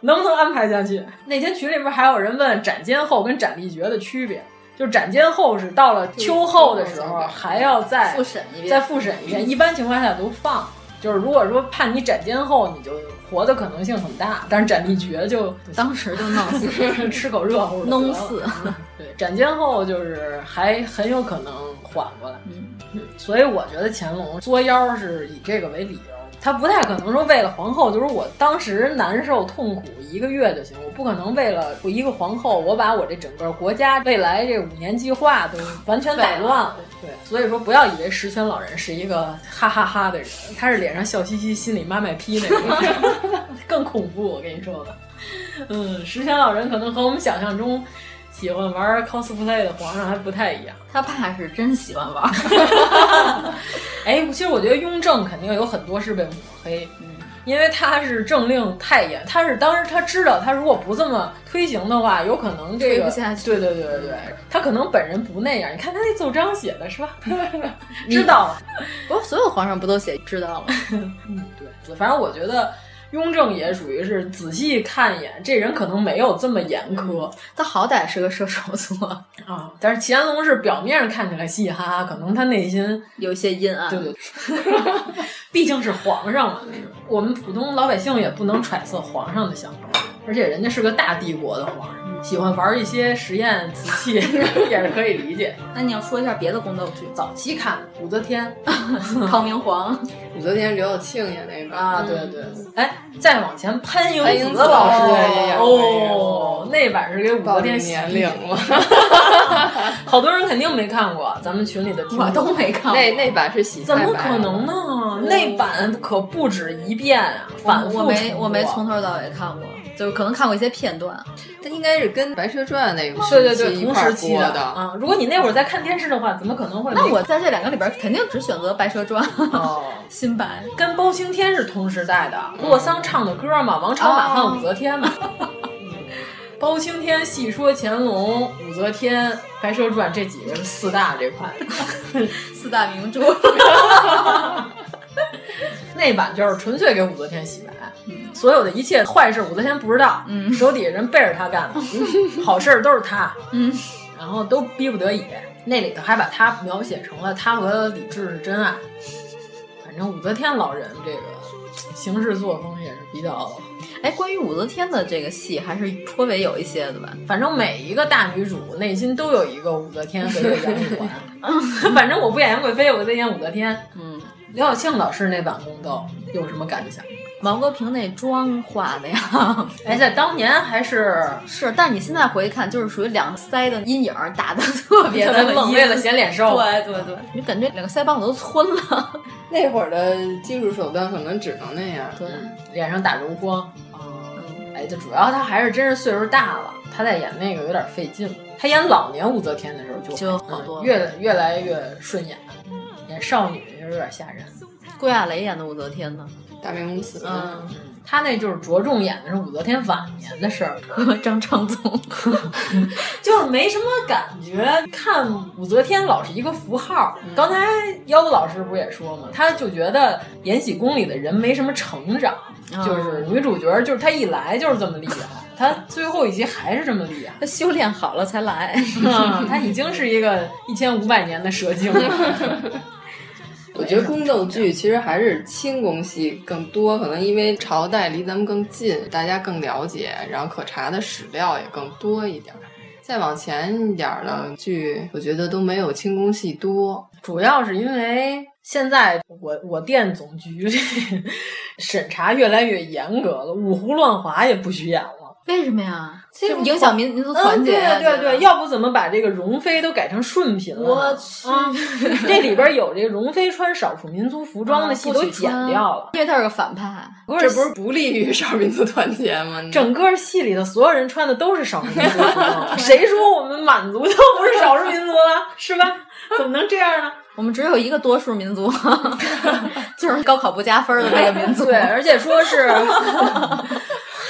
能不能安排下去？那天群里边还有人问斩监候跟斩立决的区别，就是斩监候是到了秋后的时候还要再
复审一遍
再复审一遍，一般情况下都放。就是如果说判你斩监候，你就活的可能性很大，但是斩立决就
当时就弄死
吃口热乎，
弄死。
嗯对，斩监后就是还很有可能缓过来。嗯，所以我觉得乾隆作妖是以这个为理由，他不太可能说为了皇后，就是我当时难受痛苦一个月就行，我不可能为了我一个皇后，我把我这整个国家未来这五年计划都完全打乱了。对，所以说不要以为十全老人是一个哈哈哈的人，他是脸上笑嘻嘻，心里妈卖批那种， 更恐怖。我跟你说吧，嗯，十全老人可能和我们想象中。喜欢玩 cosplay 的皇上还不太一样，
他爸是真喜欢玩。
哎，其实我觉得雍正肯定有很多是被抹黑，嗯，因为他是政令太严，他是当时他知道他如果不这么推行的话，有可能这个
推不下去嗯
对对对对对，他可能本人不那样。你看他那奏章写的是 吧？ 知道了，
不是所有皇上不都写知道了？
嗯，对，反正我觉得。雍正也属于是仔细看一眼，这人可能没有这么严苛，
他好歹是个射手座
啊。但是乾隆是表面上看起来嘻嘻哈哈，可能他内心
有些阴暗。
对对对，毕竟是皇上嘛，我们普通老百姓也不能揣测皇上的想法，而且人家是个大帝国的皇上，喜欢玩一些实验瓷器 也是可以理解。
那你要说一下别的宫斗剧，
早期看武则天、
唐明皇
武则天刘晓庆演那个
嗯
啊，对对，哎，再往前潘迎
潘迎
紫
紫
老师
老
哦
师也演过那个
哦，那版是给武则天洗
暴露年龄 了，
好多人肯定没看过，咱们群里的听众
我都没看过
那那版是洗
怎
菜
么
版，
可能呢？
嗯
那版可不止一遍啊，嗯反复
我没我没
重播
从头到尾看过，就是可能看过一些片段。啊
它应该是跟《白蛇传》那个
对对对，
一
同
块
时
儿
期
播
的
的。
啊。如果你那会儿在看电视的话，怎么可能会没？
那我在这两个里边，肯定只选择《白蛇传》
哦，
新白。
跟包青天是同时代的，洛
嗯
桑唱的歌嘛，王朝马
哦
汉武则天 嘛。包青天戏说乾隆，武则天，《白蛇传》这几个是四大这块，
四大名著。
那版就是纯粹给武则天洗白，所有的一切坏事武则天不知道，
嗯
手底下人背着她干 的，好事儿都是她，
嗯，
然后都逼不得已。那里头还把她描写成了她和李治是真爱，反正武则天老人这个行事作风也是比较，
哎，关于武则天的这个戏，还是颇为有一些的吧？
反正每一个大女主内心都有一个武则天和一个杨玉环。 反正我不演杨贵妃，我就演武则天。
嗯，
刘晓庆老师那版宫斗有什么感想？
王国平那妆化的呀，
哎，在当年还是
是，但你现在回看，就是属于两个腮的阴影儿打的特别的
特别冷
阴
为了显脸瘦
对对对，你感觉两个腮帮子都皴了。
那会儿的技术手段可能只能那样。
对，
脸上打柔光。哎，就主要她还是真是岁数大了，她在演那个有点费劲了。她演老年武则天的时候就
就好多
嗯越越来越顺眼，演演少女就是有点吓人。
郭亚蕾演的武则天呢？
大明宫词。
嗯，她那就是着重演的是武则天晚年的事儿，
和张昌宗，
就是没什么感觉。看武则天老是一个符号。刚才妖子老师不是也说嘛，他就觉得延禧宫里的人没什么成长，就是女主角就是她一来就是这么厉害。她最后一集还是这么啊厉害，
她修炼好了才来，嗯
她已经是一个一千五百年的蛇精 了。
我觉得宫斗剧其实还是清宫戏更多，可能因为朝代离咱们更近，大家更了解，然后可查的史料也更多一点。再往前一点的剧，我觉得都没有清宫戏多，
主要是因为现在我我店总局审查越来越严格了，五胡乱华也不许演了。
为什么呀？这影响民民族团结、
啊嗯。对对对，要不怎么把这个容妃都改成顺嫔了？啊
我去、啊嗯，
这里边有这个容妃穿少数民族服装的戏都剪掉了，
因为她是个反派。
不
是，这不是不利于少数民族团结吗？
整个戏里的所有人穿的都是少数民族服 装，谁说我们满族就不是少数民族了？是吧？怎么能这样呢？
我们只有一个多数民族， 就是高考不加分的那个民族。
对，而且说是。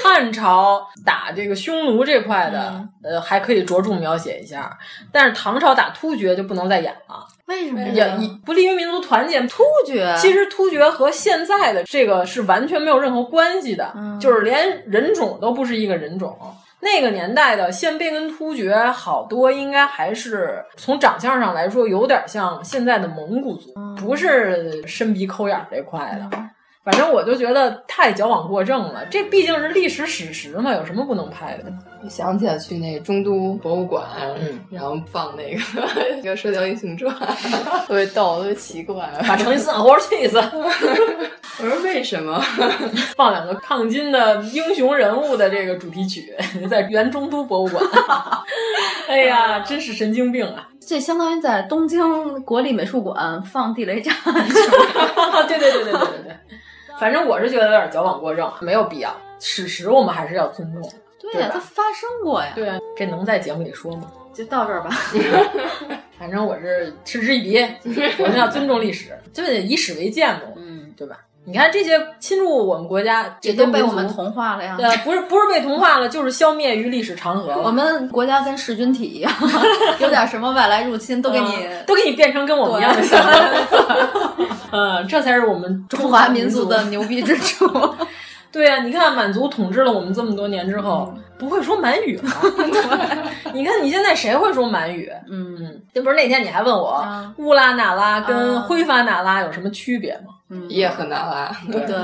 汉朝打这个匈奴这块的，嗯、呃，还可以着重描写一下，但是唐朝打突厥就不能再演了。
为什么
也不利于民族团结？
突厥
其实突厥和现在的这个是完全没有任何关系的，嗯、就是连人种都不是一个人种。那个年代的鲜卑跟突厥，好多应该还是从长相上来说有点像现在的蒙古族，嗯、不是伸鼻抠眼这块的。反正我就觉得太矫枉过正了，这毕竟是历史史实嘛，有什么不能拍的？
我想起来去那中都博物馆，嗯，然后放那个一个《射雕英雄传》， 特别逗，特别奇怪，
把成吉思汗活活气死。
我说为什 么
放两个抗金的英雄人物的这个主题曲在原中都博物馆？ 哎呀，真是神经病啊！
这相当于在东京国立美术馆放地雷战。
对对对对对对对。反正我是觉得有点矫枉过正，没有必要。史实我们还是要尊重。
对呀、啊，它发生过呀。
对，这能在节目里说吗？
就到这儿吧。
反正我是嗤之以 鼻，我们要尊重历史，就得以史为鉴嘛。嗯，对吧？你看这些侵入我们国家，
也都被我们同化了呀。
对，呃不是不是被同化了，就是消灭于历史长河了。
我们国家跟噬菌体 一样，有点什么外来入侵，都给你、
嗯、都给你变成跟我们一样的小人。 嗯，这才是我们
中华民族的牛逼之 处。
对呀、啊，你看满族统治了我们这么多年之后，嗯、不会说满 语了。你看你现在谁会说满语？嗯，这不是那天你还问我、
嗯
啊、乌拉那拉跟灰发那拉有什么区别吗？
嗯、叶赫那拉，
对。对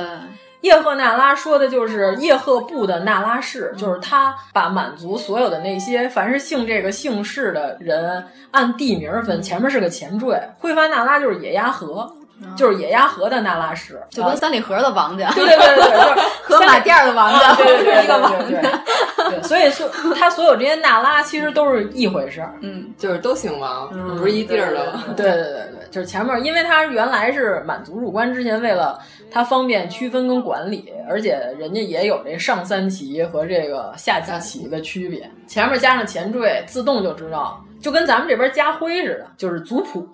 叶赫那拉说的就是叶赫部的那拉氏，就是他把满族所有的那些凡是姓这个姓氏的人按地名分，前面是个前缀。灰发那拉就是野鸭河。就是野鸭河的那拉氏，
就跟三里河的王家，
对对对对对，就是
河马店的王家，
对对对
一个王家。
所以说，他所有这些那拉其实都是一回事儿，
嗯，就是都姓王，不是一地儿的。
对对对对，就是前面，因为他原来是满族入关之前，为了他方便区分跟管理，而且人家也有这上三旗和这个下几旗的区别，前面加上前缀，自动就知道。就跟咱们这边家徽似的，就是族谱，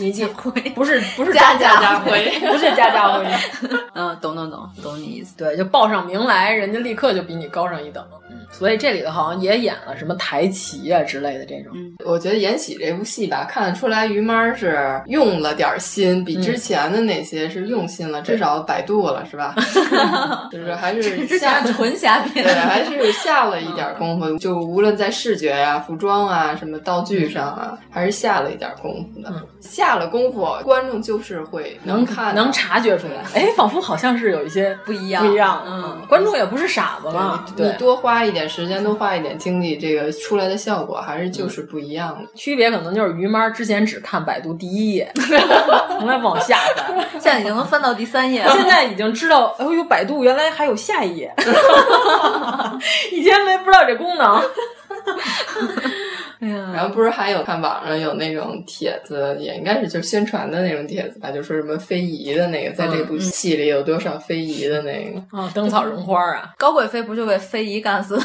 你
家徽
不是不是
家
家
家徽，
不是家家徽。
嗯，懂懂懂，懂你意思。
对，就报上名来，人家立刻就比你高上一等。嗯，所以这里头好像也演了什么台旗啊之类的这种。
我觉得《延禧》这部戏吧，看得出来于妈是用了点心，比之前的那些是用心了，至少百度了是 吧？就是还是
之前纯瞎编，
对， 还是下了一点功夫。就无论在视觉呀、服装啊、什么道具。剧上啊，还是下了一点功夫的。嗯、下了功夫，观众就是会
能
看
嗯能察觉出来。哎，仿佛好像是有一些
不一样，
不一样。嗯，观众也不是傻子嘛。
你多花一点时间，多花一点精力，这个出来的效果还是就是不一样的。嗯、
区别可能就是于妈之前只看百度第一页，从来不往下翻，
现在已经能翻到第三页了。
现在已经知道，哎呦，百度原来还有下一页， 以前没不知道这功能。嗯
然后不是还有看网上有那种帖子，也应该是就是宣传的那种帖子吧，就说什么非遗的那个，在
嗯
这部戏里有多少非遗的那个
啊、嗯嗯哦，灯草绒花啊，
高贵妃不就被非遗干死了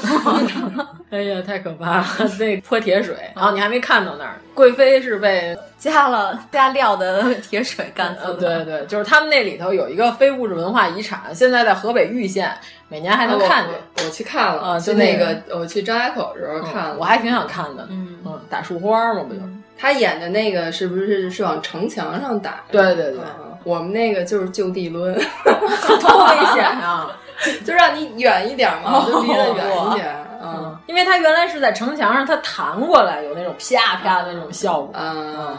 吗？
哎呀，太可怕了！那泼铁水，然后你还没看到那儿，贵妃是被
加了加料的 铁水干死的。
呃对对，就是他们那里头有一个非物质文化遗产，现在在河北玉县，每年还能看见。
啊我去看了
啊，就
那
个嗯
我去张家口的时候看了，
我还挺想看的。嗯嗯，打树花嘛，不 就？
他演的那个是不是是往城墙上打？啊
对对对，
我们那个就是就地抡，
多危险啊！
就让你远一点嘛，就离得远一点。
嗯，因为他原来是在城墙上，他弹过来有那种啪啪的那种效
啊
果。嗯，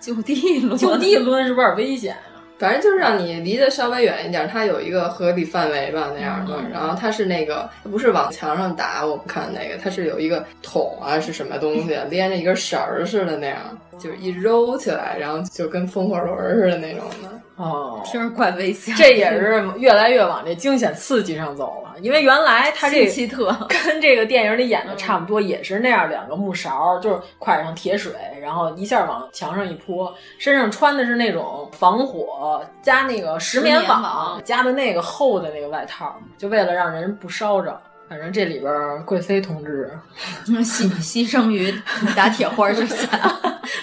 就地抡，
就 地抡是不是有点危险？
反正就是让你离得稍微远一点，它有一个合理范围吧那样的。嗯、然后它是那个，它不是往墙上打，我不看那个，它是有一个桶啊，是什么东西连着一根绳儿似的那样，就是一揉起来，然后就跟风火轮似的那种的。
哦，
听着怪危险。
这 也是越来越往这惊险刺激上走了，因为原来它这
奇特
跟这个电影里演的差不多，也是那样两个木勺，就是蒯上铁水，然后一下往墙上一泼，身上穿的是那种防火。加那个石棉网，加的那个厚的那个外套，就为了让人不烧着。反正这里边贵妃同志
牺牺牲于打铁花之下，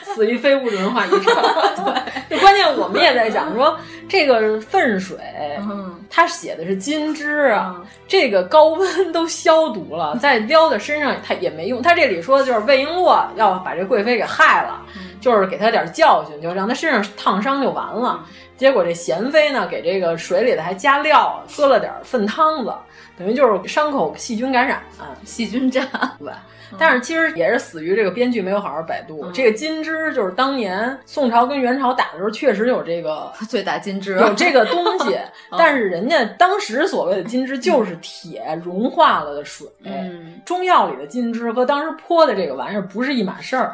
死于非物质文化遗产。 对，就关键我们也在讲说这个粪水，嗯，它写的是金枝啊，嗯、这个高温都消毒 了，再撩到身上它也没用。他这里说就是魏璎珞要把这贵妃给害了，嗯、就是给她点教训，就让她身上烫伤就完了。结果这贤妃呢，给这个水里的还加料，喝了点粪汤子，等于就是伤口细菌感染，
细菌战，
对。但是其实也是死于这个编剧没有好好百度。嗯、这个金枝就是当年宋朝跟元朝打的时候，确实有这个
最打金枝，
有这个东西。但是人家当时所谓的金枝就是铁融化了的水，嗯、中药里的金枝和当时泼的这个玩意儿不是一码事 儿。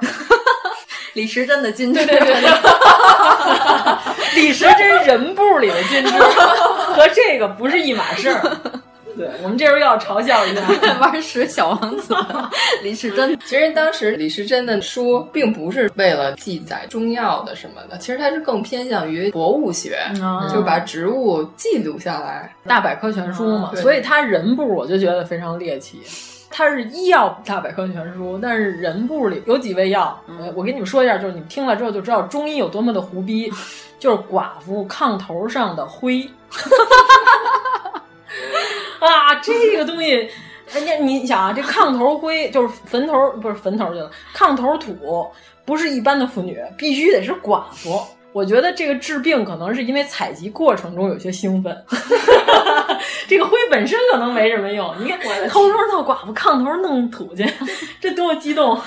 李时珍的金枝，
对对对，李时珍人部里的金枝 和这个不是一码事儿。对我们这时候要嘲笑一下
玩石小王子李时珍。
其实当时李时珍的书并不是为了记载中药的什么的，其实它是更偏向于博物学，嗯、就把植物记录下来，
大百科全
啊
书嘛。嗯、所以他人部我就觉得非常猎奇。它是医药大百科全书，但是人部里有几味药，我我跟你们说一下，就是你们听了之后就知道中医有多么的胡逼，就是寡妇炕头上的灰，啊，这个东西，人家你想啊，这炕头灰就是坟头不是坟头去了，炕头土不是一般的妇女，必须得是寡妇。我觉得这个治病可能是因为采集过程中有些兴奋， 这个灰本身可能没什么用。你看，偷偷到寡妇炕头弄土去，这多激动！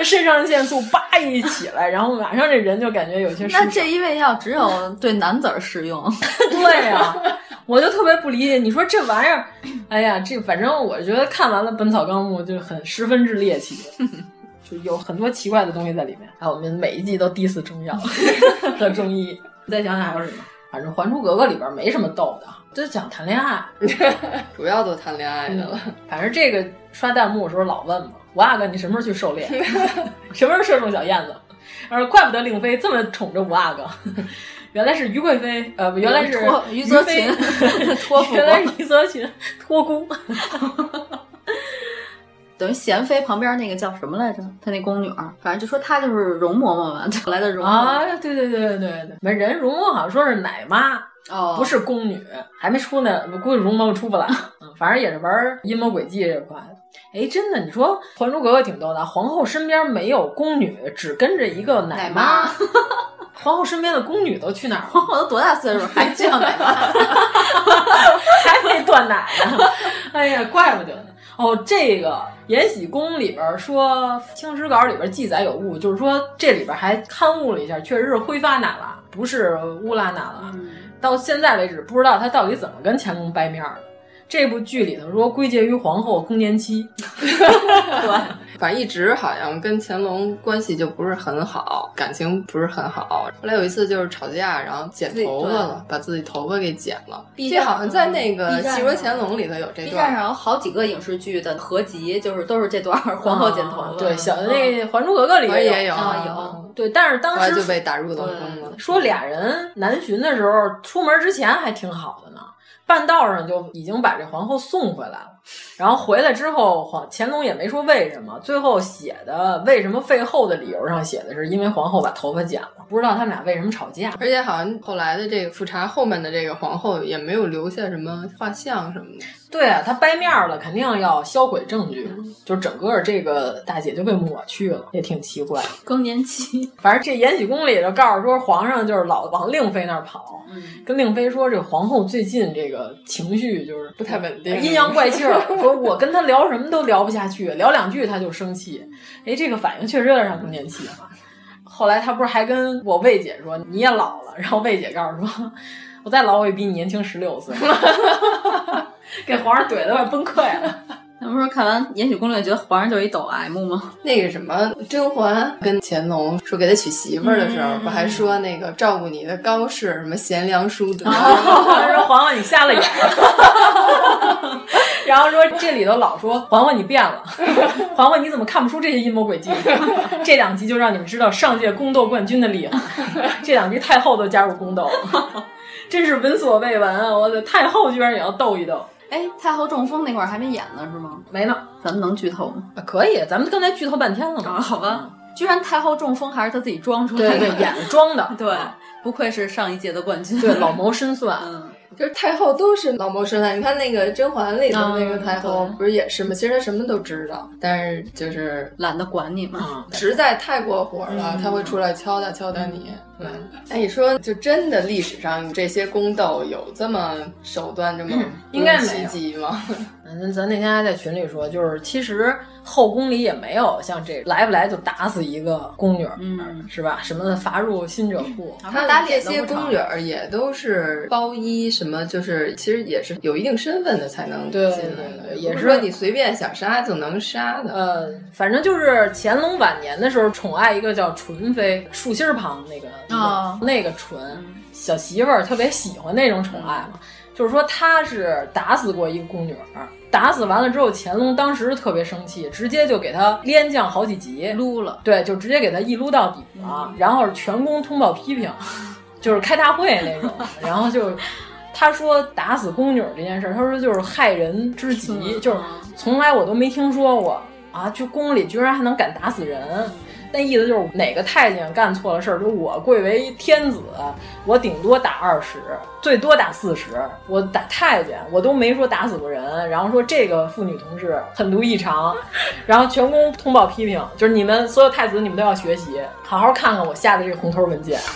肾上腺素叭一起来，然后马上这人就感觉有些……
那这一味药只有对男子适 用。
对呀、啊，我就特别不理解，你说这玩意儿， 哎呀，这反正我觉得看完了《本草纲目》就很十分之猎 奇。就有很多奇怪的东西在里面啊！我们每一季都 diss 中 药和中医，再想想还有什么？反正《还珠格格》里边没什么逗的，就是讲谈恋爱，
主要都谈恋爱去了、
嗯。 反正这个刷弹幕的时候老问嘛，我阿哥你什么时候去狩 猎？ 什么时候射中小燕子？而怪不得令妃这么宠着五阿哥， 原来是于贵妃，呃，原来是
于泽群， 托付，
原来是于泽 群托孤。
等于贤妃旁边那个叫什么来着？她那宫女儿，反正就说她就是容嬷嬷嘛，后来的容
啊，对对对对对对，没人容嬷好像说是奶妈
哦，
不是宫女，还没出呢，我估计容嬷嬷出不来，嗯，反正也是玩阴谋诡计这块。哎，真的，你说《还珠格格》挺逗的，皇后身边没有宫女，只跟着一个奶
妈。
奶妈 皇后身边的宫女都去哪儿了？
皇后都多大岁数还叫奶妈，
还没断奶呢？ 哎呀，怪不得呢。哦，这个《延禧宫》里边说，《清史稿》里边记载有误，就是说这里边还刊误了一下，确实是挥发奶拉，不是乌拉奶拉。嗯、到现在为止，不知道他到底怎么跟乾隆掰面的。这部剧里头说归结于皇后更年期，
对，反正一直好像跟乾隆关系就不是很好，感情不是很好。后来有一次就是吵架，然后剪头发了，把自己头发给剪了。这好像在那
嗯
个《戏说乾隆》里头有这段。B
站上有好几个影视剧的合集，就是都是这段皇后剪头发。
啊
嗯
对，小的那《还珠格格》里啊
也有，
有。
对，但是当时
就被打入冷宫了。
说俩人南巡的时候，出门之前还挺好的呢。半道上就已经把这皇后送回来了，然后回来之后，皇乾隆也没说为什么，最后写的为什么废后的理由上写的是因为皇后把头发剪了，不知道他们俩为什么吵架。
而且好像后来的这个富察后面的这个皇后也没有留下什么画像什么的。
对啊，他掰面了，肯定要销毁证据，
嗯
就是整个这个大姐就被抹去了，也挺奇怪。
更年期，
反正这《延禧宫》里就告诉说，皇上就是老往令妃那儿跑，
嗯
跟令妃说，这皇后最近这个情绪就是
不太稳定
阴阳怪气 儿。说我跟她聊什么都聊不下去，聊两句她就生气。哎，这个反应确实有点像更年期啊。后来她不是还跟我魏姐说你也老了，然后魏姐告诉说，我再老我也比你年轻十 六岁。给皇上怼的快崩溃了。
咱们说看完《延禧攻略》，觉得皇上就是一抖 M 吗？
那个什么，甄嬛跟乾隆说给他娶媳妇儿的时候，
嗯
不还说那个照顾你的高士什么贤良淑德？
啊他说：“嬛嬛，你瞎了眼。” 然后说这里头老说嬛嬛你变了， 嬛嬛你怎么看不出这些阴谋诡计？ 这两集就让你们知道上届宫斗冠军的厉害，这两集太后都加入宫斗了， 真是闻所未闻啊！我的太后居然也要斗一斗。
哎，太后中风那块儿还没演呢是吗？
没呢，
咱们能剧透吗？
可以，咱们刚才剧透半天了嘛。
啊，好吧，居然太后中风还是她自己装出来
对
的，
对，演着装的，
对，不愧是上一届的冠军，
对老谋深算。
嗯，
就是太后都是老谋深算。你看那个甄嬛里头那个太后
嗯对
不是也是吗？其实她什么都知道，但是就是
懒得管你们。
嗯
实在太过火了，她会出来敲打敲打你。
嗯
对，哎，你说就真的历史上这些宫斗有这么手段这么
嗯应该没
袭
有
击吗？
咱嗯咱那天还在群里说，就是其实后宫里也没有像这来不来就打死一个宫女，嗯，是吧？什么伐入新者库，
他们这些宫女儿也都是包衣，什么就是其实也是有一定身份的才能进
对
来
对
的，
对也
不
是
是说你随便想杀就能杀的。
呃，反正就是乾隆晚年的时候，宠爱一个叫纯妃，树心儿旁那个
哦
那个纯小媳妇儿，特别喜欢那种宠爱
嗯
嘛。就是说，她是打死过一个宫女儿，打死完了之后，乾隆当时特别生气，直接就给她连降好几级，
撸了。嗯
对，就直接给她一撸到底了，然后全宫通报批 评，就是开大会那种，然后就。他说打死宫女这件事儿，他说就是害人之极，就是
嗯
从来我都没听说过啊，就宫里居然还能敢打死人。那意思就是哪个太监干错了事儿，就我贵为天子，我顶多打二十，最多打四十，我打太监我都没说打死过人。然后说这个妇女同志狠毒异常，然后全宫通报批评，就是你们所有太子你们都要学习，好好看看我下的这个红头文件。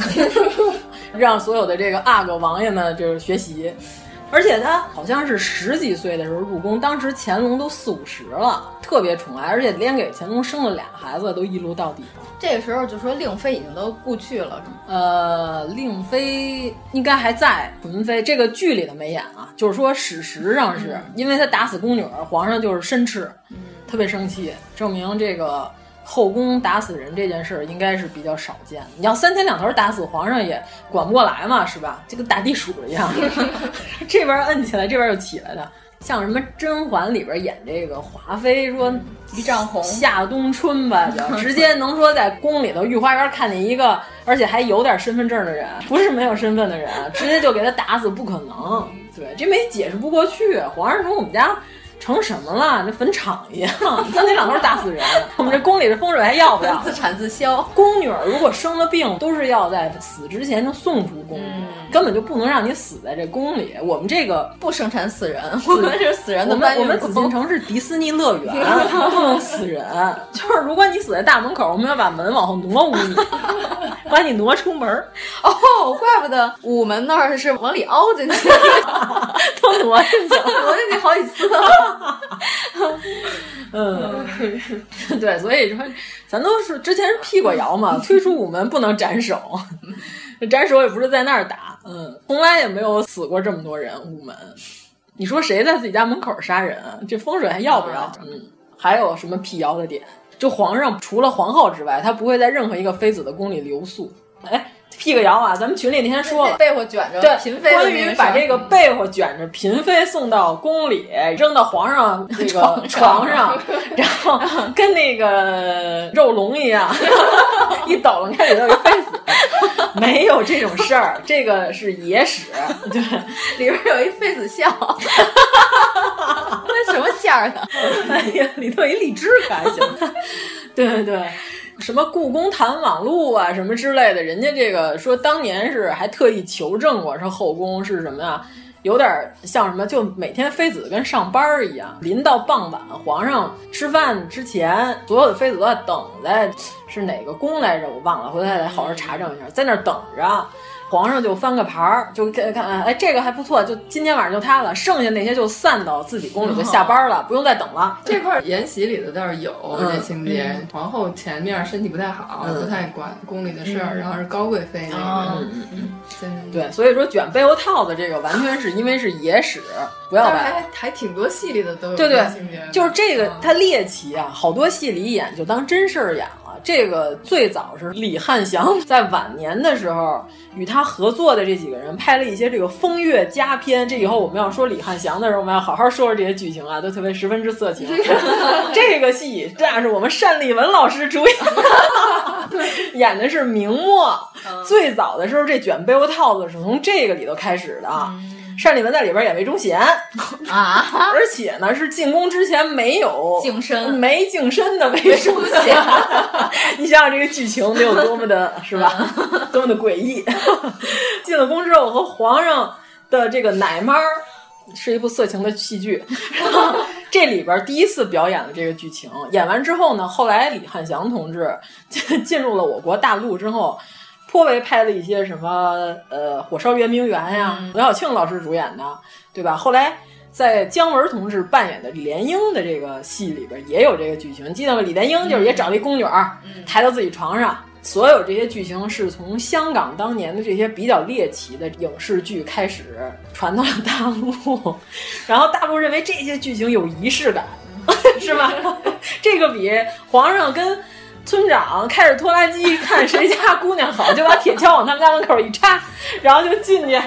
让所有的这个阿哥王爷们就是学习。而且他好像是十几岁的时候入宫，当时乾隆都四五十了，特别宠爱，而且连给乾隆生了俩孩子都一路到底。
这个时候就说令妃已经都故去了，是吗？
呃，令妃应该还在，纯妃这个剧里头没演啊，就是说史实上是、
嗯
因为他打死宫女儿，皇上就是申斥，特别生气，证明这个后宫打死人这件事儿应该是比较少见。你要三天两头儿打死皇上也管不过来嘛，是吧？就跟打地鼠一 样， 这边摁起来，这边又起来的。像什么《甄嬛》里边演这个华妃说一丈红夏冬春吧，就直接能说在宫里头御花园看见一个，而且还有点身份证的人，不是没有身份的人，啊直接就给他打死，不可能。对，这没解释不过去。啊皇上说我们家成什么了？那坟场一样，三天两头打死人。我们这宫里的风水还要 不要？
自产自销。
宫女儿如果生了病，都是要在死之前就送出宫，根本就不能让你死在这宫里。我们这个
不生产死人， 我 们是死人
我
的搬
们
运
我们
工
紫禁城是迪士尼乐 园，不能死人。就是如果你死在大门口，我们要把门往后挪五 米，把你挪出门儿，
哦，怪不得午门那儿是往里凹进 去，
都挪进去了。
挪进去好几次 了。
嗯， 对，所以说，咱都是之前是辟过谣嘛，推出午门不能斩首， 斩首也不是在那儿打，嗯，从来也没有死过这么多人午门。你说谁在自己家门口杀人啊？这风水还要不要？嗯，还有什么辟谣的点？就皇上除了皇后之外，他不会在任何一个妃子的宫里留宿。哎，辟个谣啊！咱们群里那天说了，
被我卷着
对，
嫔妃的
关
那
于
个
把
事儿
这个被窝卷着嫔妃送到宫里，扔到皇 上这个床
床
上
上，
然后跟那个肉笼一样， 一抖楞开里头有妃子，没有这种事儿，这个是野史，对，
里边有一妃子笑，那什么
馅
笑啊
儿的。
哎呀，里头有一荔枝可还行。 对对对，什么故宫谈网路啊，什么之类的，人家这个说当年是还特意求证过，说后宫是什么呀？有点像什么，就每天妃子跟上班儿一样，临到傍晚，皇上吃饭之前，所有的妃子都在等在是哪个宫来着？我忘了，回头再好好查证一下，在那儿等着。皇上就翻个牌儿，就看看，哎，这个还不错，就今天晚上就他了，剩下那些就散到自己宫里就下班了，不用再等了。
这块儿《延禧》里头倒是有这情节
嗯，
皇后前面身体不太好，
嗯
不太管宫里的事儿，
嗯
然后是高贵妃那
哦
个，对
对，所以说卷被窝套子这个完全是因为是野史，不要
但是哎
玩。
还还挺多戏里的都有
对
这
对
个情节，，
就是这个他猎奇啊，好多戏里演就当真事儿演了。这个最早是李翰祥在晚年的时候与他合作的这几个人拍了一些这个风月佳片。这以后我们要说李翰祥的时候，我们要好好说说这些剧情啊，都特别十分之色情。这个戏这样是我们单立文老师主演， 演的是明末。最早的时候，这卷被窝套子是从这个里头开始的。单立文在里边演魏忠贤，
啊，
而且呢是进宫之前没有
净身
没净身的魏忠贤。 你想想这个剧情得有多么的是吧， 多么的诡异。进了宫之后和皇上的这个奶妈儿是一部色情的戏剧，然后这里边第一次表演了这个剧情。演完之后呢，后来李翰祥同志 进入了我国大陆之后。颇为拍了一些什么呃《火烧圆明园》呀，刘晓庆老师主演的，对吧？后来在姜文同志扮演的李莲英的这个戏里边也有这个剧情，记得吗？李莲英就是也找了一宫女儿，抬到自己床上。所有这些剧情是从香港当年的这些比较猎奇的影视剧开始传到了大陆， 然后大陆认为这些剧情有仪式感， 是吧？ 这个比皇上跟村长开着拖拉机看谁家姑娘好，就把铁锹往他们家门口一插，然后就进去，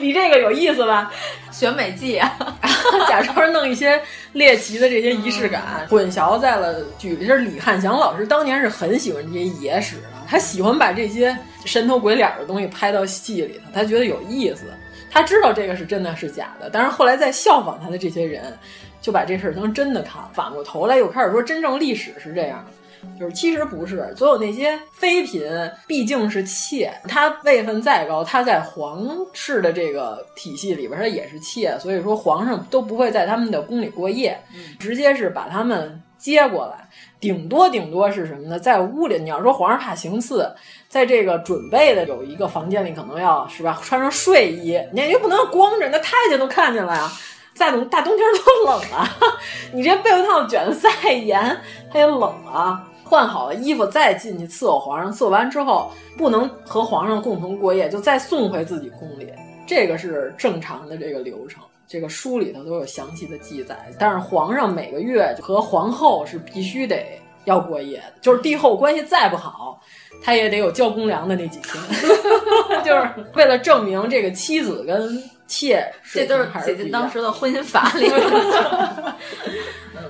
比这个有意思吧？
选美季啊，
假装弄一些猎奇的这些仪式感，混淆在了举例。这是李汉祥老师当年是很喜欢这些野史的，他喜欢把这些神头鬼脸的东西拍到戏里头，他觉得有意思。他知道这个是真的是假的，但是后来在效仿他的这些人，就把这事儿当真的看了。反过头来又开始说，真正历史是这样的。就是其实不是，所有那些妃嫔毕竟是妾，她位分再高，她在皇室的这个体系里边，她也是妾，所以说皇上都不会在他们的宫里过夜，直接是把他们接过来。顶多顶多是什么呢？在屋里，你要说皇上怕行刺，在这个准备的有一个房间里，可能要是吧，穿上睡衣，你也不能光着，那太监都看见了呀。大冬大冬天都冷了， 你这被窝套卷得再严，它也冷啊。换好了衣服再进去伺候皇上，伺候完之后不能和皇上共同过夜，就再送回自己宫里，这个是正常的这个流程。这个书里头都有详细的记载，但是皇上每个月和皇后是必须得要过夜的，就是帝后关系再不好，他也得有交公粮的那几天， 就是为了证明这个妻子跟妾
这
水
都
平
是
还
姐
不
姐
一
当
样
时的婚姻 法里面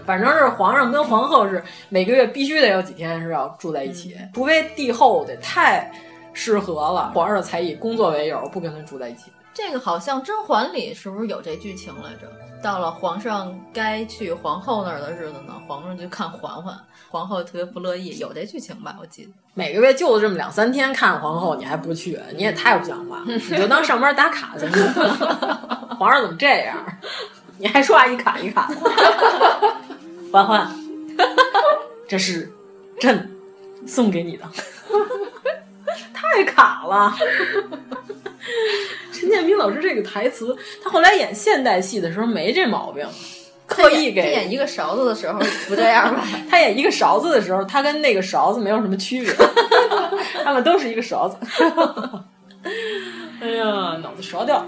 反正是皇上跟皇后是每个月必须得有几天是要住在一起，除非帝后得太失和了，皇上才以工作为由不跟他住在一起。
这个好像《甄嬛》里是不是有这剧情来着？到了皇上该去皇后那儿的日子呢，皇上就看嬛嬛，皇后特别不乐意，有这剧情吧？我记得。
每个月就这么两三天看皇后，你还不去，你也太不像 话了！你就当上班打卡去了。 皇上怎么这样？你还说话一卡一卡的。 嬛嬛，这是朕送给你的， 太卡了。 陈建斌老师这个台词，他后来演现代戏的时候没这毛病，刻意给
他演一个勺子的时候不这样 吧？
他演一个勺子的时候，他跟那个勺子没有什么区别，他们都是一个勺子。 哎呀，脑子勺掉了。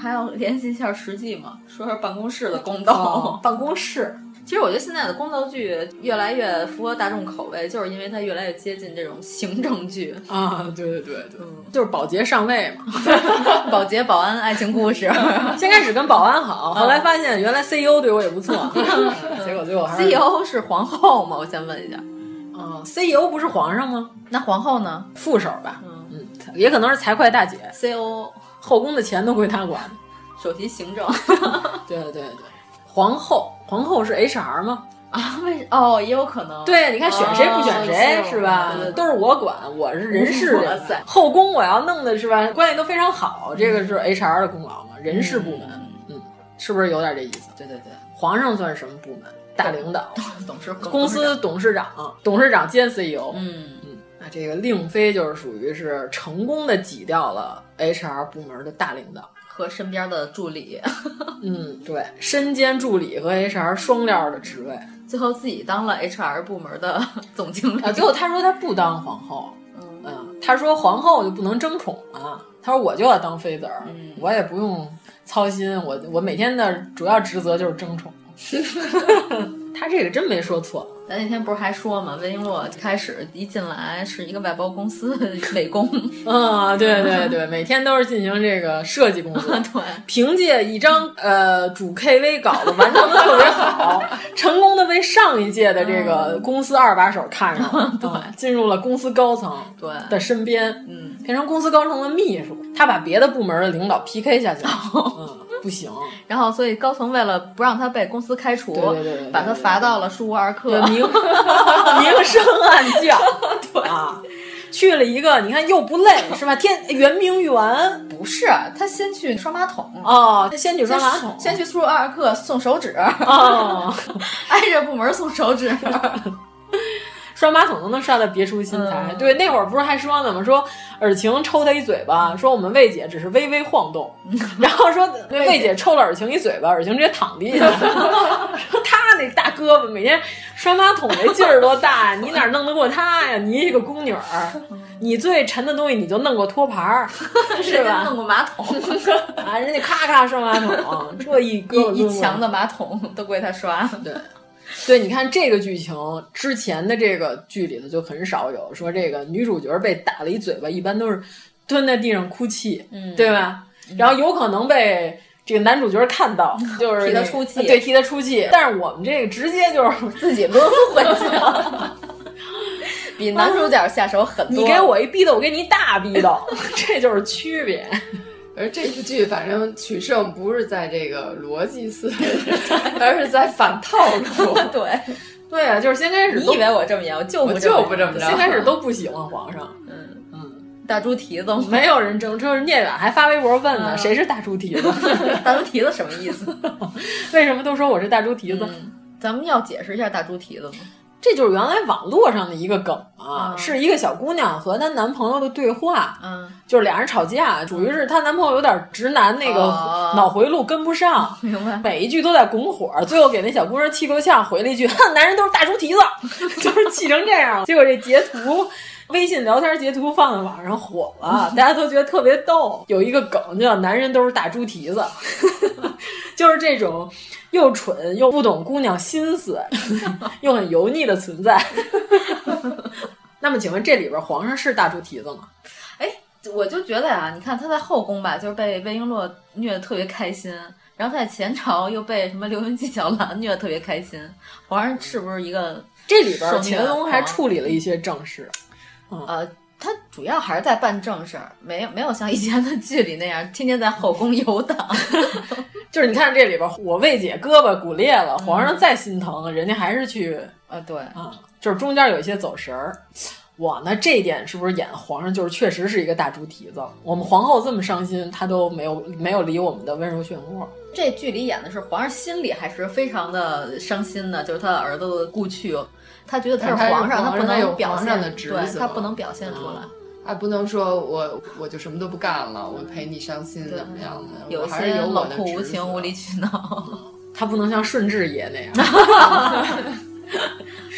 还要联系一下实际嘛，说说办公室的宫斗。
哦办公室，
其实我觉得现在的宫斗剧越来越符合大众口味，就是因为它越来越接近这种行政剧
啊。对对对对，就是保洁上位嘛，
保洁、保安、爱情故事。
先开始跟保安好，后来发现原来 CEO 对我也不 错，结果最后还是
CEO E 是皇后吗？我先问一下。
嗯，CEO 不是皇上吗？
那皇后呢？
副手吧，嗯，也可能是财会大姐
E ，CO
后宫的钱都归她管。
首席行政。
对对对，皇后，皇后是 HR 吗？
啊，为 哦也有可能。
对，你看选谁不选谁、哦是吧？都是我管，我是人事这
哇
块
塞
后宫我要弄的是吧，关系都非常好，这个是 HR 的功劳嘛，人事部门，嗯，是不是有点这意思？对对对，皇上算什么部门？大领导，
董事会
公司董事长，董事长兼 CEO，
嗯
嗯，那这个令妃就是属于是成功的挤掉了 HR 部门的大领导，
和身边的助理，
嗯，对，身兼助理和 HR 双料的职位，
最后自己当了 HR 部门的 总经理。
啊，结果他说他不当皇后，嗯，他说皇后就不能争宠了，他说我就要当妃子儿，我也不用操心，我我每天的主要职责就是争宠。他这个真没说错，
咱那天不是还说嘛，魏璎珞开始一进来是一个外包公司 的美工，
嗯，对对对，每天都是进行这个设计工作，
对，
凭借一张呃主 KV 稿子完成的特别好，成功的被上一届的这个公司二把手看上了，对，进入了公司高层
对
的身边，嗯，变成公司高层的秘书，他把别的部门的领导 PK 下去了，嗯，不 行，
然后，所以高层为了不让他被公司开除，
对对对对对
把他罚到了数无二课，
对明明升暗降，对啊，去了一个你看又不累是吧？天圆明园
不是啊他先去刷马桶，
哦，他先去刷马桶，
先去数无二课送手指，
哦，
挨着部门送手指，
刷马桶都能刷到别出心裁。
嗯
对，那会儿不是还说呢吗？说尔晴抽他一嘴
嗯
巴，说我们魏姐只是微微晃 动，然后说魏姐抽了尔晴一嘴巴，尔晴直接躺地 下了。说他那大胳膊每天刷马桶那劲儿多大 呀，你哪弄得过他呀？你一个宫女儿，
嗯
你最沉的东西你就弄过托盘 儿，是
人家
吧？
弄过马桶，
啊，人家咔咔刷马 桶，这一胳膊
一一
抡过来
墙的马桶都归他刷，
对。对，你看这个剧情之前的这个剧里头就很少有说这个女主角被打了一嘴巴，一般都是蹲在地上哭泣，
嗯
对吧？然后有可能被这个男主角看 到，就是
替他
那个
出气
对，替他出气。但是我们这个直接就是
自己抡回去了， 比男主角下手狠多。
你给我一逼斗，我给你一大逼斗， 这就是区别。
而这部剧反正取胜不是在这个逻辑思维，而是在反套路。
对，
对啊，就是先开始
你
都
以为我这么严，我就
我
不嗯
就不这么着，
先
先
开
开
始
始
都
都不喜欢皇上，
大猪蹄子，
没有人争，就是聂远还发微博问呢，谁是大猪蹄子？
大猪蹄子什么意思？
为什么都说我是大猪蹄子？
嗯咱们要解释一下大猪蹄子吗？
这就是原来网络上的一个梗啊，是一个小姑娘和她男朋友的对话，
嗯，
就是俩人吵架，属于是她男朋友有点直男那个
哦
脑回路跟不上，
明白。
每一句都在拱火，最后给那小姑娘气够呛，回了一句：“哼，男人都是大猪蹄子， 就是气成这样。”结果这截图。微信聊天截图放在网上火了，大家都觉得特别逗。有一个梗叫“男人都是大猪蹄子”， 就是这种又蠢又不懂姑娘心思，又很油腻的存在。 那么，请问这里边皇上是大猪蹄子吗？
我就觉得啊，你看他在后宫吧，就是被魏璎珞虐得特别开心，然后在前朝又被什么刘云纪、小兰虐得特别开心。皇上是不是一个
这里边
受虐
乾隆还
狂
处理了一些正事，
呃，他主要还是在办正事儿，没有没有像以前的剧里那样天天在后宫游荡。
就是你看这里边，我魏姐胳膊骨裂了，皇上再心疼，人家还是去，
呃，对，
啊，就是中间有一些走神儿。我呢，这一点是不是演皇上就是确实是一个大猪蹄子？我们皇后这么伤心，她都没有没有理我们的温柔漩涡。
这剧里演的是皇上心里还是非常的伤心的，就是他儿子的故去，他觉得他
但是他是
皇上，
皇
不
上他有
能表
皇
现
上的职
对
责嗯
他不能表现出来。
还不能说我我就什么都不干了，我陪你伤心怎么样的？
有
我
一
还是
些
有我
冷
的
酷无
职责
情、无理取 闹，
他不能像顺治爷那样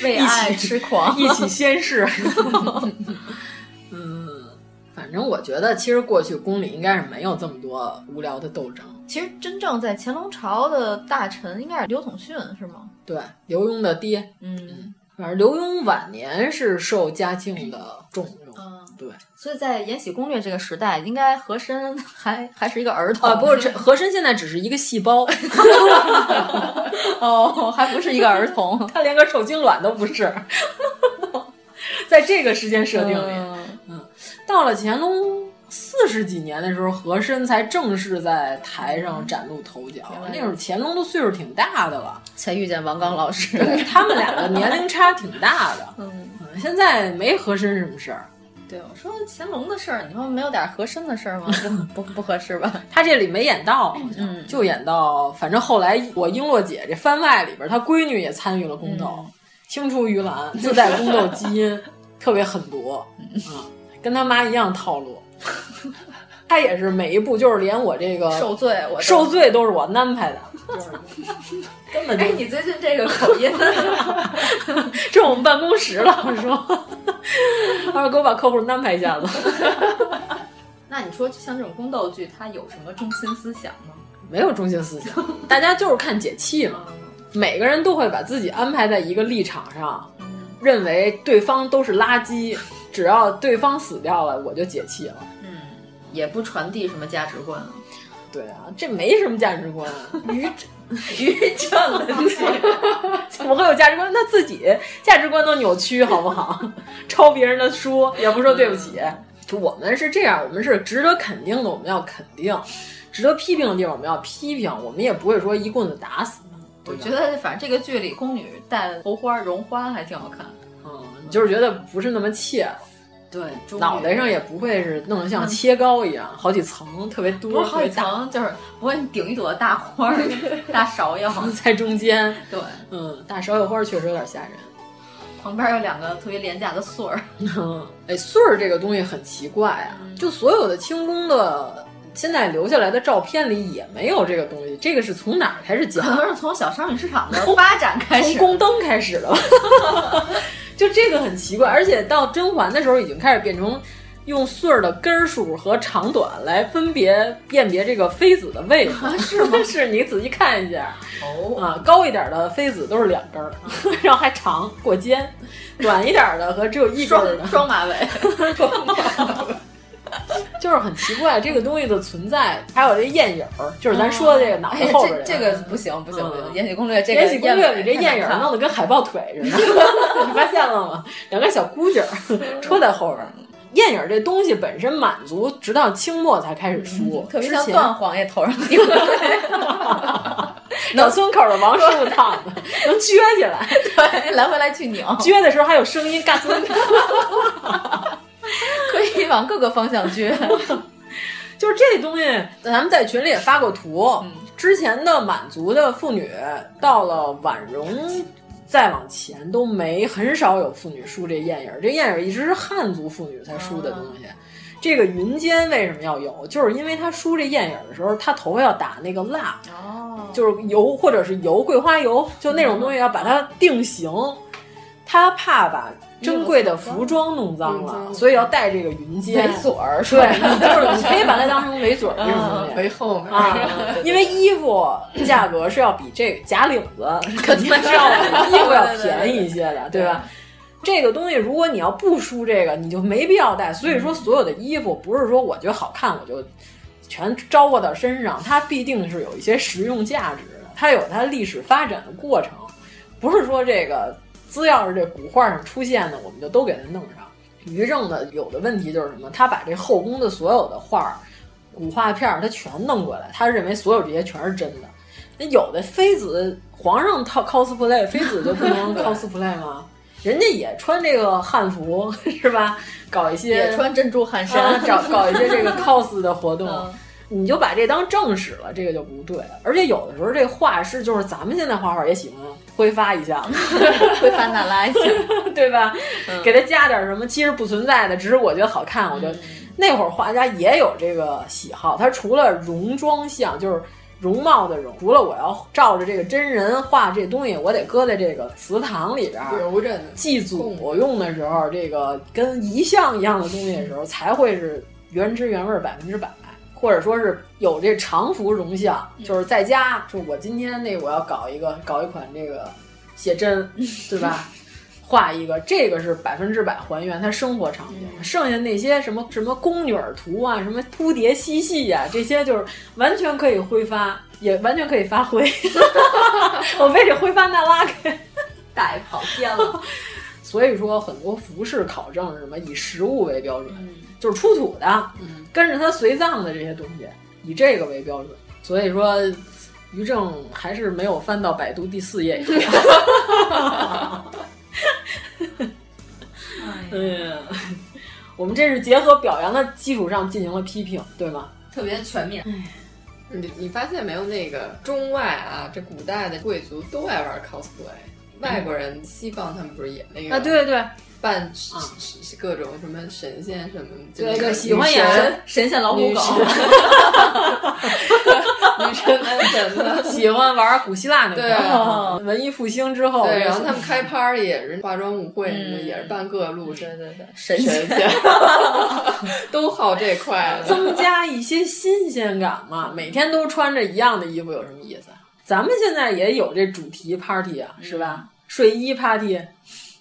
为
一起
爱痴狂，
一起宣誓。 嗯，反正我觉得，其实过去宫里应该是没有这么多无聊的斗争。
其实真正在乾隆朝的大臣应该是刘统勋，是吗？
对，刘墉的爹，
嗯，
反正刘墉晚年是受嘉庆的重用，对。
所以在《延禧攻略》这个时代，应该和珅还还是一个儿童
啊，不是，这和珅现在只是一个细胞，
哦，还不是一个儿 童，
他连个受精卵都不是。
嗯
在这个时间设定里，嗯，到了乾隆四四十几年的时候，和珅才正式在台上崭露头角。那会儿乾隆都岁数挺大的了，
才遇见王刚老师，
他们两个年龄差挺大的。
嗯，
现在没和珅什么事儿。
对，我说乾隆的事儿，你说没有点和珅的事 儿吗？不不不合适吧？
他这里没演到，
嗯，
就演到，反正后来我璎珞姐这番外里边，她闺女也参与了宫斗，
嗯
青出于蓝，自带宫斗基因，特别狠毒啊、
嗯
跟他妈一样套路。她也是每一步，就是连我这个
呃受罪我都
受罪都是我安排的，根本就
哎，你最近这个口 音，
这我们办公室老师 说，他说给我把客户安排一下子。
那你说像这种宫斗剧，它有什么中心思想吗？
没有中心思想，大家就是看解气嘛。每个人都会把自己安排在一个立场上，认为对方都是垃圾，只要对方死掉了，我就解气了。
嗯，也不传递什么价值观啊。
对啊，这没什么价值观，啊
愚 愚政的剧，
怎么会有价值观？他自己价值观都扭曲，好不好？ 抄别人的书也不说对不起。
嗯
我们是这样，我们是值得肯定的，我们要肯定；值得批评的地方，我们要批评。我们也不会说一棍子打死。
我觉得反正这个剧里宫女戴头花绒花还挺好看。
嗯，你就是觉得不是那么切了。
哦对，终于
脑袋上也不会是弄得像切糕一样，好几层，特别多，
不是好几
特别大
层，就是不会顶一朵大花儿、 大芍药，
在中间。
对，
嗯，大芍药花确实有点吓人。
旁边有两个特别廉价的穗 儿。
嗯，哎，穗儿这个东西很奇怪啊，
嗯
就所有的清宫的现在留下来的照片里也没有这个东西，这个是从哪儿开始讲？
可能是从小商品市场的发展 开始
从宫灯开始的吧。 就这个很奇怪，而且到甄嬛的时候已经开始变成用穗儿的根儿数和长短来分别辨别这个妃子的位置，是吗？ 是你仔细看一下。
啊哦啊
啊，高一点的妃子都是两根儿， 然后还长过 肩，短一点的和只有一根儿的
双双马尾，
就是很奇怪这个东西的存在。还有这燕影儿，就是咱说的这个啊脑袋后边
哎
儿
这这个不行不行不行，延禧攻略》这个
延禧攻略》里这燕
燕
影
尾
儿弄得跟海豹腿似的，你发现了 吗？两个小箍劲
嗯
儿戳在后边儿。燕影儿这东西本身满族直到清末才开始出，
嗯特别
之
像
前
段皇爷头上顶的，
脑村口的 王师傅烫的，能撅起来，
对，来回来去拧，
撅的时候还有声音，嘎吱。
可以往各个方 向撅。
就是这东西，咱们在群里也发过图。
嗯
之前的满族的妇女到了婉容，再往前都没很少有妇女梳这燕影儿，这燕影儿一直是汉族妇女才梳的东西。
啊
这个云间为什么要有？就是因为她梳这燕影儿的时候，她头发要打那个蜡，就是油或者是油桂花油，就那种东西要把它定型。她怕把珍贵的服装弄脏
嗯
了，所以要戴这个云间
围嘴儿是吧
对，你就是你可以把它当成围嘴儿这种东 西，
为后面
啊，因为衣服价格是要比这个假领子肯定是要比衣服要便宜一些的，对吧？这个东西，如果你要不梳这个，你就没必要戴。所以说，所有的衣服不是说我觉得好看我就全招呼到身上，它必定是有一些实用价值的，它有它历史发展的过程，不是说这个资料是这古画上出现的，我们就都给它弄上。于正的有的问题就是什么？他把这后宫的所有的画儿、古画片儿，他全弄过来，他认为所有这些全是真的。那有的妃子，皇上套 cosplay，妃子就不 能 cosplay 吗？人家也穿这个汉服是吧？搞一些
也 穿珍珠汗
啊
衫，
搞搞一些 这个 cos 的活动
嗯，
你就把这当正史了，这个就不对。而且有的时候这画师就是咱们现在画画也喜欢挥发一下，
嗯会发那拉一下，
对吧？
嗯
给他加点什么，其实不存在的，只是我觉得好看，我就、 那会儿画家也有这个喜好，他除了容妆像，就是容貌的容，除了我要照着这个真人画这东西，我得搁在这个祠堂里边儿
留着呢。
祭祖用的时候，这个跟遗像一样的东西的时候，才会是原汁原味儿百分之百，或者说是有这常服容像，就是在家，就我今天那我要搞一个搞一款这个写真，对吧？画一个，这个是百分之百还原他生活场景，剩下那些什么什么宫女儿图啊，什么蝴蝶嬉戏呀、这些就是完全可以挥发，也完全可以发 挥。我被这挥发那拉给
大爷跑偏了。
所以说很多服饰考证是什么以实物为标准，
嗯
就是出土的，
嗯
跟着他随葬的这些东西，以这个为标准。所以说，于正还是没有翻到百度第四页以 后。
哎
嗯，我们这是结合表扬的基础上进行了批评，对吗？
特别全面。
嗯
你你发现没有？那个中外啊，这古代的贵族都爱玩 cosplay，外国人、西方他们不是也那个
啊？对对，
扮是各种什么神仙什么，就
对
那个
对，喜欢
女神
演神仙老虎狗，
女神男神的，
喜欢玩古希腊那
对
个。文艺复兴之后，
对，然后他们开 party 也是化妆舞会什么，
嗯
也是办各路对对对神
仙
仙，都好这块了。
增加一些新鲜感嘛。每天都穿着一样的衣服有什么意思？咱们现在也有这主题 party 啊，是吧？睡衣 party，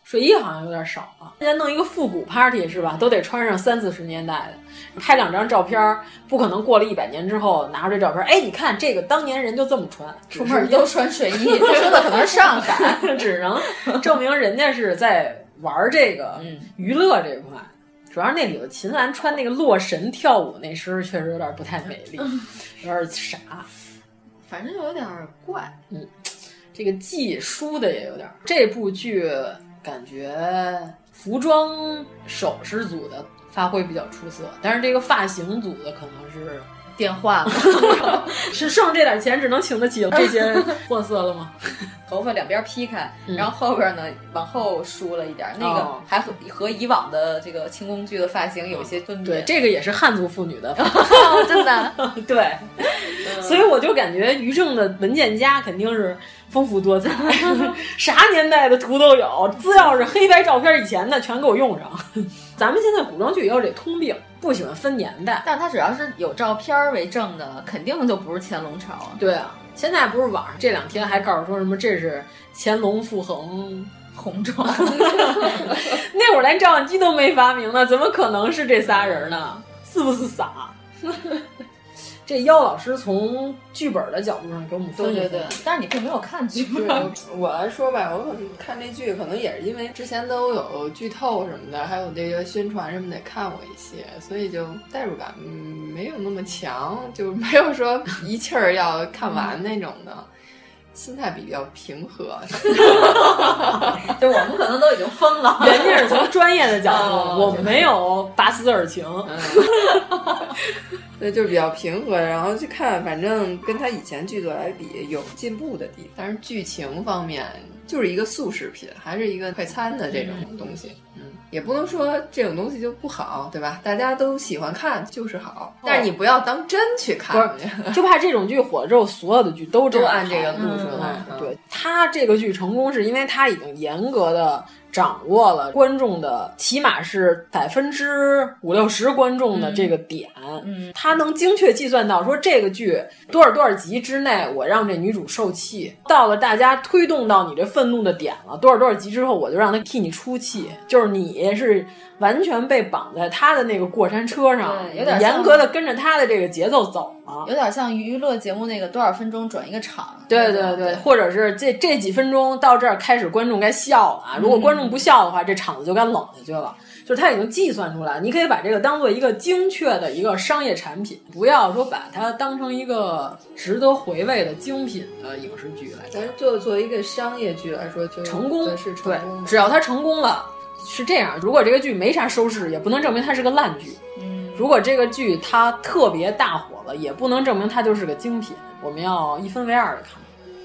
睡衣好像有点少了。现在弄一个复古 party 是吧？都得穿上三四十年代的，拍两张照片儿，不可能过了一百年之后拿出这照片儿，哎，你看这个当年人就这么穿，
出门都穿睡衣
说的可能上 海，只能证明人家是在玩儿这个娱乐这块。主要是那里头秦岚穿那个洛神跳舞那身儿确实有点不太美丽，有点傻，
反正有点儿怪。
嗯，这个技输的也有点儿。这部剧感觉服装首饰组的发挥比较出色，但是这个发型组的可能是
电话了，
是剩这点钱只能请得起这些 货色了吗？
头发两边劈开，
嗯
然后后边呢往后梳了一点儿，那
哦
个还和和以往的这个清宫剧的发型有一些分别。
对，这个也是汉族妇女 的，
哦真的， 嗯
对，所以我就感觉于正的文件夹肯定是丰富多 彩，啥年代的图都有，只要是黑白照片以前的全给我用上。 咱们现在古装剧也有这通病，不喜欢分年代。
但他只要是有照片儿为证的，肯定就不是乾隆朝 啊。
对啊，现在不是网上这两天还告诉说什么这是乾隆傅恒
红 妆，
那会儿连照相机都没发明呢，怎么可能是这仨人呢？是不是傻？ 这妖老师从剧本的角度上给我们分析分析，
但是你并没有看剧
对，我来说吧，我可能看这剧，可能也是因为之前都有剧透什么的，还有这个宣传什么得看过一些，所以就代入感嗯没有那么强，就没有说一气儿要看完那种的，心态比较平和。
就我们可能都已经疯了
人家是从专业的角 度，
哦
我们没有拔丝而情。
对，就是比较平和，然后去看，反正跟他以前剧作来比有进步的地方，但是剧情方面就是一个速食品，还是一个快餐的这种东西。嗯，也不能说这种东西就不好，对吧？大家都喜欢看就是好，但是你不要当真去 看。
不是，就怕这种剧火了之后，所有的剧都这
都
样
按这个
拍
路数来
嗯对他这个剧成功，是因为他已经严格的掌握了观众的，起码是百分之五六十观众的这个点。嗯，他能精确计算到说这个剧多少多少集之内，我让这女主受气，到了大家推动到你这愤怒的点了，多少多少集之后，我就让他替你出气，就是你是完全被绑在他的那个过山车上，
对有点像
严格的跟着他的这个节奏走了。
有点像娱乐节目那个多少分钟转一个场，
对对对，或者是这这几分钟到这儿开始，观众该笑了啊！如果观众不笑的话，这场子就该冷下去了。就是他已经计算出来，你可以把这个当做一个精确的一个商业产品，不要说把它当成一个值得回味的精品的影视剧来看。
咱就作为一个商业剧来说，就
成功
是成功
对，
的。
只要它成功了，是这样。如果这个剧没啥收视，也不能证明它是个烂剧。嗯，如果这个剧它特别大火了，也不能证明它就是个精品。我们要一分为二的看，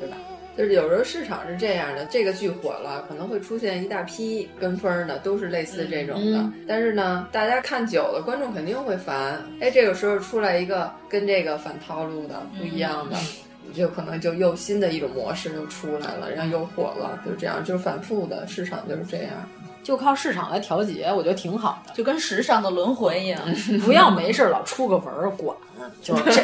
对吧？
就是有时候市场是这样的，这个剧火了，可能会出现一大批跟风儿的，都是类似这种的。
嗯
但是呢，大家看久了，观众肯定会烦。哎，这个时候出来一个跟这个反套路的不一样的，
嗯
嗯就可能就又新的一种模式又出来了，然后又火了，就这样，就是反复的市场就是这样。
就靠市场来调节，我觉得挺好的。
就跟时尚的轮回一样。
不要没事儿老出个文儿管，就是 这，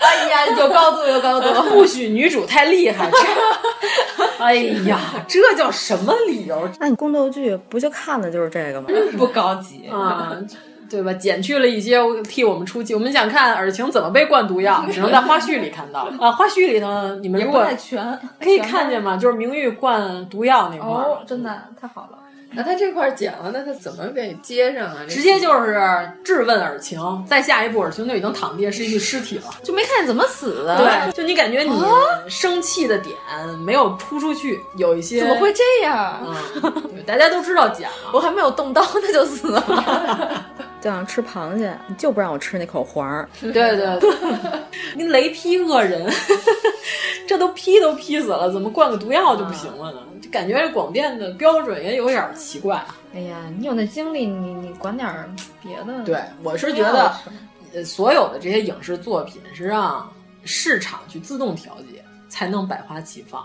哎呀，有高度有高度，
不许女主太厉害。这， 哎呀，这叫什么理由
嗯
那你宫斗剧不就看的就是这个吗？
不高级
啊？对吧？减去了一些替我们出气。我们想看尔晴怎么被灌毒药，只能在花絮里看到啊。花絮里头，你们如果
也不太全
可以看见吗？就是明玉灌毒药那块儿。
哦，真的太好了。
那他这块剪了，那他怎么给接上啊？
直接就是质问尔晴，再下一步尔晴就已经躺地是一具尸体了，
就没看见怎么死啊的。
对， 啊就你感觉你生气的点没有突出去，有一些
怎么会这样？
嗯、大家都知道剪了，
我还没有动刀，那就死 了。
想吃螃蟹，你就不让我吃那口黄儿。
对对对， 你雷劈恶人， 这都劈都劈死了，怎么灌个毒药就不行了呢？啊、就感觉这广电的标准也有点奇怪、啊。
哎呀，你有那精力，你你管点别的。
对，我是觉得，呃，所有的这些影视作品是让市场去自动调节，才能百花齐放。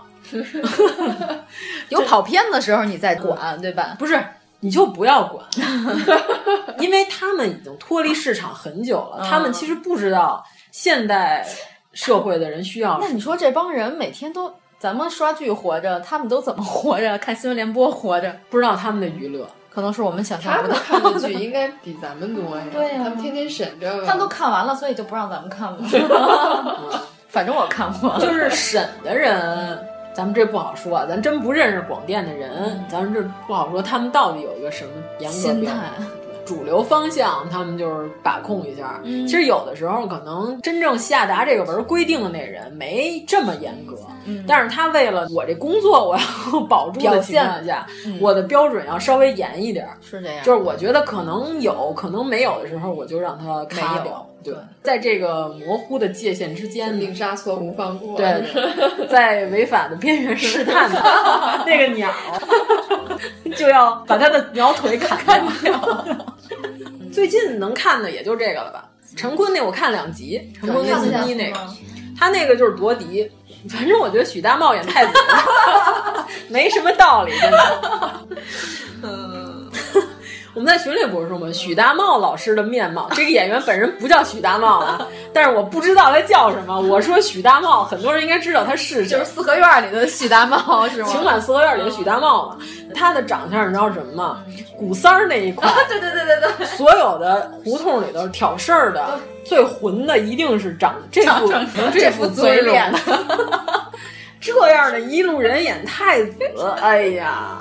有跑偏的时候你再管，对吧？
不是。你就不要管， 因为他们已经脱离市场很久了。
嗯
他们其实不知道现代社会的人需要。
那你说这帮人每天都，咱们刷剧活着，他们都怎么活着？看新闻联播活着，
不知道他们的娱 乐，
可能是我们想象
他
不到。
们看的剧应该比咱们多呀，
对呀、
啊，他们天天审这个，
他们都看完了，所以就不让咱们看 了。反正我看 过，
就是审的人。咱们这不好说、啊，咱真不认识广电的人，嗯、咱们这不好说，他们到底有一个什么严格
心态？
主流方向他们就是把控一下。嗯、其实有的时候可能真正下达这个文规定的那人没这么严格，嗯、但是他为了我这工作我要保住的情况下，我的标准要稍微严一点。
是这样，
就是我觉得可能有可能没有的时候，我就让他卡掉。对，在这个模糊的界限之间，
宁杀错勿放过。
对， 在违法的边缘试探 的那个鸟，就要把它的鸟腿砍掉。最近能看的也就这个了吧。陈坤那我看两集，陈坤那自逼那个，他那个就是夺嫡。反正我觉得许大茂演太子 没什么道理，真的。 嗯。 我们在群里不是说吗？许大茂老师的面貌，这个演员本人不叫许大茂啊，但是我不知道他叫什 么。我说许大茂，很多人应该知道他是
谁，就是四合院里的许大茂是吗？
情感四合院里的许大茂嘛。
嗯
他的长相你知道什么吗？古三儿那一块，
对对对对对，
所有的胡同里头挑事儿的最混的一定是长这副
这副嘴脸。
这样的一路人演太子，哎呀，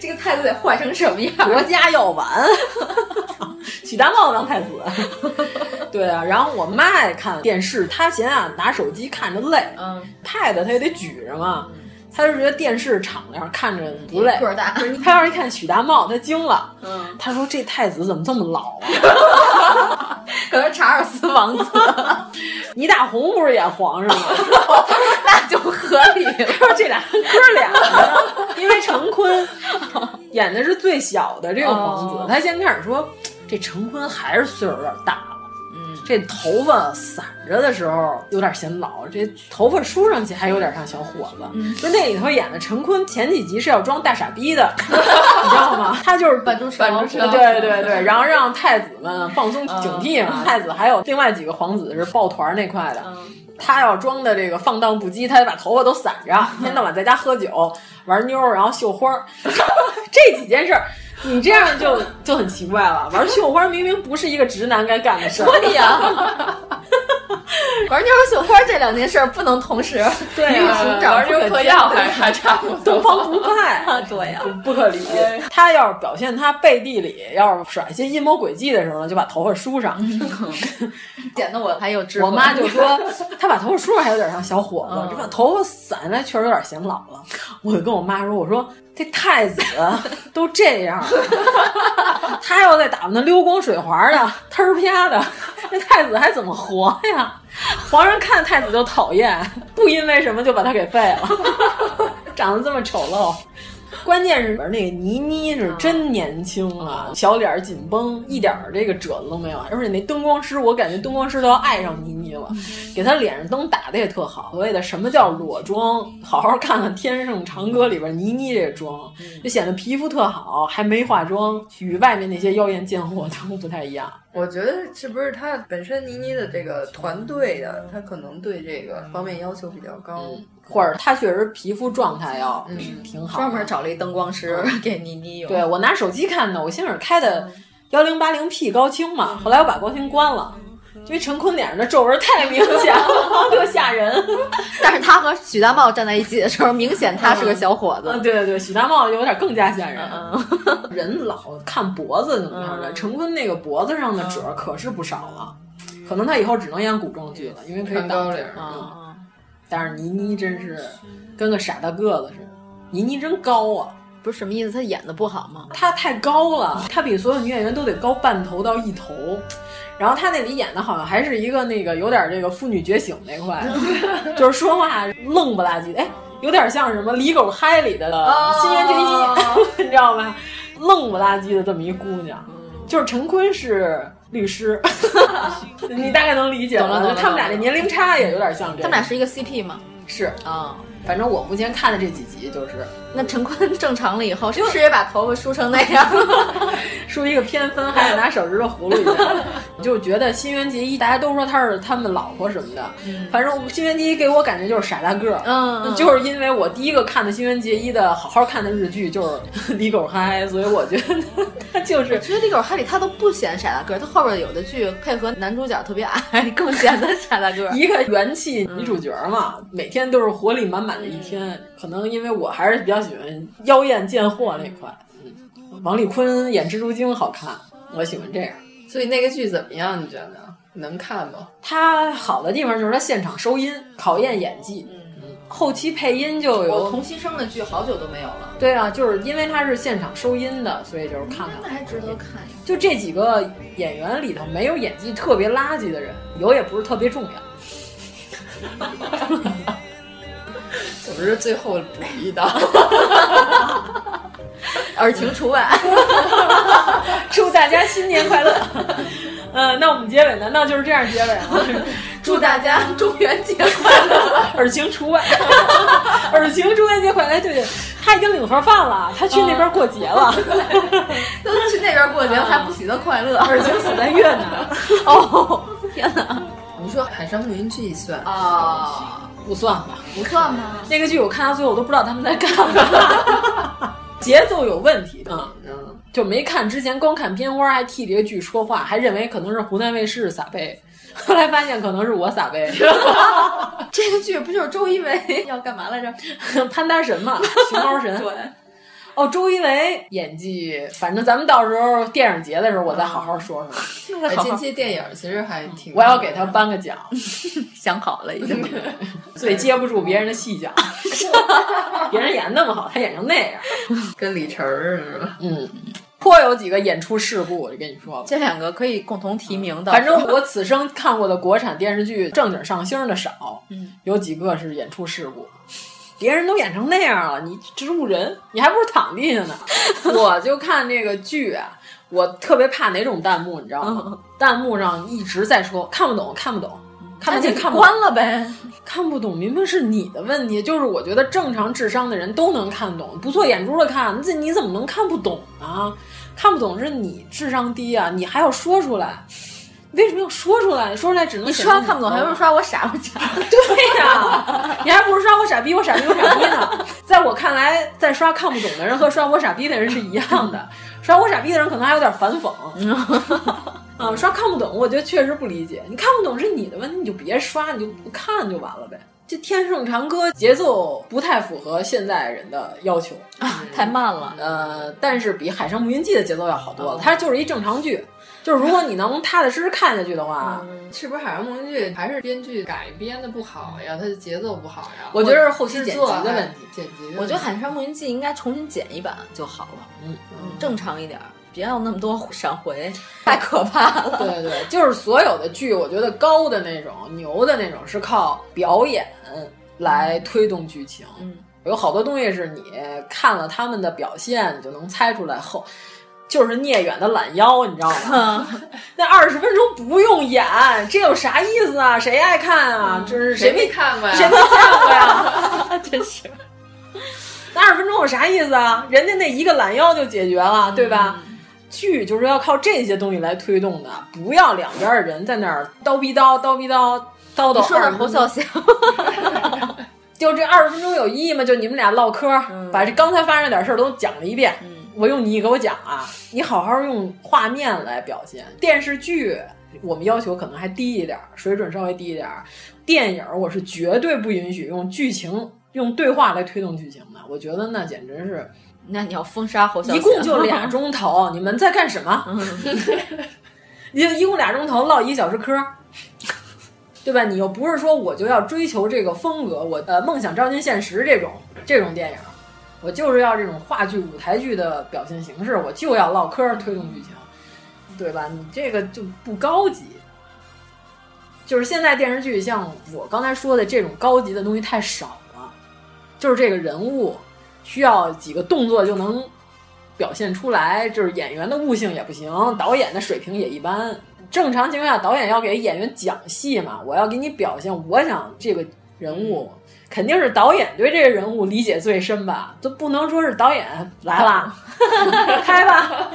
这个太子得坏成什么样？
国家要完，许大茂当太子。对啊，然后我妈爱看电视，她嫌啊拿手机看着累，嗯，pad 她也得举着嘛，她就觉得电视敞亮，看着不累。
个大，
她要是看许大茂，她惊了，嗯，她说这太子怎么这么老啊？
可能查尔斯王子，
倪大红不是演皇上吗？
那就合理 了。
说这俩哥俩呢，因为陈坤演的是最小的这个皇
哦
子，他先开始说这陈坤还是岁数有点大了，嗯，这头发散着的时候有点显老，这头发梳上去还有点像小伙子。嗯、就那里头演的陈坤前几集是要装大傻 逼的，你知道吗？他就是
扮猪吃老虎，
对对对，然后让太子们放松警惕嘛。嗯、太子还有另外几个皇子是抱团那块的。嗯他要装的这个放荡不羁，他就把头发都散着，一天到晚在家喝酒、玩妞，然后绣花儿， 这几件事儿，你这样就就很奇怪了。玩绣花明明不是一个直男该干的事儿，
对呀、啊。玩妞绣花这两件事儿不能同时，
对呀、
啊，玩
妞嗑药还还差不
多，东方不败
啊， 对呀、啊，
不可理喻。他要是表现他背地里要是耍一些阴谋诡计的时候呢，就把头发梳 上，
显得我还有智慧。
我妈就说他把头发梳上还有点像小伙子，这把、嗯、头发散着确实有点显老了。我就跟我妈说，我说。这太子都这样，他要再打扮的溜光水滑的、忒儿啪的，那太子还怎么活呀？皇上看太子就讨厌，不因为什么就把他给废了， 长得这么丑陋。关键是那个倪妮是真年轻啊，小脸紧绷，一点这个褶子都没有。啊而且那灯光师，我感觉灯光师都要爱上倪妮了，给她脸上灯打的也特好。所谓的什么叫裸妆，好好看看《天盛长歌》里边倪妮这妆，就显得皮肤特好，还没化妆，与外面那些妖艳贱货都不太一样。
我觉得是不是他本身倪妮的这个团队的，他可能对这个方面要求比较高，
嗯、或者他确实皮肤状态要、嗯、挺好，
专门找了一灯光师、嗯、给倪妮用。
对我拿手机看的，我先是开的。幺零八零 P 高清嘛，后来我把高清关了。因为陈坤脸上的皱纹太明显 了，特吓人。
但是他和许大茂站在一起的时候，明显他是个小伙子。
嗯、对对对，许大茂有点更加吓人。嗯、 人老看脖子怎么样的，嗯、嗯陈坤那个脖子上的褶可是不少了，可能他以后只能演古装剧了，因为可以嗯
高领。
但是倪妮真是跟个傻大个子似的，倪妮真高啊！
不是什么意思，她演的不好吗？
她太高了，她比所有女演员都得高半头到一头。然后她那里演的好像还是一个那个有点这个妇女觉醒那块， 就是说话愣不拉几，哎，有点像什么《李狗嗨》里的新垣结衣， 你知道吧？愣不拉几的这么一姑娘，就是陈坤是律 师，你大概能理解吧？他们俩这年龄差也有点像这。
他们俩是一个 CP 吗？
是嗯
啊。
反正我目前看的这几集就是，
那陈坤正常了以后，是不是也把头发梳成那 样，
梳一个偏分，还得拿手指头葫芦一下？就觉得新垣结衣，大家都说她是他们老婆什么的，嗯、反正新垣结衣给我感觉就是傻大个儿，
嗯，
就是因为我第一个看的新垣结衣的好好看的日剧就是《李狗嗨》，所以我觉得她就是，
我觉得《李狗嗨》里她都不显傻大个儿，她后边有的剧配合男主角特别矮， 更显得傻大个儿。
一个元气女主角嘛，嗯、每天都是活力满满。的一
嗯
天，可能因为我还是比较喜欢妖艳贱货那块。嗯，王丽坤演蜘蛛精好看，我喜欢这样。
所以那个剧怎么样？你觉得能看吗？
它好的地方就是它现场收音考验演技，嗯，后期配音就有。
同期声的剧好久都没有了。
对啊，就是因为它是现场收音的，所以就是看看。
那还值得看呀。
就这几个演员里头，没有演技特别垃圾的人，有也不是特别重要。
总之，最后补一刀，
尔晴除外。
祝大家新年快乐！ 呃，那我们结尾难道就是这样结尾啊 吗？
祝大家中元节快乐，
尔晴除外。 尔晴中元节快哎乐，对对，他已经领盒饭了，他去那边过节了，
哦 都 去那边过节还不喜得快乐。
尔晴死在越南。
哦，天哪！
你说《海上牧云记》算
啊？
不算吧，
不算吧。
那个剧我看到最后，我都不知道他们在干 嘛，节奏有问题。嗯嗯，就没看之前，光看片花，还替这个剧说话，还认为可能是湖南卫视撒贝， 后来发现可能是我撒 贝。
这个剧不就是周一围要干嘛来着？
潘大神 嘛，熊猫神。
对。
哦，周一围演技，反正咱们到时候电影节的时候，我再好好说
嗯
说。
哎，近期电影其实还挺……
我要给他颁个奖，
想好了已经，
最接不住别人的细奖。 别人演那么好，他演成那样，
跟李晨儿似的。
嗯，颇有几个演出事故，我就跟你说吧。
这两个可以共同提名的。
反正我此生看过的国产电视剧正经上星的少，嗯，有几个是演出事故。别人都演成那样了，你植物人，你还不如躺地下呢。 我就看这个剧啊，我特别怕哪种弹幕，你知道吗？弹幕上一直在说看不懂，看不懂，看不见，看不
关了呗。
看不懂，明明是你的问题。就是我觉得正常智商的人都能看懂，不做眼珠的看，这你怎么能看不懂呢、啊？看不懂是你智商低啊，你还要说出来。为什么要说出来？说出来只能
你刷看不懂，还不如刷我傻我傻。
对呀、 啊，你还不如刷我傻逼，我傻逼，我傻逼呢。在我看来，在刷看不懂的人和刷我傻逼的人是一样 的。刷我傻逼的人可能还有点反讽，啊，刷看不懂，我觉得确实不理解。你看不懂是你的问题，你就别刷，你就不看就完了呗。这《天盛长歌》节奏不太符合现在人的要求
啊，太慢了。哦
呃，但是比《海上牧云记》的节奏要好多了。它就是一正常剧。就是如果你能踏踏实实看下去的话，
嗯、 是不是《海上牧云记》还是编剧改编的不好呀？它的节奏不好呀？
我觉得是后期剪辑
的
问题。
剪辑。
我觉得《海上牧云记》应该重新剪一版就好了，嗯，嗯正常一点，别要那么多闪回，太可怕了。
对对，就是所有的剧，我觉得高的那种、牛的那种是靠表演来推动剧情。
嗯，
有好多东西是你看了他们的表现，你就能猜出来后。就是聂远的懒腰，你知道吗？那二十分钟不用演，这有啥意思啊？谁爱看啊？真是
谁
没
看过呀？
谁没看过呀？
真是，
那二十分钟有啥意思啊？人家那一个懒腰就解决了，对吧？
嗯、
剧就是要靠这些东西来推动的，不要两边的人在那儿叨逼叨叨逼叨叨叨。
说点侯孝贤。就
这二十分钟有意义吗？就你们俩唠嗑，
嗯、
把这刚才发生点事儿都讲了一遍。
嗯
我用你给我讲啊，你好好用画面来表现。
嗯
电视剧我们要求可能还低一点儿，水准稍微低一点儿。电影我是绝对不允许用剧情、用对话来推动剧情的，我觉得那简直是。
那你要封杀侯孝贤，
一共就俩钟头，你们在干什么？一一共俩钟头唠一小时嗑，对吧？你又不是说我就要追求这个风格，我呃梦想照进现实这种这种电影，我就是要这种话剧、舞台剧的表现形式，我就要唠嗑推动剧情，对吧？你这个就不高级。就是现在电视剧像我刚才说的这种高级的东西太少了，就是这个人物。需要几个动作就能表现出来，就是演员的悟性也不行，导演的水平也一般。正常情况下，导演要给演员讲戏嘛，我要给你表现，我想这个人物
嗯
肯定是导演对这个人物理解最深吧，就不能说是导演来了 开吧，
啊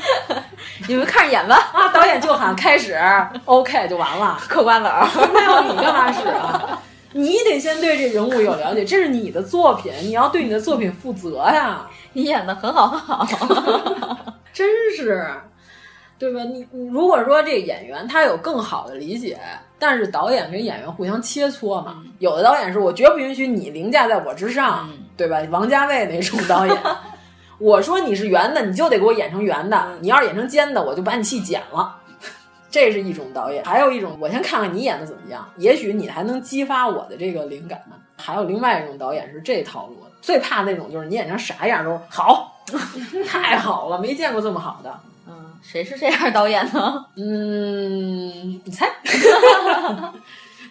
你们看着演吧
啊，导演就喊开始，OK 就 完了，
嗑瓜子儿，
那要你干嘛使啊？你得先对这人物有了解，这是你的作品，你要对你的作品负责呀。
你演的很好，很好，
真是，对吧？你你如果说这演员他有更好的理解，但是导演跟演员互相切磋嘛。有的导演是我绝不允许你凌驾在我之上，嗯、对吧？王家卫那种导演，我说你是圆的，你就得给我演成圆的；你要是演成尖的，我就把你戏剪了。 这是一种导演，还有一种，我先看看你演的怎么样，也许你还能激发我的这个灵感呢。还有另外一种导演是这套路的，最怕那种就是你演成啥样都好， 太好了，没见过这么好的。
嗯，谁是这样导演呢？
嗯， 你猜？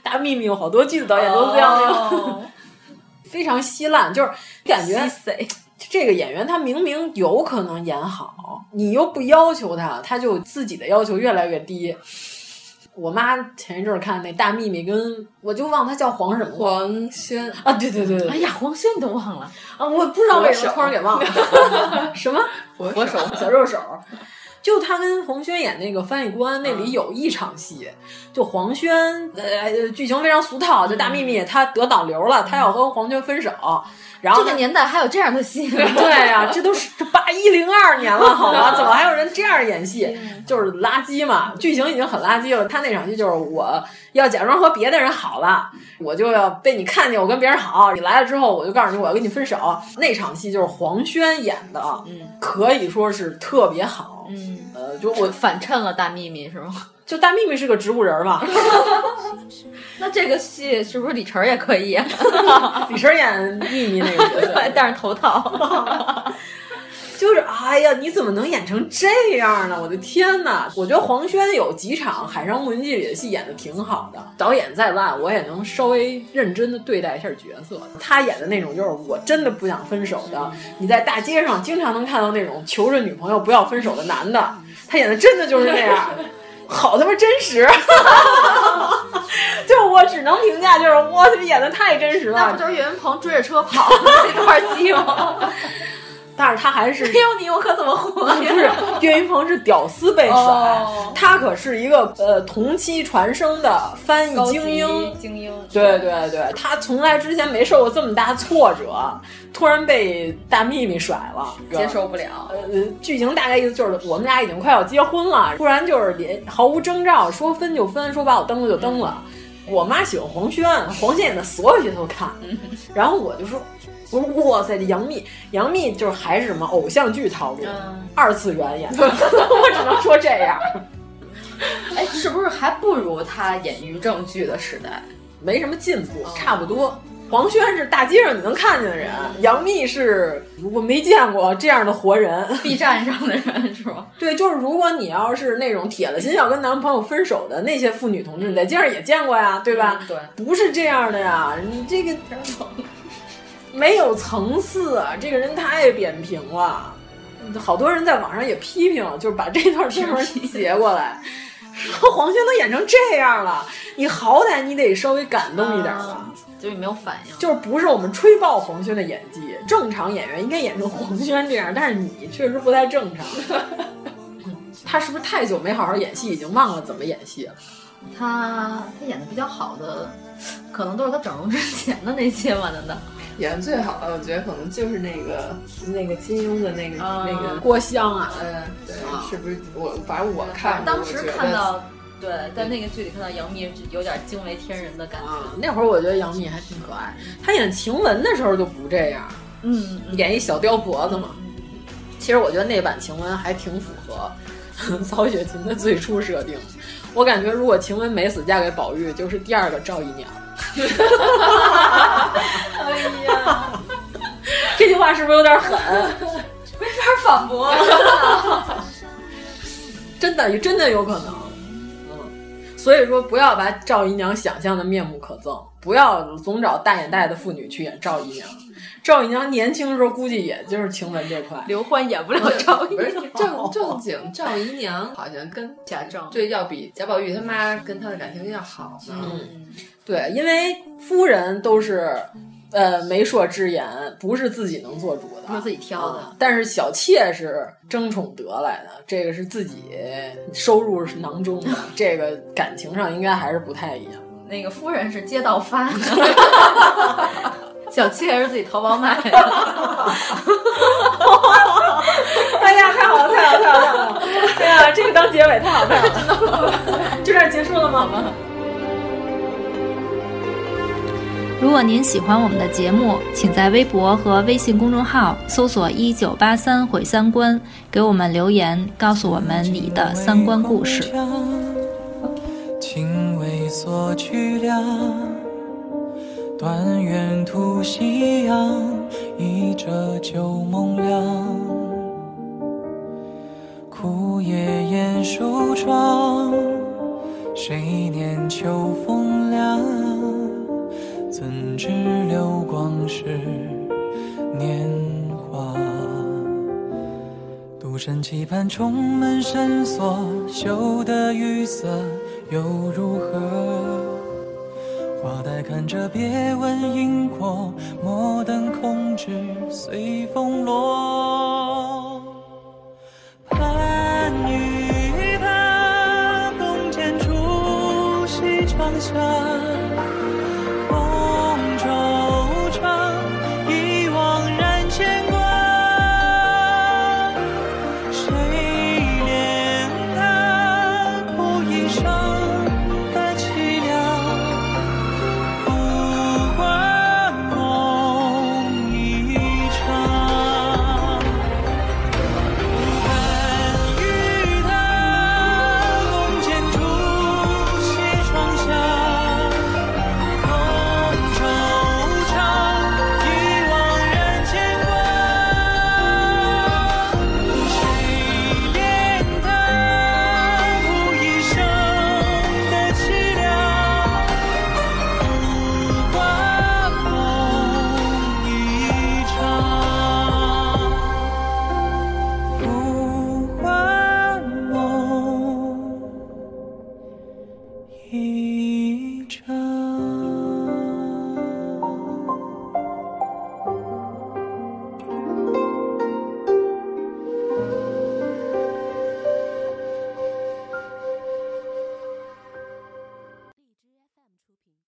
大秘密有好多剧的导演都这样，哦、非常稀烂，就是感觉这个演员他明明有可能演好，你又不要求他，他就自己的要求越来越低。我妈前一阵看那《大秘密》，跟我就忘他叫黄什么
黄轩
啊，对对对对，
哎呀，黄轩都忘了
啊，我不知道为什么突然给忘了， 什么
佛手
小肉手，就他跟黄轩演那个翻译官，那里有一场戏，就黄轩呃剧情非常俗套，就《大秘密》他得脑瘤了，他要和黄轩分手。然后
这个年代还有这样的戏？
对呀、啊，这都是八一零二年了，好吗？怎么还有人这样演戏？就是垃圾嘛，剧情已经很垃圾了。他那场戏就是我要假装和别的人好了，我就要被你看见我跟别人好。你来了之后，我就告诉你我要跟你分手。那场戏就是黄轩演的，嗯、可以说是特别好。嗯，呃，就我
反衬了大秘密是吗？
就大秘密是个植物人 嘛，
那这个戏是不是李晨也可以、啊？
李晨演秘密那个角色，
但是头套，
就是哎呀，你怎么能演成这样呢？我的天哪！我觉得黄轩有几场《海上牧云记》里的戏演的挺好的，导演再烂，我也能稍微认真的对待一下角色。他演的那种就是我真的不想分手的，你在大街上经常能看到那种求着女朋友不要分手的男的，他演的真的就是 那样。好他妈真实， 就我只能评价，就是我他妈演的太真实了。
那不就是岳云鹏 追着车跑那段戏吗？
但是他还是
没有哎你，我可怎么活呀？
不是岳云鹏是屌丝被甩，哦、他可是一个呃同期传声的翻译精英，
精英。
对对对，他从来之前没受过这么大挫折，突然被大秘密甩了，
接受不了。
呃，剧情大概意思就是我们俩已经快要结婚了，突然就是连毫无征兆，说分就分，说把我蹬了就蹬了。嗯、我妈喜欢黄轩，黄轩演的所有戏都看，嗯、然后我就说。我说哇塞，这杨幂，杨幂就是还是什么偶像剧套路，嗯、二次元演的， 我只能说这样。
哎，是不是还不如她演于正剧的时代，
没什么进步，哦、差不多。黄轩是大街上你能看见的人，
嗯
杨幂是我没见过这样的活人
，B 站上的人是吧？
对，就是如果你要是那种铁了心要跟男朋友分手的那些妇女同志，你在街上也见过呀，对吧？
嗯、对，
不是这样的呀，你这个。没有层次啊！这个人太扁平了，好多人在网上也批评，就是把这段新 闻截过来，说黄轩都演成这样了，你好歹你得稍微感动一点吧。
啊、就是没有反应，
就是不是我们吹爆黄轩的演技，正常演员应该演成黄轩这样，但是你确实不太正常。他是不是太久没好好演戏，已经忘了怎么演戏了？
他他演的比较好的，可能都是他整容之前的那些吧？难道？
演的最好的，我觉得可能就是那个那个金庸的那个、
啊
那个
郭襄啊
嗯，对，
啊
是不是我反正我看过
当时
我觉得
看到，对，在那个剧里看到杨幂就有点惊为天人的感觉。
那会儿我觉得杨幂还挺可爱，她演晴雯的时候就不这样，
嗯，
演一小刁婆子嘛。其实我觉得那版晴雯还挺符合 曹雪芹的最初设定。我感觉如果晴雯没死，嫁给宝玉就是第二个赵姨娘。
哎呀，
这句话是不是有点狠？
没法反驳。
真的，真的有可能。嗯，所以说不要把赵姨娘想象的面目可憎，不要总找大眼大的妇女去演赵姨娘。赵姨娘年轻的时候估计也就是晴雯这块，
刘欢演不了赵姨
娘。正正经赵姨娘好像跟
贾政
对要比贾宝玉他妈跟他的感情要好呢。
嗯，对，因为夫人都是呃媒妁之言，不是自己能做主的，啊
是自己挑的。
但是小妾是争宠得来的，这个是自己收入是囊中的，这个感情上应该还是不太一样。
那个夫人是街道发的，小妾是自己淘宝买的。
哎呀，太好了，太好了，太好了！哎呀，这个当结尾太好，太好了！就这样结束了吗？
如果您喜欢我们的节目，请在微博和微信公众号搜索“一九八三毁三观”，给我们留言，告诉我们你的三观故事。
情为所去量，断远途夕阳，一折旧梦凉。枯叶掩疏窗，谁念秋风凉？怎知流光是年华？独身期盼重门深锁，羞得玉色又如何？花待看着，别问因果，莫等空枝随风落。盼与他，共剪烛，西窗下。